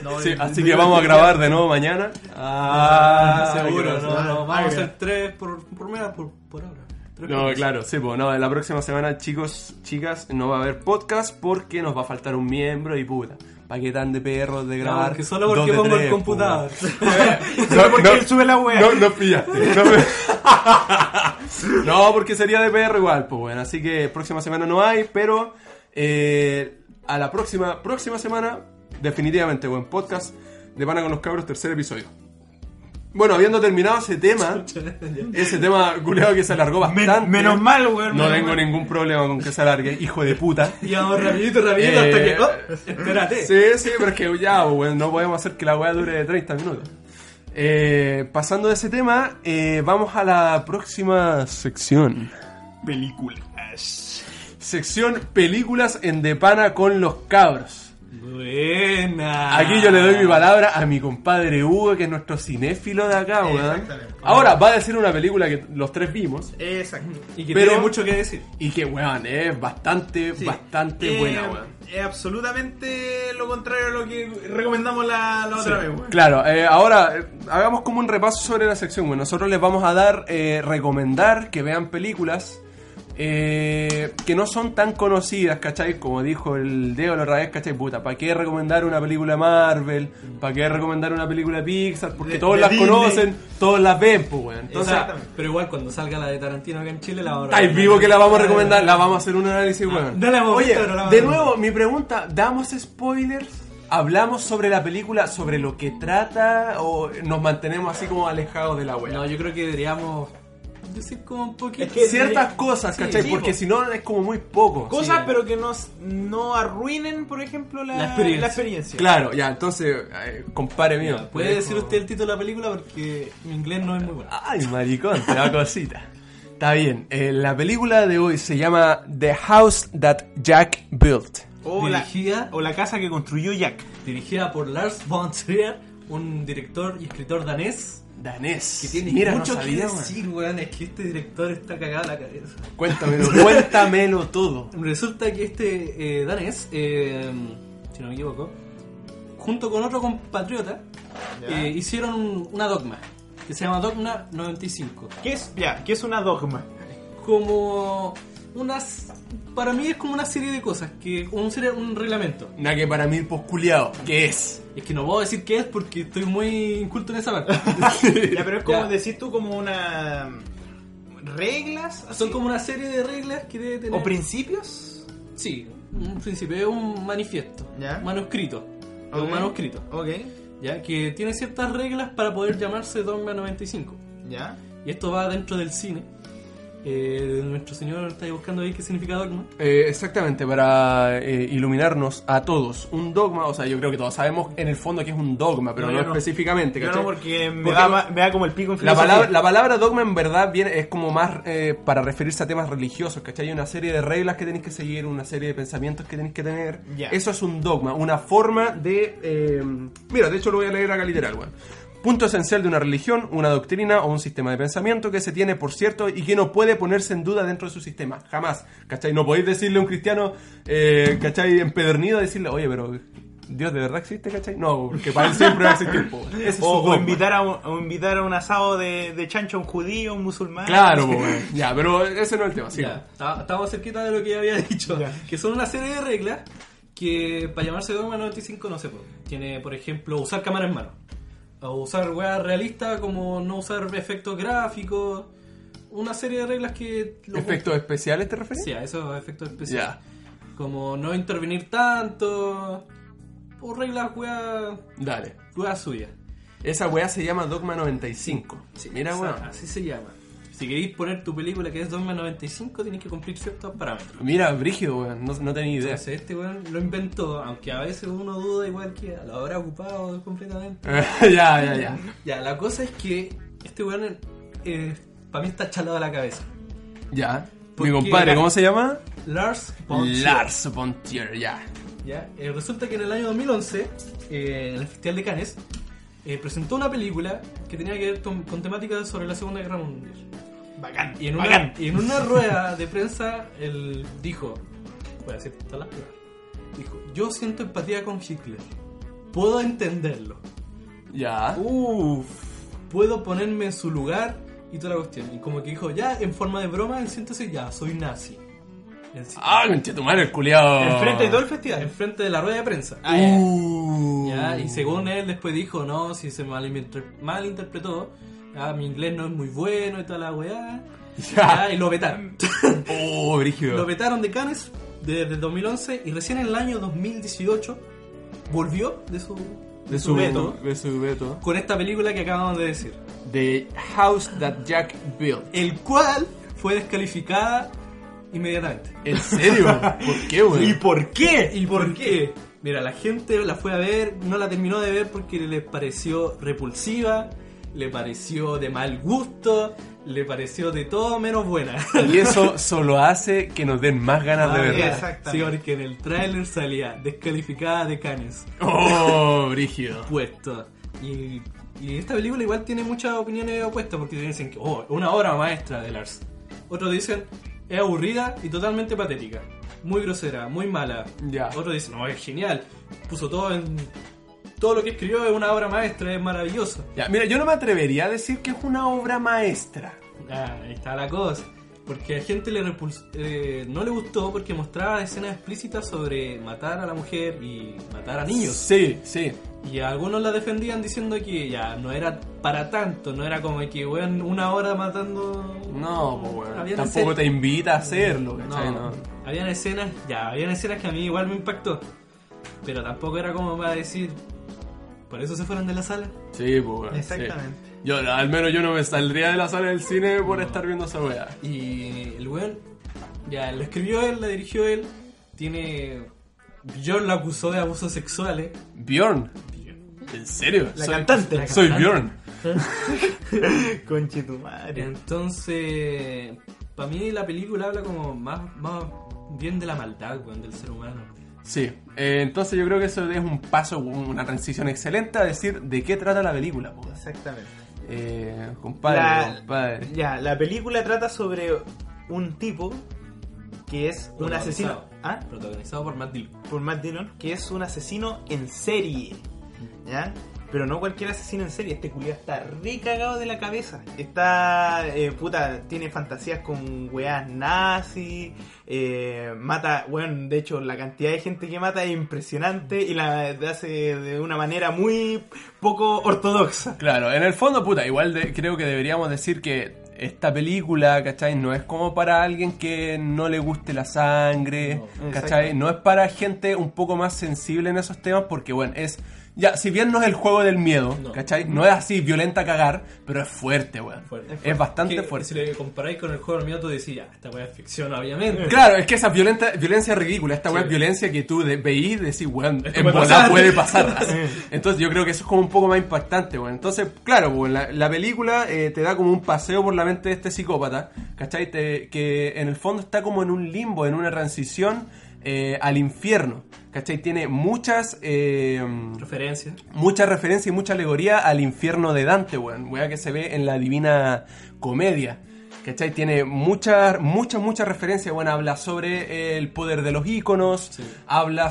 Speaker 2: No,
Speaker 1: Sí,
Speaker 2: el-
Speaker 1: así que vamos a grabar de nuevo mañana. Ah,
Speaker 3: seguro,
Speaker 1: gracias.
Speaker 3: no, no, Vamos a
Speaker 2: Ah,
Speaker 3: hacer
Speaker 2: mira.
Speaker 3: tres por, por, mera- por, por ahora. Tres
Speaker 1: No,
Speaker 3: podcasts.
Speaker 1: claro, sí, pues no, la próxima semana, chicos, chicas, no va a haber podcast porque nos va a faltar un miembro y puta. ¿Para qué tan de perros de
Speaker 3: No,
Speaker 1: grabar?
Speaker 3: porque solo
Speaker 1: dos
Speaker 3: porque
Speaker 1: de
Speaker 3: pongo el
Speaker 1: tres,
Speaker 3: computador.
Speaker 1: pues,
Speaker 2: Solo
Speaker 1: weón.
Speaker 2: porque él sube la wea.
Speaker 1: No, no pillaste. No, me- No, porque sería de perro igual, pues bueno. Así que próxima semana no hay, pero eh, a la próxima, próxima semana, definitivamente buen podcast de Pana con los Cabros, tercer episodio. Bueno, habiendo terminado ese tema, ese tema culeado que se alargó
Speaker 2: Men-
Speaker 1: bastante.
Speaker 2: menos mal, weón.
Speaker 1: No
Speaker 2: menos
Speaker 1: tengo
Speaker 2: mal.
Speaker 1: ningún problema con que se alargue, hijo de puta.
Speaker 3: Y vamos rapidito, rapidito hasta que.
Speaker 1: Eh,
Speaker 3: oh, espérate.
Speaker 1: Sí, sí, pero es que ya, weón, no podemos hacer que la weá dure 30 minutos. Eh, pasando de ese tema, eh, vamos a la próxima sección.
Speaker 2: Películas.
Speaker 1: Sección películas en de pana con los cabros.
Speaker 3: Buena.
Speaker 1: Aquí yo le
Speaker 3: Ah.
Speaker 1: doy mi palabra a mi compadre Hugo, que es nuestro cinéfilo de acá, weón.
Speaker 2: Exactamente.
Speaker 1: Ahora va a decir una película que los tres vimos.
Speaker 2: Exacto.
Speaker 3: Y que
Speaker 1: Pero-
Speaker 3: tiene mucho que decir.
Speaker 1: Y que, weón, es bastante,
Speaker 2: Sí.
Speaker 1: bastante
Speaker 2: Eh,
Speaker 1: buena, weón.
Speaker 2: Es absolutamente lo contrario a lo que recomendamos la, la otra vez, weón.
Speaker 1: Claro, eh, ahora eh, hagamos como un repaso sobre la sección. Bueno, nosotros les vamos a dar, eh, recomendar que vean películas eh, que no son tan conocidas, ¿cachai? Como dijo el Diego la otra vez, ¿cachai? Puta, ¿para qué recomendar una película de Marvel? ¿Para qué recomendar una película de Pixar? Porque
Speaker 2: De-
Speaker 1: todos
Speaker 2: de
Speaker 1: las
Speaker 2: Disney.
Speaker 1: conocen, todos las ven, pues, weón. Entonces,
Speaker 3: Exactamente. Oh. pero igual cuando salga la de Tarantino acá en Chile la vamos a
Speaker 1: estáis vivo que la vamos a recomendar, la vamos a hacer un análisis, weón.
Speaker 3: no la hemos
Speaker 1: Oye,
Speaker 3: visto, no la hemos
Speaker 1: de
Speaker 3: visto.
Speaker 1: nuevo, mi pregunta, ¿damos spoilers? ¿Hablamos sobre la película, sobre lo que trata o nos mantenemos así como alejados de la web?
Speaker 3: No, yo creo que deberíamos decir como un poquito.
Speaker 2: Es que-
Speaker 1: Ciertas cosas,
Speaker 3: Sí,
Speaker 1: ¿cachai?
Speaker 3: sí,
Speaker 1: Porque
Speaker 3: po.
Speaker 1: si no es como muy poco.
Speaker 2: Cosas,
Speaker 3: Sí.
Speaker 2: pero que nos, no arruinen, por ejemplo, la,
Speaker 3: La experiencia.
Speaker 2: la experiencia.
Speaker 1: Claro, ya, entonces, eh, compare mío.
Speaker 3: ¿Puede decir usted el título de la película? Porque mi inglés no es muy bueno.
Speaker 1: Ay, maricón, te da cosita. Está bien, eh, la película de hoy se llama The House That Jack Built.
Speaker 2: O, la,
Speaker 3: Dirigida-
Speaker 2: o la casa que construyó Jack.
Speaker 3: Dirigida por Lars von Trier, un director y escritor danés.
Speaker 1: Danés.
Speaker 3: Que tiene
Speaker 1: Mira, no
Speaker 3: mucho
Speaker 1: sabía,
Speaker 3: que
Speaker 1: weón.
Speaker 3: decir, weón. Es que este director está cagado la cabeza.
Speaker 1: Cuéntamelo, cuéntamelo todo.
Speaker 3: Resulta que este eh, danés, eh, si no me equivoco, junto con otro compatriota, eh, hicieron un- una dogma que se llama Dogma 95.
Speaker 2: ¿Qué es, ya, ¿qué es una dogma?
Speaker 3: Como unas. Para mí es como una serie de cosas, que un, serie- un reglamento.
Speaker 1: Una que para mí el
Speaker 2: pues,
Speaker 1: posculeado, que es.
Speaker 3: Es que no puedo decir qué es porque estoy muy inculto en esa parte.
Speaker 2: Ya, pero es como
Speaker 3: Ya.
Speaker 2: decir tú como una... mm, ¿Reglas? así?
Speaker 3: Son como una serie de reglas que debe tener.
Speaker 2: ¿O principios?
Speaker 3: Sí, un principio, es un manifiesto.
Speaker 2: Ya.
Speaker 3: Manuscrito. Es
Speaker 2: Ok.
Speaker 3: Un manuscrito.
Speaker 2: Ok,
Speaker 3: ya que tiene ciertas reglas para poder llamarse Dogma 95.
Speaker 2: ya.
Speaker 3: Y esto va dentro del cine. Eh, nuestro señor está ahí buscando ahí qué significa dogma.
Speaker 1: Eh, exactamente, para eh, iluminarnos a todos. Un dogma, o sea, yo creo que todos sabemos en el fondo que es un dogma, pero
Speaker 2: No,
Speaker 1: no,
Speaker 2: yo no.
Speaker 1: específicamente.
Speaker 2: Yo
Speaker 1: ¿cachai?
Speaker 2: no, porque me,
Speaker 1: Porque
Speaker 2: da, ma- me da como el pico en
Speaker 1: La
Speaker 2: filosofía.
Speaker 1: palabra, la palabra dogma en verdad viene, es como más eh, para referirse a temas religiosos, ¿cachai? Hay una serie de reglas que tenéis que seguir, una serie de pensamientos que tenéis que tener.
Speaker 2: Ya.
Speaker 1: Eso es un dogma, una forma de... eh, mira, de hecho lo voy a leer acá literal, weón. Punto esencial de una religión, una doctrina o un sistema de pensamiento que se tiene por cierto y que no puede ponerse en duda dentro de su sistema. Jamás. ¿Cachai? No podéis decirle a un cristiano, eh, ¿cachai? Empedernido, decirle, oye, pero Dios de verdad existe, ¿cachai? No, porque para él siempre va a existir. po. Ese es su
Speaker 2: O, o
Speaker 1: dogma.
Speaker 2: invitar a un, o invitar a un asado de, de chancho a un judío, un musulmán.
Speaker 1: Claro, po, weón. ya, pero ese no es el tema. sí.
Speaker 3: Ya, está- estamos cerquita de lo que ya había dicho.
Speaker 2: Ya.
Speaker 3: Que son una serie de reglas que para llamarse dogma 95 no se puede. Tiene, por ejemplo, usar cámara en mano. O usar weas realistas como no usar efectos gráficos. Una serie de reglas que... los-
Speaker 1: ¿Efectos especiales te refieres?
Speaker 3: Sí, a esos efectos especiales.
Speaker 1: Ya.
Speaker 3: Como no intervenir tanto. O reglas weas,
Speaker 1: Dale.
Speaker 3: weas suyas.
Speaker 1: Esa weá se llama Dogma 95. Mira,
Speaker 3: Esa-
Speaker 1: weón.
Speaker 3: Así se llama. Si queréis poner tu película que es 2095, tienes que cumplir ciertos parámetros.
Speaker 1: Mira, brígido, weón. No, no tenía idea.
Speaker 3: Entonces, este weón lo inventó, aunque a veces uno duda igual que lo habrá ocupado completamente.
Speaker 1: ya, ya, ya.
Speaker 3: Ya, la cosa es que este weón eh, Para mí está chalada la cabeza.
Speaker 1: Ya. Mi
Speaker 3: Porque-
Speaker 1: compadre, ¿cómo se llama?
Speaker 3: Lars von Trier.
Speaker 1: Lars von Trier, ya.
Speaker 3: ¿Ya? Eh, resulta que en el año 2011, eh, en el Festival de Cannes, eh, presentó una película que tenía que ver con, con temáticas sobre la Segunda Guerra Mundial.
Speaker 2: Bacán.
Speaker 3: Y en una,
Speaker 2: bacán.
Speaker 3: y en una rueda de prensa, él dijo, voy a decir todas las palabras, dijo, yo siento empatía con Hitler, puedo entenderlo,
Speaker 1: Ya.
Speaker 3: Uh. Uf, puedo ponerme en su lugar y toda la cuestión. Y como que dijo, ya, en forma de broma, en síntesis, ya, soy nazi. En sí-
Speaker 1: Ah, concha tu madre, el culiao.
Speaker 2: Enfrente de todo el festival.
Speaker 3: Enfrente de la rueda de prensa.
Speaker 1: Uh.
Speaker 3: Ah, Ya, y según él después dijo, no, si se malinter- malinterpretó, ah, mi inglés no es muy bueno y toda la weá.
Speaker 1: Ya.
Speaker 3: Ya, y lo vetaron.
Speaker 1: Oh,
Speaker 3: lo
Speaker 1: brígido.
Speaker 3: vetaron de Cannes desde el 2011 y recién en el año 2018 volvió de su,
Speaker 1: De su
Speaker 3: veto
Speaker 1: De su veto.
Speaker 3: con esta película que acabamos de decir.
Speaker 1: The House That Jack Built.
Speaker 3: El cual fue descalificada inmediatamente.
Speaker 1: ¿En serio? ¿Por qué, güey?
Speaker 3: por qué? ¿Y por qué? Mira, la gente la fue a ver, no la terminó de ver porque le pareció repulsiva, le pareció de mal gusto, le pareció de todo menos buena.
Speaker 1: Y eso solo hace que nos den más ganas de
Speaker 3: Ah,
Speaker 1: verla.
Speaker 3: ya.
Speaker 2: Exactamente.
Speaker 3: Sí, porque en el tráiler salía descalificada de Cannes,
Speaker 1: Oh, brígido.
Speaker 3: puesto. Y, y esta película igual tiene muchas opiniones opuestas porque dicen que, oh, una obra maestra de Lars. Otros dicen, es aburrida y totalmente patética. Muy grosera, muy mala.
Speaker 1: Ya.
Speaker 3: Otros dicen, no, es genial. Puso todo en... Todo lo que escribió es una obra maestra, es maravilloso.
Speaker 1: Ya, mira, yo no me atrevería a decir que es una obra maestra.
Speaker 3: Ah, ahí está la cosa. Porque a gente le repuls- eh, no le gustó porque mostraba escenas explícitas sobre matar a la mujer y matar a niños.
Speaker 1: Sí, sí.
Speaker 3: Y algunos la defendían diciendo que ya no era para tanto, no era como que weón una hora matando.
Speaker 1: No, pues, weón,
Speaker 3: Habían
Speaker 1: Tampoco
Speaker 3: escenas-
Speaker 1: te invita a hacerlo, ¿cachai?
Speaker 3: No,
Speaker 1: No.
Speaker 3: habían escenas, ya, habían escenas que a mí igual me impactó. Pero tampoco era como para decir, por eso se fueron de la sala.
Speaker 1: Sí, pues, weón, sí.
Speaker 2: Exactamente.
Speaker 1: Yo, al menos yo no me saldría de la sala del cine por estar viendo esa weá.
Speaker 3: Y el weón, ya, lo escribió él, la dirigió él, tiene... Bjorn lo acusó de abusos sexuales.
Speaker 1: Bjorn. ¿En serio?
Speaker 2: La
Speaker 1: soy,
Speaker 2: cantante.
Speaker 3: la
Speaker 1: Soy
Speaker 3: cantante.
Speaker 1: Bjorn.
Speaker 2: Conche tu madre.
Speaker 3: Entonces, para mí la película habla como más, más bien de la maldad, weón, del ser humano.
Speaker 1: Sí. Eh, entonces yo creo que eso es un paso, una transición excelente a decir de qué trata la película, pues.
Speaker 2: Exactamente.
Speaker 1: Eh, compadre,
Speaker 2: La-
Speaker 1: compadre.
Speaker 2: Ya, la película trata sobre un tipo que es un asesino.
Speaker 3: Protagonizado-
Speaker 2: ¿Ah?
Speaker 3: Protagonizado por Matt Dillon.
Speaker 2: Por Matt Dillon, que es un asesino en serie. ¿Ya? Pero no cualquier asesino en serie. Este culiado está recagado de la cabeza. Está. eh, puta, tiene fantasías con weas nazis. eh, mata. Bueno, de hecho, la cantidad de gente que mata es impresionante y la hace de una manera muy poco ortodoxa.
Speaker 1: Claro, en el fondo, puta, igual de- creo que deberíamos decir que esta película, ¿cachai? No es como para alguien que no le guste la sangre,
Speaker 2: No.
Speaker 1: ¿cachai?
Speaker 2: Exacto.
Speaker 1: No es para gente un poco más sensible en esos temas porque, bueno, es... Ya, si bien no es el juego del miedo,
Speaker 3: No.
Speaker 1: ¿cachai? No es así, violenta a cagar, pero es fuerte, weón.
Speaker 3: Fuerte.
Speaker 1: Es bastante
Speaker 3: Que
Speaker 1: fuerte.
Speaker 3: Si le comparáis con el juego del miedo, tú decís, ya, esta weá es ficción, obviamente.
Speaker 1: Claro, es que esa violenta, violencia es ridícula, esta
Speaker 3: Sí.
Speaker 1: weá es violencia que tú de, veís y decís, weón, en
Speaker 3: puede
Speaker 1: volá
Speaker 3: pasar.
Speaker 1: puede pasar. Entonces yo creo que eso es como un poco más impactante, weón. Entonces, claro, pues, weón, la, la película eh, te da como un paseo por la mente de este psicópata, ¿cachai? Te- que en el fondo está como en un limbo, en una transición eh, al infierno, ¿cachai? Tiene muchas... eh,
Speaker 3: Referencia.
Speaker 1: mucha referencia y mucha alegoría al infierno de Dante, weón. Weá que se ve en la divina comedia. ¿Cachai? Tiene muchas, muchas, muchas referencias. Bueno, habla sobre eh, el poder de los íconos.
Speaker 3: Sí.
Speaker 1: Habla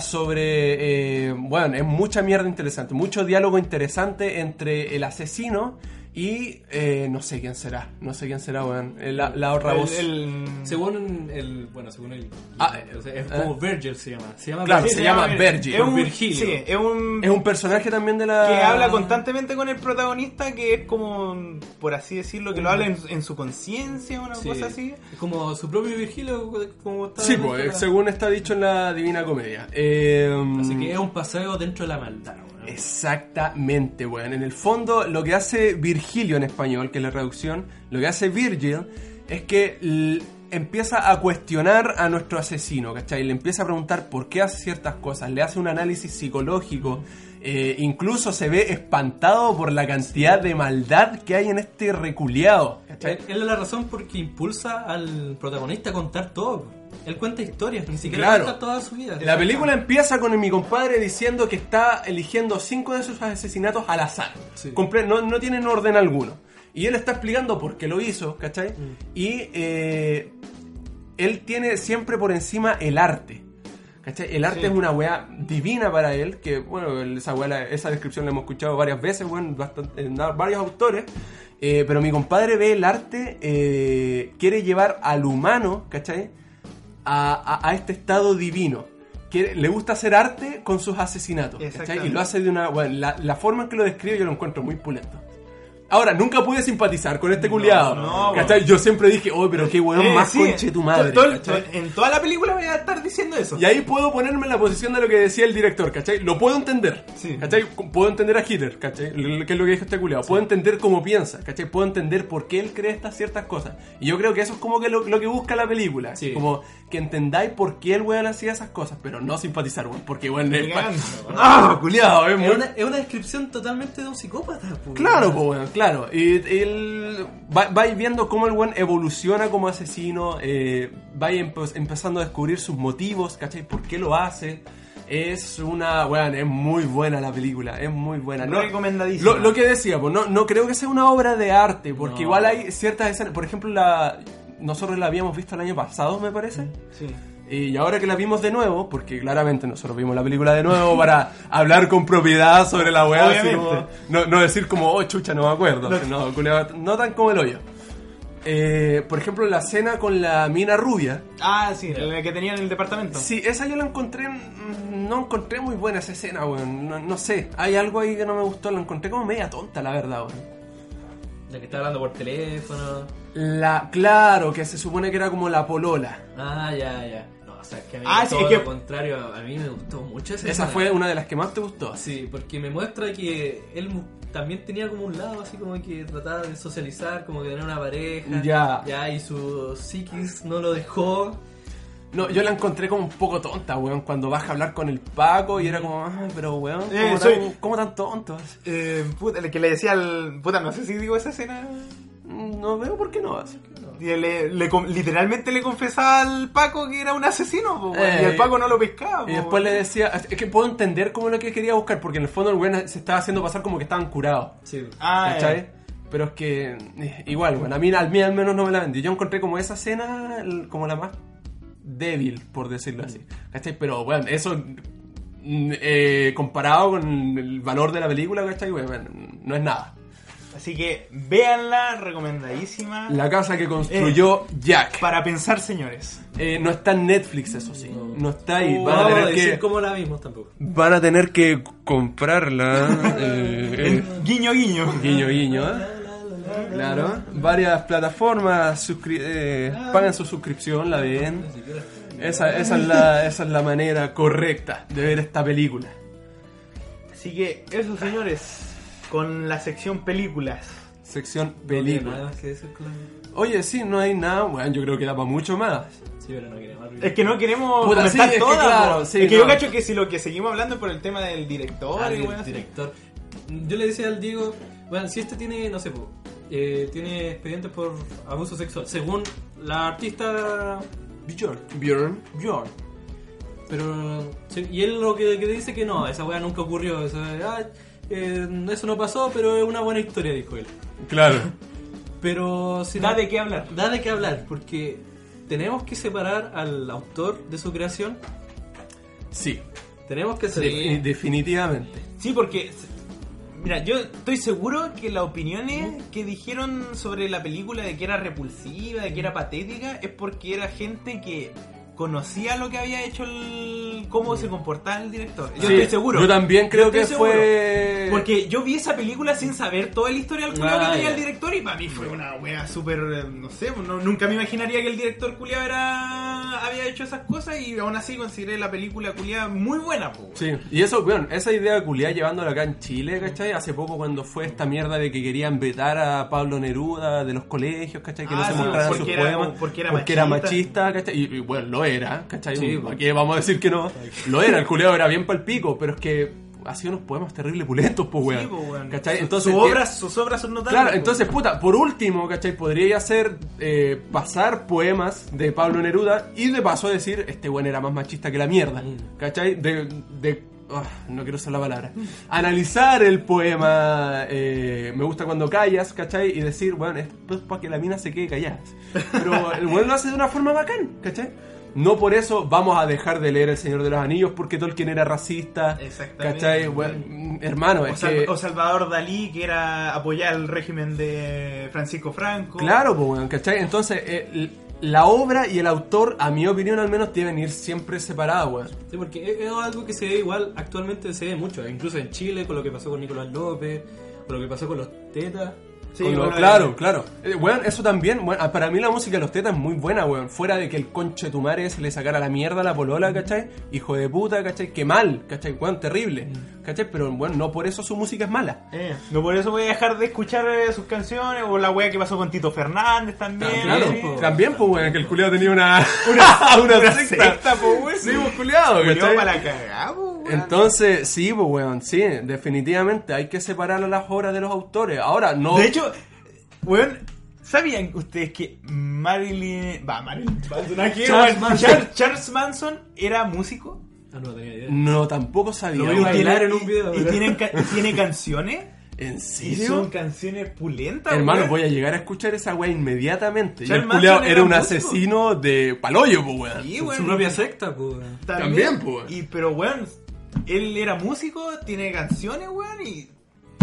Speaker 1: sobre. eh, bueno, es mucha mierda interesante. Mucho diálogo interesante entre el asesino y. eh, no sé quién será. No sé quién será, weón. Eh, La, la otra voz.
Speaker 2: El- el-
Speaker 3: Según el. Bueno, según el.
Speaker 1: Ah, eh,
Speaker 3: o sea, es
Speaker 1: eh.
Speaker 3: como Virgil se llama. Se llama
Speaker 1: Claro,
Speaker 3: Virgil.
Speaker 1: se llama Vergil.
Speaker 2: Es un,
Speaker 3: Virgilio.
Speaker 2: Sí, es un,
Speaker 1: Es un personaje también de la.
Speaker 2: que habla constantemente con el protagonista, que es como, por así decirlo, que lo habla en, en su conciencia, una
Speaker 3: Sí.
Speaker 2: cosa así.
Speaker 3: Es como su propio Virgilio, como está.
Speaker 1: Sí,
Speaker 3: dentro
Speaker 1: pues,
Speaker 3: de la-
Speaker 1: según está dicho en la Divina Comedia. Eh,
Speaker 3: Así que es un paseo dentro de la maldad, weón.
Speaker 1: Exactamente, weón. En el fondo, lo que hace Virgilio en español, que es la traducción, lo que hace Virgil es que l- empieza a cuestionar a nuestro asesino, ¿cachai? Le empieza a preguntar por qué hace ciertas cosas, le hace un análisis psicológico, eh, incluso se ve espantado por la cantidad de maldad que hay en este reculeado, ¿cachai?
Speaker 3: Él es la razón porque impulsa al protagonista a contar todo. Él cuenta historias, ni siquiera
Speaker 1: Claro.
Speaker 3: cuenta toda su vida.
Speaker 1: La película empieza con mi compadre diciendo que está eligiendo cinco de sus asesinatos al azar.
Speaker 3: Sí.
Speaker 1: Comple- no, no tienen orden alguno. Y él está explicando por qué lo hizo, ¿cachai?
Speaker 3: Mm.
Speaker 1: Y eh, él tiene siempre por encima el arte. ¿Cachai? El arte es una weá divina para él, que bueno, el- esa, weá la- esa descripción la hemos escuchado varias veces, weón, bastante- en da- varios autores, Eh, pero mi compadre ve el arte, eh, quiere llevar al humano, ¿cachai? a, a- a este estado divino. Que le gusta hacer arte con sus asesinatos. ¿cachai?
Speaker 2: Exactamente.
Speaker 1: Y lo hace de una. bueno, la, la forma en que lo describe yo lo encuentro muy pulento. Ahora, nunca pude simpatizar con este culiado.
Speaker 2: no,
Speaker 1: ¿cachai? Yo siempre dije, oh, pero qué weón
Speaker 2: Eh,
Speaker 1: más
Speaker 2: sí,
Speaker 1: conche tu madre.
Speaker 2: to- to-
Speaker 1: ¿cachai?
Speaker 2: en toda la película voy a estar diciendo eso.
Speaker 1: Y ahí puedo ponerme en la posición de lo que decía el director, ¿cachai? Lo puedo entender,
Speaker 2: Sí.
Speaker 1: ¿cachai? Puedo entender a Hitler, ¿cachai? L- Que es lo que dijo este culiao. Puedo entender cómo piensa, ¿cachai? Puedo entender por qué él cree estas ciertas cosas. Y yo creo que eso es como que lo, lo que busca la película.
Speaker 3: Sí.
Speaker 1: Como que entendáis por qué el weón hacía esas cosas, pero no simpatizar, weón. Porque, weón,
Speaker 2: Ni
Speaker 1: es pa-
Speaker 2: cagando, weón.
Speaker 1: ¡Ah, culiao! Es muy-
Speaker 3: Es una, es una descripción totalmente de un psicópata. po.
Speaker 1: Claro, pues, weón, claro. Y el, va- vais viendo cómo el weón evoluciona como asesino, eh, vais empe- empezando a descubrir sus motivos, ¿cachai? ¿Por qué lo hace? Es una, weón, es muy buena la película, es muy buena.
Speaker 2: Recomendadísima.
Speaker 1: Lo, lo que decía, pues, no, no creo que sea una obra de arte, porque
Speaker 3: No.
Speaker 1: igual hay ciertas escenas, por ejemplo, la, nosotros la habíamos visto el año pasado, me parece.
Speaker 2: Sí.
Speaker 1: Y ahora que la vimos de nuevo, porque claramente nosotros vimos la película de nuevo para hablar con propiedad sobre la weá, así
Speaker 2: Obviamente.
Speaker 1: como- no, no decir como, oh chucha, no me acuerdo. No, culiao, no tan como el hoyo. Eh, por ejemplo, la cena con la mina rubia.
Speaker 2: Ah, sí, la que tenía en el departamento.
Speaker 1: Sí, esa yo la encontré, mm, no encontré muy buena esa escena, weón. No, no sé, hay algo ahí que no me gustó, la encontré como media tonta, la verdad, weón.
Speaker 3: La que está hablando por teléfono.
Speaker 1: La, claro, que se supone que era como la polola.
Speaker 3: Ah, ya, ya. No, o sea, es que a mí
Speaker 2: Ah, sí,
Speaker 3: todo
Speaker 2: es que-
Speaker 3: lo contrario, a a mí me gustó mucho esa
Speaker 1: Esa
Speaker 3: escena.
Speaker 1: fue una de las que más te gustó.
Speaker 3: Sí, porque me muestra que él mu- también tenía como un lado así como que trataba de socializar, como que tener una pareja.
Speaker 1: Ya.
Speaker 3: Ya, y su psiquis no lo dejó.
Speaker 1: No, yo la encontré como un poco tonta, weón, cuando baja a hablar con el Paco y era como, ay, pero weón, ¿cómo,
Speaker 2: Eh,
Speaker 1: tan,
Speaker 2: soy-
Speaker 1: cómo tan tontos?
Speaker 2: Eh, puta, la que le decía al. Puta, no sé si digo esa escena.
Speaker 1: No veo por qué no.
Speaker 2: Y Le, le con- literalmente le confesaba al Paco que era un asesino, po, weón,
Speaker 1: Eh,
Speaker 2: y el Paco no lo pescaba. po,
Speaker 1: Y después le
Speaker 2: weón.
Speaker 1: decía, es que puedo entender cómo es lo que quería buscar, porque en el fondo el weón se estaba haciendo pasar como que estaban curados.
Speaker 3: Sí.
Speaker 2: Ah,
Speaker 1: ¿Cachai?
Speaker 2: eh.
Speaker 1: Pero es que, eh, igual, bueno, a mí, al, mí al menos no me la vendí. Yo encontré como esa escena el- como la más débil, por decirlo así. ¿Cachai? Pero, bueno, eso mm, eh, comparado con el valor de la película, ¿cachai? Bueno, no es nada.
Speaker 2: Así que véanla, recomendadísima.
Speaker 1: La casa que construyó Jack.
Speaker 2: Para pensar, señores.
Speaker 1: Eh, no está en Netflix, eso sí.
Speaker 3: No.
Speaker 1: No está ahí. van,
Speaker 3: Uh, no
Speaker 1: a
Speaker 3: vamos
Speaker 1: tener
Speaker 3: decir
Speaker 1: que,
Speaker 3: cómo la vimos tampoco.
Speaker 1: van a tener que comprarla. eh, eh,
Speaker 2: Guiño, guiño.
Speaker 1: guiño, guiño. ¿eh? Claro. Varias plataformas suscri- eh, pagan su suscripción, la ven. Esa, esa, es la, esa es la manera correcta de ver esta película.
Speaker 2: Así que eso, señores. Con la sección películas.
Speaker 1: Sección
Speaker 3: No tiene nada
Speaker 1: película.
Speaker 3: más que decir con la-
Speaker 1: Oye, sí, no hay nada. Bueno, yo creo que da para mucho más.
Speaker 3: Sí, pero no quería más ruido.
Speaker 2: Es que no queremos
Speaker 1: Puta,
Speaker 2: comentar
Speaker 1: sí, es que
Speaker 2: todas,
Speaker 1: claro, Ah,
Speaker 2: po.
Speaker 1: sí,
Speaker 2: es que
Speaker 1: no.
Speaker 2: yo cacho que si lo que seguimos hablando es por el tema del director
Speaker 3: al
Speaker 2: y weón, así.
Speaker 3: director. Yo le decía al Diego, bueno, si este tiene, no sé, po, eh, tiene expedientes por abuso sexual, según la artista Bjorn.
Speaker 1: Bjorn.
Speaker 3: Bjorn. Pero, sí, y él lo que, que dice que no, esa weá nunca ocurrió, esa, ah, eh, eso no pasó, pero es una buena historia, dijo él.
Speaker 1: Claro.
Speaker 3: Pero si
Speaker 2: Da
Speaker 3: no-
Speaker 2: de qué hablar.
Speaker 3: Da de qué hablar, porque tenemos que separar al autor de su creación,
Speaker 1: Sí.
Speaker 3: tenemos que hacer
Speaker 1: de- definitivamente.
Speaker 2: Sí, porque. Mira, yo estoy seguro que las opiniones que dijeron sobre la película de que era repulsiva, de que era patética, es porque era gente que conocía lo que había hecho el. cómo se comportaba el director. Yo
Speaker 1: Sí,
Speaker 2: estoy seguro.
Speaker 1: Yo también creo
Speaker 2: Yo
Speaker 1: que
Speaker 2: estoy
Speaker 1: fue.
Speaker 2: Porque yo vi esa película sin saber toda la historia del culiao
Speaker 3: Ah,
Speaker 2: que tenía
Speaker 3: ya.
Speaker 2: el pues, director y para mí fue una wea súper, eh, no sé, no- nunca me imaginaría que el director culiao era había hecho esas cosas y aún así consideré la película culiada muy buena, pues, po, weón.
Speaker 1: Sí, y eso, weón, esa idea de culiar llevándola acá en Chile, ¿cachai? Hace poco cuando fue esta mierda de que querían vetar a Pablo Neruda de los colegios, ¿cachai? Que no
Speaker 2: Ah,
Speaker 1: se
Speaker 2: sí,
Speaker 1: mostraran
Speaker 2: porque
Speaker 1: sus
Speaker 2: era-
Speaker 1: poemas.
Speaker 2: porque era
Speaker 1: machista.
Speaker 2: machista.
Speaker 1: ¿cachai? Y, y, bueno, lo era, ¿cachai?
Speaker 3: Sí,
Speaker 1: ¿Para
Speaker 3: pues.
Speaker 1: qué vamos a decir que no? Lo era, el culiado era bien palpico, pero es que hacía unos poemas terribles pulentos, pues, weón.
Speaker 2: Sí, po, weón.
Speaker 1: ¿Cachai?
Speaker 2: Su-
Speaker 1: Entonces,
Speaker 2: sus,
Speaker 1: eh,
Speaker 2: obras, sus obras son notables. pues.
Speaker 1: Claro,
Speaker 2: po.
Speaker 1: entonces, puta, por último, ¿cachai? Podría hacer eh, pasar poemas de Pablo Neruda y de paso decir, este buen era más machista que la mierda,
Speaker 2: Mm.
Speaker 1: ¿cachai? De... de- ah, no quiero usar la palabra. Analizar el poema eh, Me gusta cuando callas, ¿cachai? Y decir, bueno, esto es para que la mina se quede callada. Pero el buen lo hace de una forma bacán, ¿cachai? No por eso vamos a dejar de leer El Señor de los Anillos porque Tolkien era racista,
Speaker 2: Exactamente.
Speaker 1: ¿cachai? Bueno, hermano,
Speaker 2: O,
Speaker 1: es
Speaker 2: Sal-
Speaker 1: que...
Speaker 2: o Salvador Dalí, que era apoyar el régimen de Francisco Franco.
Speaker 1: Claro, pues, weón, ¿cachai? Entonces, eh, l- la obra y el autor, a mi opinión al menos, deben ir siempre separados, weón.
Speaker 3: Sí, porque es, es algo que se ve igual, actualmente se ve mucho, incluso en Chile, con lo que pasó con Nicolás López, con lo que pasó con los tetas.
Speaker 2: Sí,
Speaker 1: Con lo-
Speaker 2: bueno,
Speaker 1: claro,
Speaker 2: eh,
Speaker 1: claro. Eh, weón, eso también, weón, ah, para mí la música de los tetas es muy buena, weón. Fuera de que el conche tu madre se le sacara la mierda a la
Speaker 2: Mm.
Speaker 1: polola, ¿cachai? Hijo de puta, ¿cachai? Qué mal, ¿cachai? Weón, terrible,
Speaker 2: Mm.
Speaker 1: ¿cachai? Pero, bueno, no por eso su música es mala.
Speaker 2: Eh, no por eso voy a dejar de escuchar eh, sus canciones o la wea que pasó con Tito Fernández también.
Speaker 1: Claro,
Speaker 2: eh.
Speaker 3: po.
Speaker 1: también, pues, weón, que el culiado tenía una...
Speaker 2: Una, una,
Speaker 1: secta.
Speaker 2: secta, po, weón.
Speaker 1: Sí, pues, culiado,
Speaker 2: Culeado
Speaker 1: ¿cachai?
Speaker 2: para la cagada, po, weón.
Speaker 1: Entonces, sí, pues, weón, sí, definitivamente hay que separar a las obras de los autores. Ahora, no.
Speaker 2: De hecho, weón, ¿sabían ustedes que Marilyn. Va, Marilyn. Manson, ¿a qué,
Speaker 3: Charles
Speaker 2: weón?
Speaker 3: Manson.
Speaker 2: Char- Charles Manson era músico.
Speaker 3: Ah, no tenía idea.
Speaker 1: no, tampoco sabía.
Speaker 3: Lo vi
Speaker 1: weón.
Speaker 2: Y tiene-
Speaker 3: bailar en un video,
Speaker 2: Y, y
Speaker 3: ¿verdad?
Speaker 2: tiene, ca- y tiene canciones.
Speaker 1: ¿En
Speaker 2: Y son
Speaker 1: serio?
Speaker 2: canciones pulentas,
Speaker 1: Hermano,
Speaker 2: weón.
Speaker 1: voy a llegar a escuchar esa weá inmediatamente. Y
Speaker 2: Charles
Speaker 1: el culiao
Speaker 2: Manson
Speaker 1: era
Speaker 2: era
Speaker 1: un
Speaker 2: músico.
Speaker 1: asesino de paloyo, pues, weón.
Speaker 2: Sí,
Speaker 3: Su
Speaker 2: weón.
Speaker 3: propia secta, pues.
Speaker 1: También, po, weón.
Speaker 2: Y, pero, weón, él era músico, tiene canciones, weón, y.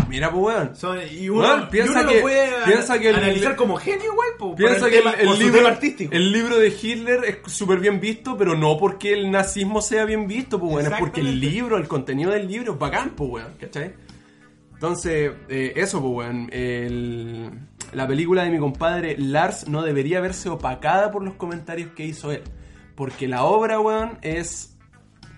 Speaker 1: Mira, pues, weón.
Speaker 2: Son, y uno,
Speaker 1: Weón,
Speaker 2: y
Speaker 1: piensa
Speaker 2: uno
Speaker 1: que-
Speaker 2: lo puede
Speaker 1: piensa que el-
Speaker 2: analizar como genio, igual, po, por
Speaker 1: Piensa
Speaker 2: el
Speaker 1: que el,
Speaker 2: tema-
Speaker 1: el
Speaker 2: por su
Speaker 1: libro,
Speaker 2: tema artístico.
Speaker 1: el libro de Hitler es súper bien visto, pero no porque el nazismo sea bien visto, pues bueno, es porque el
Speaker 2: Exactamente.
Speaker 1: libro, el contenido del libro es bacán, pues weón, ¿cachai? Entonces, eh, eso, pues weón, el- la película de mi compadre Lars no debería verse opacada por los comentarios que hizo él, porque la obra, weón, es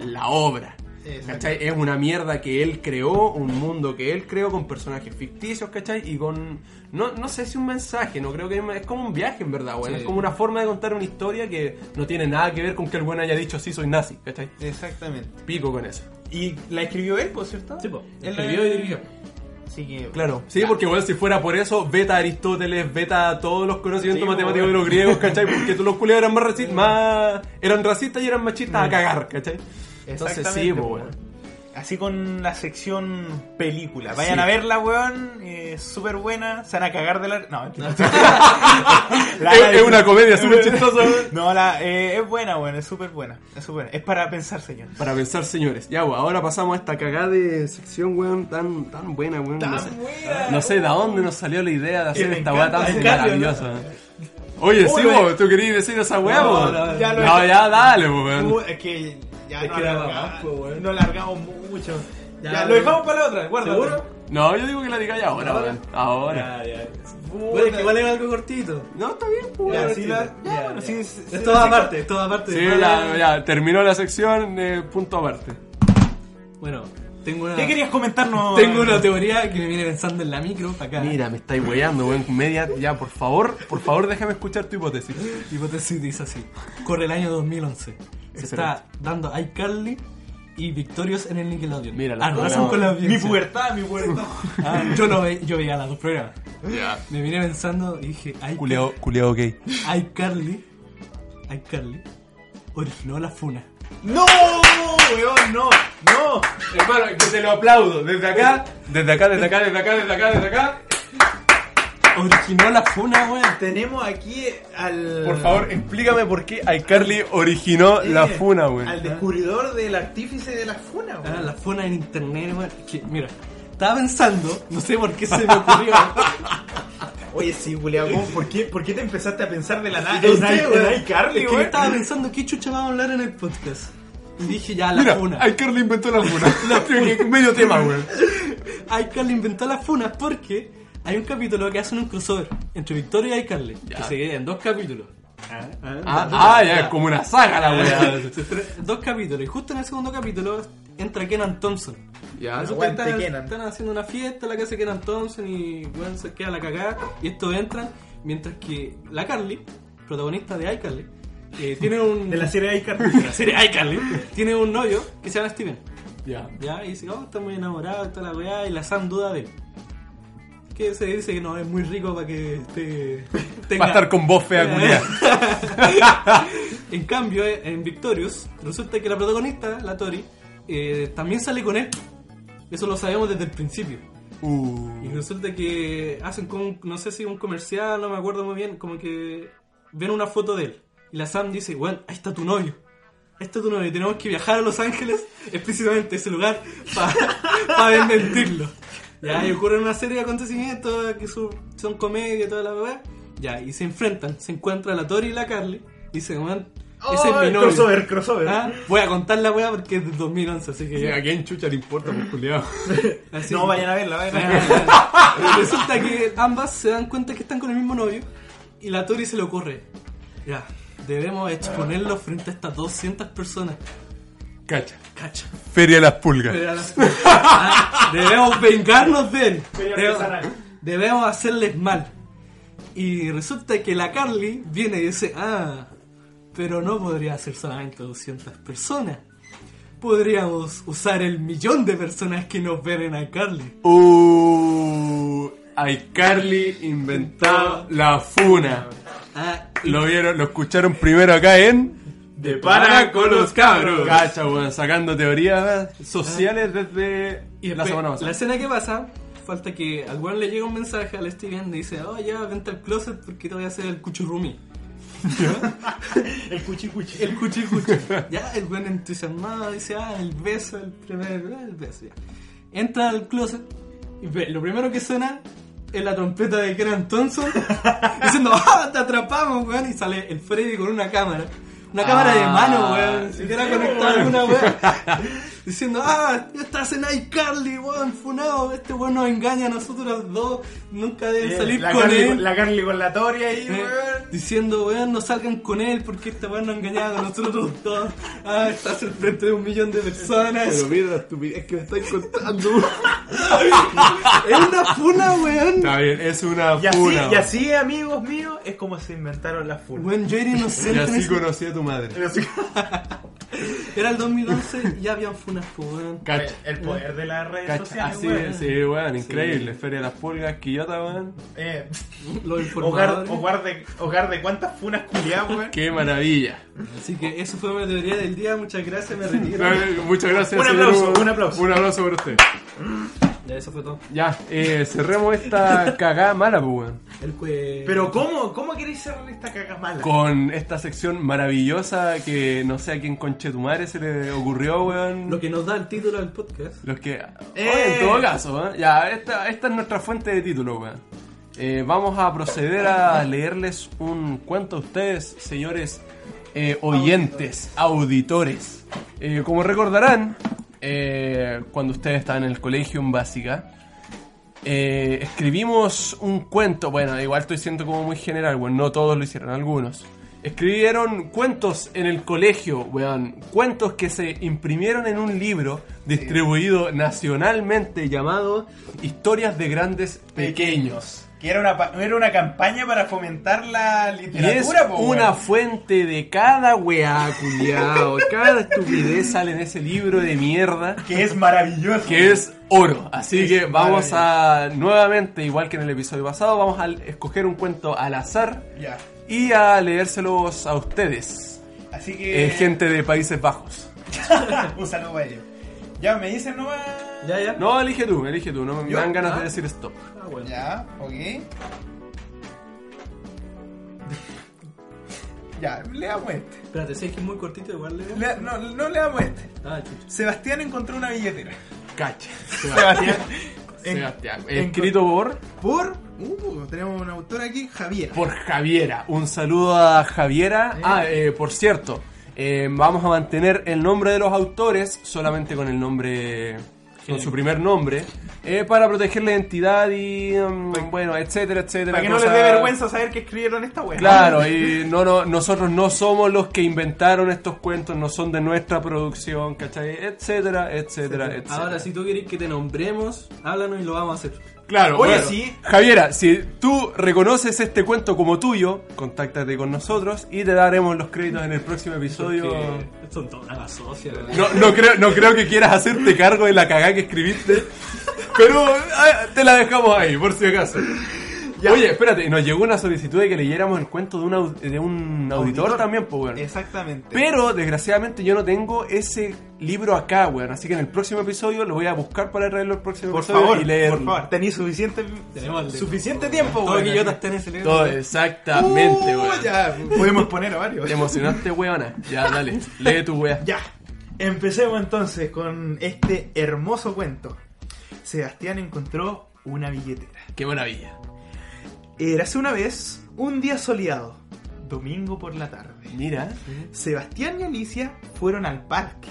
Speaker 1: la obra.
Speaker 2: Exacto.
Speaker 1: ¿Cachai? Es una mierda que él creó, un mundo que él creó con personajes ficticios, ¿cachai? Y con... No, no sé si un mensaje, no creo que... Es como un viaje, en verdad, weón.
Speaker 3: Sí.
Speaker 1: Es como una forma de contar una historia que no tiene nada que ver con que el buen haya dicho sí, soy nazi, ¿cachai?
Speaker 2: Exactamente.
Speaker 1: Pico con eso.
Speaker 2: Y la escribió él, por cierto.
Speaker 3: Sí, pues.
Speaker 2: Él la-
Speaker 3: Escribió y dirigió.
Speaker 2: Así que.
Speaker 1: Claro. Sí, porque, bueno, si fuera por eso, veta a Aristóteles, veta a todos los conocimientos
Speaker 2: Sí,
Speaker 1: matemáticos de
Speaker 2: weón.
Speaker 1: los griegos, ¿cachai? Porque todos los culios eran más racistas, más... Eran racistas y eran machistas a cagar, ¿cachai? Entonces sí,
Speaker 2: Exactamente,
Speaker 1: pues,
Speaker 2: po,
Speaker 1: weón.
Speaker 2: weón. Así con la sección película. Vayan
Speaker 1: Sí.
Speaker 2: a verla, weón. eh, súper buena. Se van a cagar de la. No, mentira. La-
Speaker 1: Es, es una comedia súper chistosa, weón.
Speaker 2: No, la, eh, es buena, weón. Es súper buena. Es súper buena. Es para pensar, señor.
Speaker 1: Para pensar, señores. Ya, weón, ahora pasamos a esta cagada de sección, weón, tan, tan buena, weón. no, sé, no sé de dónde nos salió la idea de hacer
Speaker 2: me
Speaker 1: esta weá
Speaker 2: encanta,
Speaker 1: tan
Speaker 2: me encanta,
Speaker 1: maravillosa. Oye, sí,
Speaker 2: Oye.
Speaker 1: weón, tú querías decir esa weá,
Speaker 2: No,
Speaker 1: weón.
Speaker 2: no,
Speaker 1: ya,
Speaker 2: ya lo-
Speaker 1: dale, weón.
Speaker 2: Uh, es que ya
Speaker 3: Es
Speaker 2: no,
Speaker 3: que era
Speaker 2: alargamos,
Speaker 3: más, po, weón.
Speaker 2: no alargamos mucho.
Speaker 3: Ya,
Speaker 2: Ya,
Speaker 3: weón.
Speaker 2: lo dejamos para la otra, guarda.
Speaker 3: ¿Seguro?
Speaker 1: No, yo digo que la diga ya ahora, weón. Ahora.
Speaker 3: Ya, ya. Bueno, es que igual era algo cortito.
Speaker 1: No, está bien, pues,
Speaker 2: Ya,
Speaker 1: weón.
Speaker 2: sí, la- ya,
Speaker 3: Ya,
Speaker 2: bueno,
Speaker 3: ya.
Speaker 2: sí, sí,
Speaker 3: Es
Speaker 2: sí,
Speaker 3: toda
Speaker 2: sí,
Speaker 3: aparte, es toda aparte.
Speaker 1: Sí,
Speaker 3: Vale.
Speaker 1: ya, ya, terminó la sección, eh, punto aparte.
Speaker 3: Bueno, tengo una.
Speaker 2: ¿Qué querías comentarnos?
Speaker 3: Ah. Tengo una teoría que me viene pensando en la micro acá.
Speaker 1: Mira, me estáis weyando, weón. Media, ya, por favor, por favor, déjame escuchar tu hipótesis.
Speaker 3: Hipótesis dice así. Corre el año 2011. Se está dando iCarly y Victorious en el Nickelodeon.
Speaker 1: Mira, la programa-
Speaker 3: Arrasan con la
Speaker 2: Mi
Speaker 3: audiencia.
Speaker 2: pubertad, mi pubertad.
Speaker 3: Ah, yo, lo ve- yo veía las dos programas.
Speaker 1: Ya.
Speaker 3: Me vine pensando y dije, "Ay,
Speaker 1: Culeo, culeo gay.
Speaker 3: iCarly, iCarly, originó la funa.
Speaker 2: ¡No! ¡Weón, no! ¡No!
Speaker 1: Hermano, que te lo aplaudo. Desde acá, desde acá, desde acá, desde acá, desde acá, desde acá.
Speaker 3: Originó la funa, weón.
Speaker 2: Tenemos aquí al.
Speaker 1: Por favor, explícame por qué iCarly originó
Speaker 2: eh,
Speaker 1: la funa, güey.
Speaker 2: Al descubridor del artífice de la funa,
Speaker 3: Ah,
Speaker 2: weón.
Speaker 3: la funa en internet, weón. Que, Mira, estaba pensando, no sé por qué se me ocurrió.
Speaker 2: Oye, sí, culiao, ¿cómo? ¿por qué, ¿por qué te empezaste a pensar de la nada
Speaker 3: No
Speaker 2: en,
Speaker 3: sé,
Speaker 2: I- en
Speaker 3: weón.
Speaker 2: iCarly,
Speaker 3: Es que yo
Speaker 2: weón?
Speaker 3: estaba pensando qué chucha vamos a hablar en el podcast. Y dije, ya, la funa.
Speaker 1: Mira, iCarly inventó la funa. la Medio tema, güey.
Speaker 3: iCarly inventó las funas porque hay un capítulo que hacen un crossover entre Victoria y iCarly, que se divide en dos capítulos.
Speaker 1: Ah, ah, ya, es como una saga la weá.
Speaker 3: Se estren- Dos capítulos, y justo en el segundo capítulo entra Kenan Thompson.
Speaker 1: Ya,
Speaker 3: Resulta
Speaker 2: Aguante,
Speaker 3: que están,
Speaker 2: Kenan.
Speaker 3: están haciendo una fiesta en la casa de Kenan Thompson y bueno, se queda la cagada. Y estos entran, mientras que la Carly, protagonista de iCarly, eh, tiene un.
Speaker 2: De la serie Icar.
Speaker 3: de la serie iCarly, tiene un novio que se llama Steven.
Speaker 1: ya.
Speaker 3: Ya, y dice, oh, está muy enamorado, está la weá, y la Sam duda de él. Que se dice que no, es muy rico para que esté.
Speaker 1: Va
Speaker 3: tenga-
Speaker 1: a estar con vos, fea culia.
Speaker 3: en cambio, eh, en Victorious, resulta que la protagonista, la Tori, eh, también sale con él. Eso lo sabemos desde el principio.
Speaker 1: Uh.
Speaker 3: Y resulta que hacen como, un- no sé si un comercial, no me acuerdo muy bien, como que ven una foto de él. Y la Sam dice, bueno, ahí está tu novio. Ahí está tu novio. Tenemos que viajar a Los Ángeles, explícitamente a ese lugar, para desmentirlo. Ya, y ocurren una serie de acontecimientos que su- son comedia y toda la weá. Ya, y se enfrentan, se encuentran la Tori y la Carly. Y dicen, bueno, ese
Speaker 2: Oh,
Speaker 3: es mi novio.
Speaker 2: crossover, crossover.
Speaker 3: Ah, Voy a contar la weá porque es del 2011, así que...
Speaker 1: Sí, ¿A quién chucha le importa, pues, culiao?
Speaker 3: así-
Speaker 2: No, vayan a verla, vayan a verla.
Speaker 3: Ah, Resulta que ambas se dan cuenta que están con el mismo novio y la Tori se le ocurre, ya, debemos exponerlo frente a estas 200 personas.
Speaker 1: Cacha.
Speaker 3: Cacha.
Speaker 1: Feria de las pulgas.
Speaker 3: Pero a las- Ah, debebemos vengarnos de él.
Speaker 2: Feria
Speaker 3: Debe-
Speaker 2: artesanal.
Speaker 3: debemos hacerles mal. Y resulta que la Carly viene y dice, ah, pero no podría ser solamente 200 personas. Podríamos usar el millón de personas que nos ven a Carly.
Speaker 1: Uh, iCarly inventó la funa.
Speaker 3: Ah,
Speaker 1: Lo vieron, lo escucharon primero acá en
Speaker 2: De
Speaker 1: Para con los cabros. Cacha, weón, sacando teorías sociales desde
Speaker 3: Y
Speaker 1: la
Speaker 3: después,
Speaker 1: semana pasada.
Speaker 3: La escena que pasa, falta que al weón le llega un mensaje al Steven y dice, oh ya, vente al closet porque te voy a hacer el cuchurrumi.
Speaker 2: El cuchi cuchi.
Speaker 3: El cuchicuchi. ya, el weón entusiasmado dice, ah, el beso, el primer, ah, el beso, ya. Entra al closet y ve, lo primero que suena es la trompeta de Grant Thompson diciendo, ah, te atrapamos, weón, y sale el Freddy con una cámara. Una cámara de
Speaker 1: Ah.
Speaker 3: mano, weón. Si quiera conectar alguna, weón. Diciendo, ah, estás en iCarly, weón, funado. Este weón nos engaña a nosotros dos. Nunca deben salir
Speaker 2: la
Speaker 3: con
Speaker 2: Carly,
Speaker 3: él.
Speaker 2: La Carly con la Tori ahí,
Speaker 3: Eh,
Speaker 2: weón.
Speaker 3: diciendo, weón, no salgan con él porque esta weón nos engañaba a nosotros todos. Ah, estás al frente de un millón de personas.
Speaker 1: Pero mira la estupidez que me estáis contando.
Speaker 3: es una funa, weón.
Speaker 1: Está bien, es una
Speaker 2: Y así,
Speaker 1: funa.
Speaker 2: y así, amigos míos, es como se inventaron las funas.
Speaker 3: Weón, yo era
Speaker 1: weón. Y
Speaker 3: inocente. en
Speaker 1: así
Speaker 3: ese-
Speaker 1: conocí a tu madre.
Speaker 3: Era el 2011 y ya habían funas, po, weón.
Speaker 1: Cacha.
Speaker 2: El poder de las redes
Speaker 1: Cacha,
Speaker 2: sociales,
Speaker 1: así
Speaker 2: weón.
Speaker 1: es, sí, weón, increíble. Feria de las pulgas, Quillota, weón.
Speaker 2: Eh,
Speaker 3: Los
Speaker 2: hogar,
Speaker 3: informadores.
Speaker 2: hogar de, hogar de cuántas funas culiadas, weón.
Speaker 1: Qué maravilla.
Speaker 3: Así que eso fue mi teoría del día. Muchas gracias, me retiro.
Speaker 1: Eh, Muchas gracias.
Speaker 2: Un
Speaker 1: señor
Speaker 2: aplauso,
Speaker 1: Hugo.
Speaker 2: un aplauso.
Speaker 1: Un aplauso para usted.
Speaker 3: Ya, eso fue todo.
Speaker 1: Ya, eh, cerremos esta cagada mala, pues, weón.
Speaker 3: El que...
Speaker 2: Pero ¿cómo, cómo queréis cerrar esta caca mala?
Speaker 1: Con esta sección maravillosa que no sé a quién conche tu madre se le ocurrió, weón.
Speaker 3: Lo que nos da el título del podcast.
Speaker 1: Los que. Oye,
Speaker 2: ¡Eh!
Speaker 1: en todo caso, ¿eh? ya, esta, esta es nuestra fuente de título, weón. Eh, vamos a proceder a leerles un cuento a ustedes, señores eh, oyentes, auditores. Eh, como recordarán, eh, cuando ustedes estaban en el colegio en básica, eh, escribimos un cuento. Bueno, igual estoy siendo como muy general, weón. No todos lo hicieron, algunos. Escribieron cuentos en el colegio, weón. Cuentos que se imprimieron en un libro distribuido nacionalmente llamado Historias de Grandes Pequeños.
Speaker 2: Que era una, pa- era una campaña para fomentar la
Speaker 1: Y es
Speaker 2: literatura, po, weón.
Speaker 1: una fuente de cada weá, culiao. Cada estupidez sale en ese libro de mierda.
Speaker 2: Que es maravilloso.
Speaker 1: que es oro. Así
Speaker 2: Es
Speaker 1: que vamos a nuevamente, igual que en el episodio pasado, vamos a escoger un cuento al azar
Speaker 2: Ya.
Speaker 1: y a leérselos a ustedes,
Speaker 2: Así que.
Speaker 1: eh, gente de Países Bajos.
Speaker 2: un saludo para ellos. Ya, me dicen nomás.
Speaker 3: Ya, ya.
Speaker 1: No, elige tú, elige tú, no me
Speaker 2: ¿Yo?
Speaker 1: dan ganas
Speaker 2: Ah.
Speaker 1: de decir stop.
Speaker 3: Ah, bueno.
Speaker 2: Ya, ok. ya, leamos este.
Speaker 3: Espérate, sé que es muy cortito, igual le...
Speaker 2: Lea- no, no leamos este.
Speaker 3: Ah, chucha.
Speaker 2: Sebastián encontró una billetera.
Speaker 1: Cacha.
Speaker 2: Sebastián.
Speaker 1: Sebastián.
Speaker 2: en-
Speaker 1: Escrito por,
Speaker 2: Por. Uh, tenemos un autor aquí, Javier.
Speaker 1: por Javiera. Un saludo a Javiera. Ah, eh, por cierto, eh, vamos a mantener el nombre de los autores solamente con el nombre con su primer nombre, eh, para proteger la identidad y, mm, bueno, etcétera, etcétera.
Speaker 2: Para que no les
Speaker 1: cosas-
Speaker 2: dé vergüenza saber que escribieron esta weá.
Speaker 1: Claro, y no, no, nosotros no somos los que inventaron estos cuentos, no son de nuestra producción, ¿cachai? Etcétera, etcétera, etcétera.
Speaker 3: Ahora, si tú querés que te nombremos, háblanos y lo vamos a hacer.
Speaker 1: Claro,
Speaker 2: Oye,
Speaker 1: bueno.
Speaker 2: sí.
Speaker 1: Javiera, si tú reconoces este cuento como tuyo, contáctate con nosotros y te daremos los créditos en el próximo episodio.
Speaker 3: Porque Son todas las socias. ¿verdad?
Speaker 1: No, no creo, no creo que quieras hacerte cargo de la cagada que escribiste. Pero ah, te la dejamos ahí, por si acaso. Oye, espérate, y nos llegó una solicitud de que leyéramos el cuento de, un au- de un auditor, también, pues bueno.
Speaker 2: Exactamente.
Speaker 1: Pero desgraciadamente yo no tengo ese libro acá, weón. Así que en el próximo episodio lo voy a buscar para traerlo el próximo
Speaker 2: por
Speaker 1: episodio
Speaker 2: favor,
Speaker 1: y leer.
Speaker 2: por favor, tenéis suficiente,
Speaker 3: Tenemos el de-
Speaker 2: suficiente tiempo,
Speaker 3: Todo
Speaker 2: weón.
Speaker 3: Quillota está en ese libro.
Speaker 1: Todo, exactamente,
Speaker 2: Uh,
Speaker 1: weón.
Speaker 2: ya, podemos poner a varios.
Speaker 1: Te emocionaste, weona. Ya, dale. Lee tu wea.
Speaker 2: Ya, empecemos entonces con este hermoso cuento. Sebastián encontró una billetera.
Speaker 1: Qué maravilla.
Speaker 2: Érase una vez un día soleado, domingo por la tarde.
Speaker 1: Mira.
Speaker 2: ¿Eh? Sebastián y Alicia fueron al parque.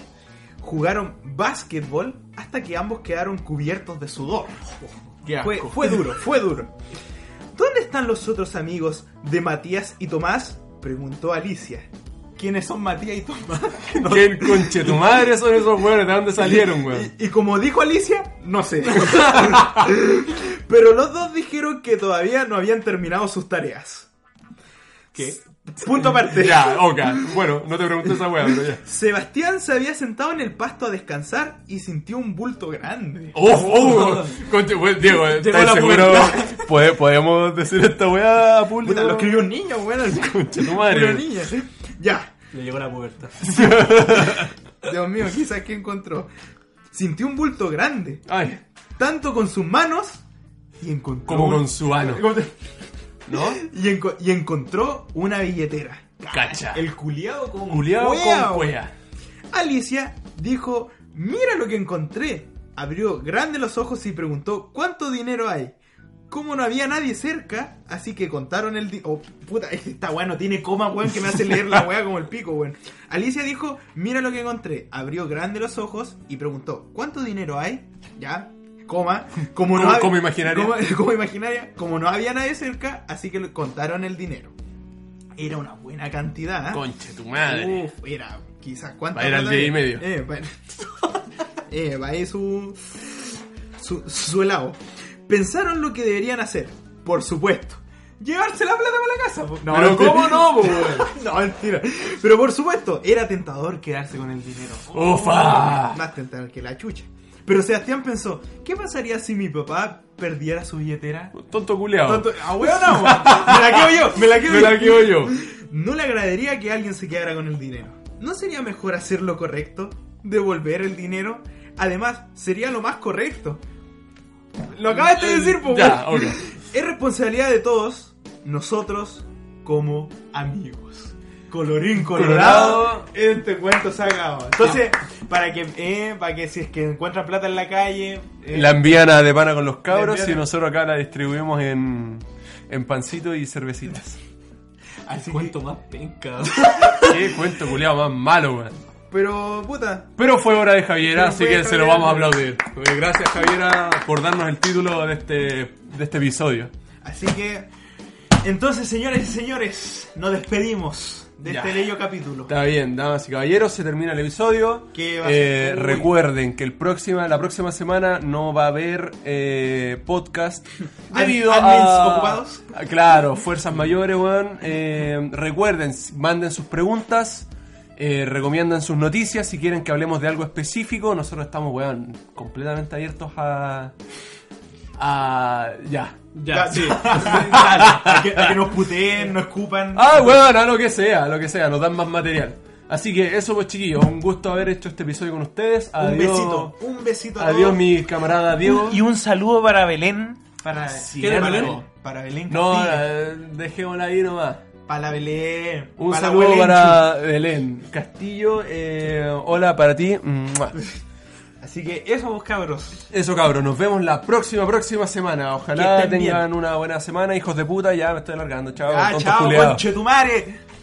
Speaker 2: Jugaron básquetbol hasta que ambos quedaron cubiertos de sudor.
Speaker 1: Qué
Speaker 2: Fue,
Speaker 1: asco.
Speaker 2: fue duro, fue duro. ¿Dónde están los otros amigos de Matías y Tomás? Preguntó Alicia. ¿Quiénes son Matías y Tomás?
Speaker 1: ¿Quién conche tu madre son esos weones? ¿De dónde salieron, weón?
Speaker 2: Y, y como dijo Alicia, no sé. Pero los dos dijeron que todavía no habían terminado sus tareas.
Speaker 1: ¿Qué?
Speaker 2: Punto aparte.
Speaker 1: Ya, ok. Bueno, no te pregunté esa wea, pero ya.
Speaker 2: Sebastián se había sentado en el pasto a descansar y sintió un bulto grande.
Speaker 1: Oh, oh, conche, weón, Diego,
Speaker 3: Llegó la
Speaker 1: ¿estás seguro? ¿Pode- ¿Podemos decir esta wea a público?
Speaker 2: Oh, Puta, lo escribió un niño, weón.
Speaker 1: Conche tu madre.
Speaker 2: Una niña. Ya.
Speaker 3: Le llegó la pubertad.
Speaker 2: Dios mío, quizás que encontró. Sintió un bulto grande,
Speaker 1: Ay,
Speaker 2: tanto con sus manos y encontró.
Speaker 1: como
Speaker 2: un-
Speaker 1: con su ano, ¿no?
Speaker 2: y, enco- y encontró una billetera.
Speaker 1: Cacha.
Speaker 2: El culiado con
Speaker 1: Culeado
Speaker 2: cuea,
Speaker 1: con
Speaker 2: weón.
Speaker 1: wea.
Speaker 2: Alicia dijo, mira lo que encontré. Abrió grande los ojos y preguntó, ¿cuánto dinero hay? Como no había nadie cerca, así que contaron el dinero... Oh, puta, esta weá no tiene coma, weón, que me hace leer la weá como el pico, weón. Alicia dijo, mira lo que encontré. Abrió grande los ojos y preguntó, ¿cuánto dinero hay? Ya, coma. Como, no
Speaker 1: Como-
Speaker 2: hab-
Speaker 1: como imaginaria.
Speaker 2: Como, como imaginaria. Como no había nadie cerca, así que contaron el dinero. Era una buena cantidad. ¿eh?
Speaker 1: Conche tu madre.
Speaker 2: Uf, era quizás cuánto.
Speaker 1: Va, era el
Speaker 2: plata
Speaker 1: día
Speaker 2: era?
Speaker 1: y medio.
Speaker 2: Eh, bueno. eh, va ahí su, su. su helado. Pensaron lo que deberían hacer, por supuesto. Llevarse la plata para la casa. po. No,
Speaker 1: Pero
Speaker 2: mentira.
Speaker 1: ¿cómo no, po, weón?
Speaker 2: No, mentira. Pero por supuesto, era tentador quedarse con el dinero.
Speaker 1: ¡Ufa!
Speaker 2: Más tentador que la chucha. Pero Sebastián pensó, ¿qué pasaría si mi papá perdiera su billetera?
Speaker 1: Tonto culeado.
Speaker 2: Tanto- ¡Ah, weón, no, weón! Me la quedo yo, me la quedo
Speaker 1: Me
Speaker 2: yo.
Speaker 1: la quedo yo.
Speaker 2: No le agradaría que alguien se quedara con el dinero. ¿No sería mejor hacer lo correcto? ¿Devolver el dinero? Además, sería lo más correcto. Lo acabas de decir, po,
Speaker 1: Eh, Ya, ok.
Speaker 2: weón. Es responsabilidad de todos, nosotros, como amigos. Colorín
Speaker 1: Colorado.
Speaker 2: colorado, este cuento se ha acabado. Entonces, para que, eh, para que si es que encuentran plata en la calle, eh,
Speaker 1: La envían a de pana con los cabros
Speaker 2: La envían
Speaker 1: y
Speaker 2: a-
Speaker 1: nosotros acá la distribuimos en, en pancito y cervecitas.
Speaker 3: Al
Speaker 2: Así
Speaker 3: cuento más penca.
Speaker 1: Qué cuento culeado más malo, weón.
Speaker 2: pero puta,
Speaker 1: Pero fue hora de Javiera,
Speaker 2: Pero
Speaker 1: así
Speaker 2: fue
Speaker 1: que se lo
Speaker 2: Javiera.
Speaker 1: vamos a aplaudir. Eh, Gracias, Javiera, por darnos el título de este, de este episodio.
Speaker 2: Así que, entonces, señores y señores, nos despedimos de
Speaker 1: Ya.
Speaker 2: este bello capítulo.
Speaker 1: Está bien, damas y caballeros, se termina el episodio.
Speaker 2: ¿Qué va a
Speaker 1: Eh,
Speaker 2: ser? Uy.
Speaker 1: recuerden que el próxima, la próxima semana no va a haber eh, podcast debido
Speaker 2: Ad- admins
Speaker 1: a
Speaker 2: ocupados.
Speaker 1: a- Claro, fuerzas mayores, weón. Eh, recuerden, s- manden sus preguntas. eh, recomiendan sus noticias si quieren que hablemos de algo específico. Nosotros estamos, weón, completamente abiertos a. a. ya.
Speaker 3: Ya, sí.
Speaker 2: a, que, a que nos puteen, nos escupan.
Speaker 1: Ah, weón, a lo que sea, a lo que sea, nos dan más material. Así que eso, pues chiquillos, un gusto haber hecho este episodio con ustedes.
Speaker 2: un
Speaker 1: Adiós.
Speaker 2: besito, un besito a
Speaker 1: Adiós,
Speaker 2: todos.
Speaker 1: mi camarada Diego.
Speaker 2: Y un saludo para Belén. Para,
Speaker 3: ¿Qué era
Speaker 2: para
Speaker 3: Belén?
Speaker 2: Para Belén.
Speaker 1: No,
Speaker 2: Castillo.
Speaker 1: eh, dejémosla ahí nomás.
Speaker 2: para la Belén.
Speaker 1: Un
Speaker 2: para la
Speaker 1: saludo
Speaker 2: Belén.
Speaker 1: para Belén Castillo. eh, hola para ti. Mua.
Speaker 2: Así que eso, vos cabros.
Speaker 1: Eso, cabros, nos vemos la próxima, próxima semana.
Speaker 2: Que
Speaker 1: Ojalá
Speaker 2: estén
Speaker 1: tengan una buena semana, hijos de puta. Ya me estoy alargando, chao.
Speaker 2: Ah,
Speaker 1: tontos
Speaker 2: chao,
Speaker 1: culiados.
Speaker 2: conchetumare.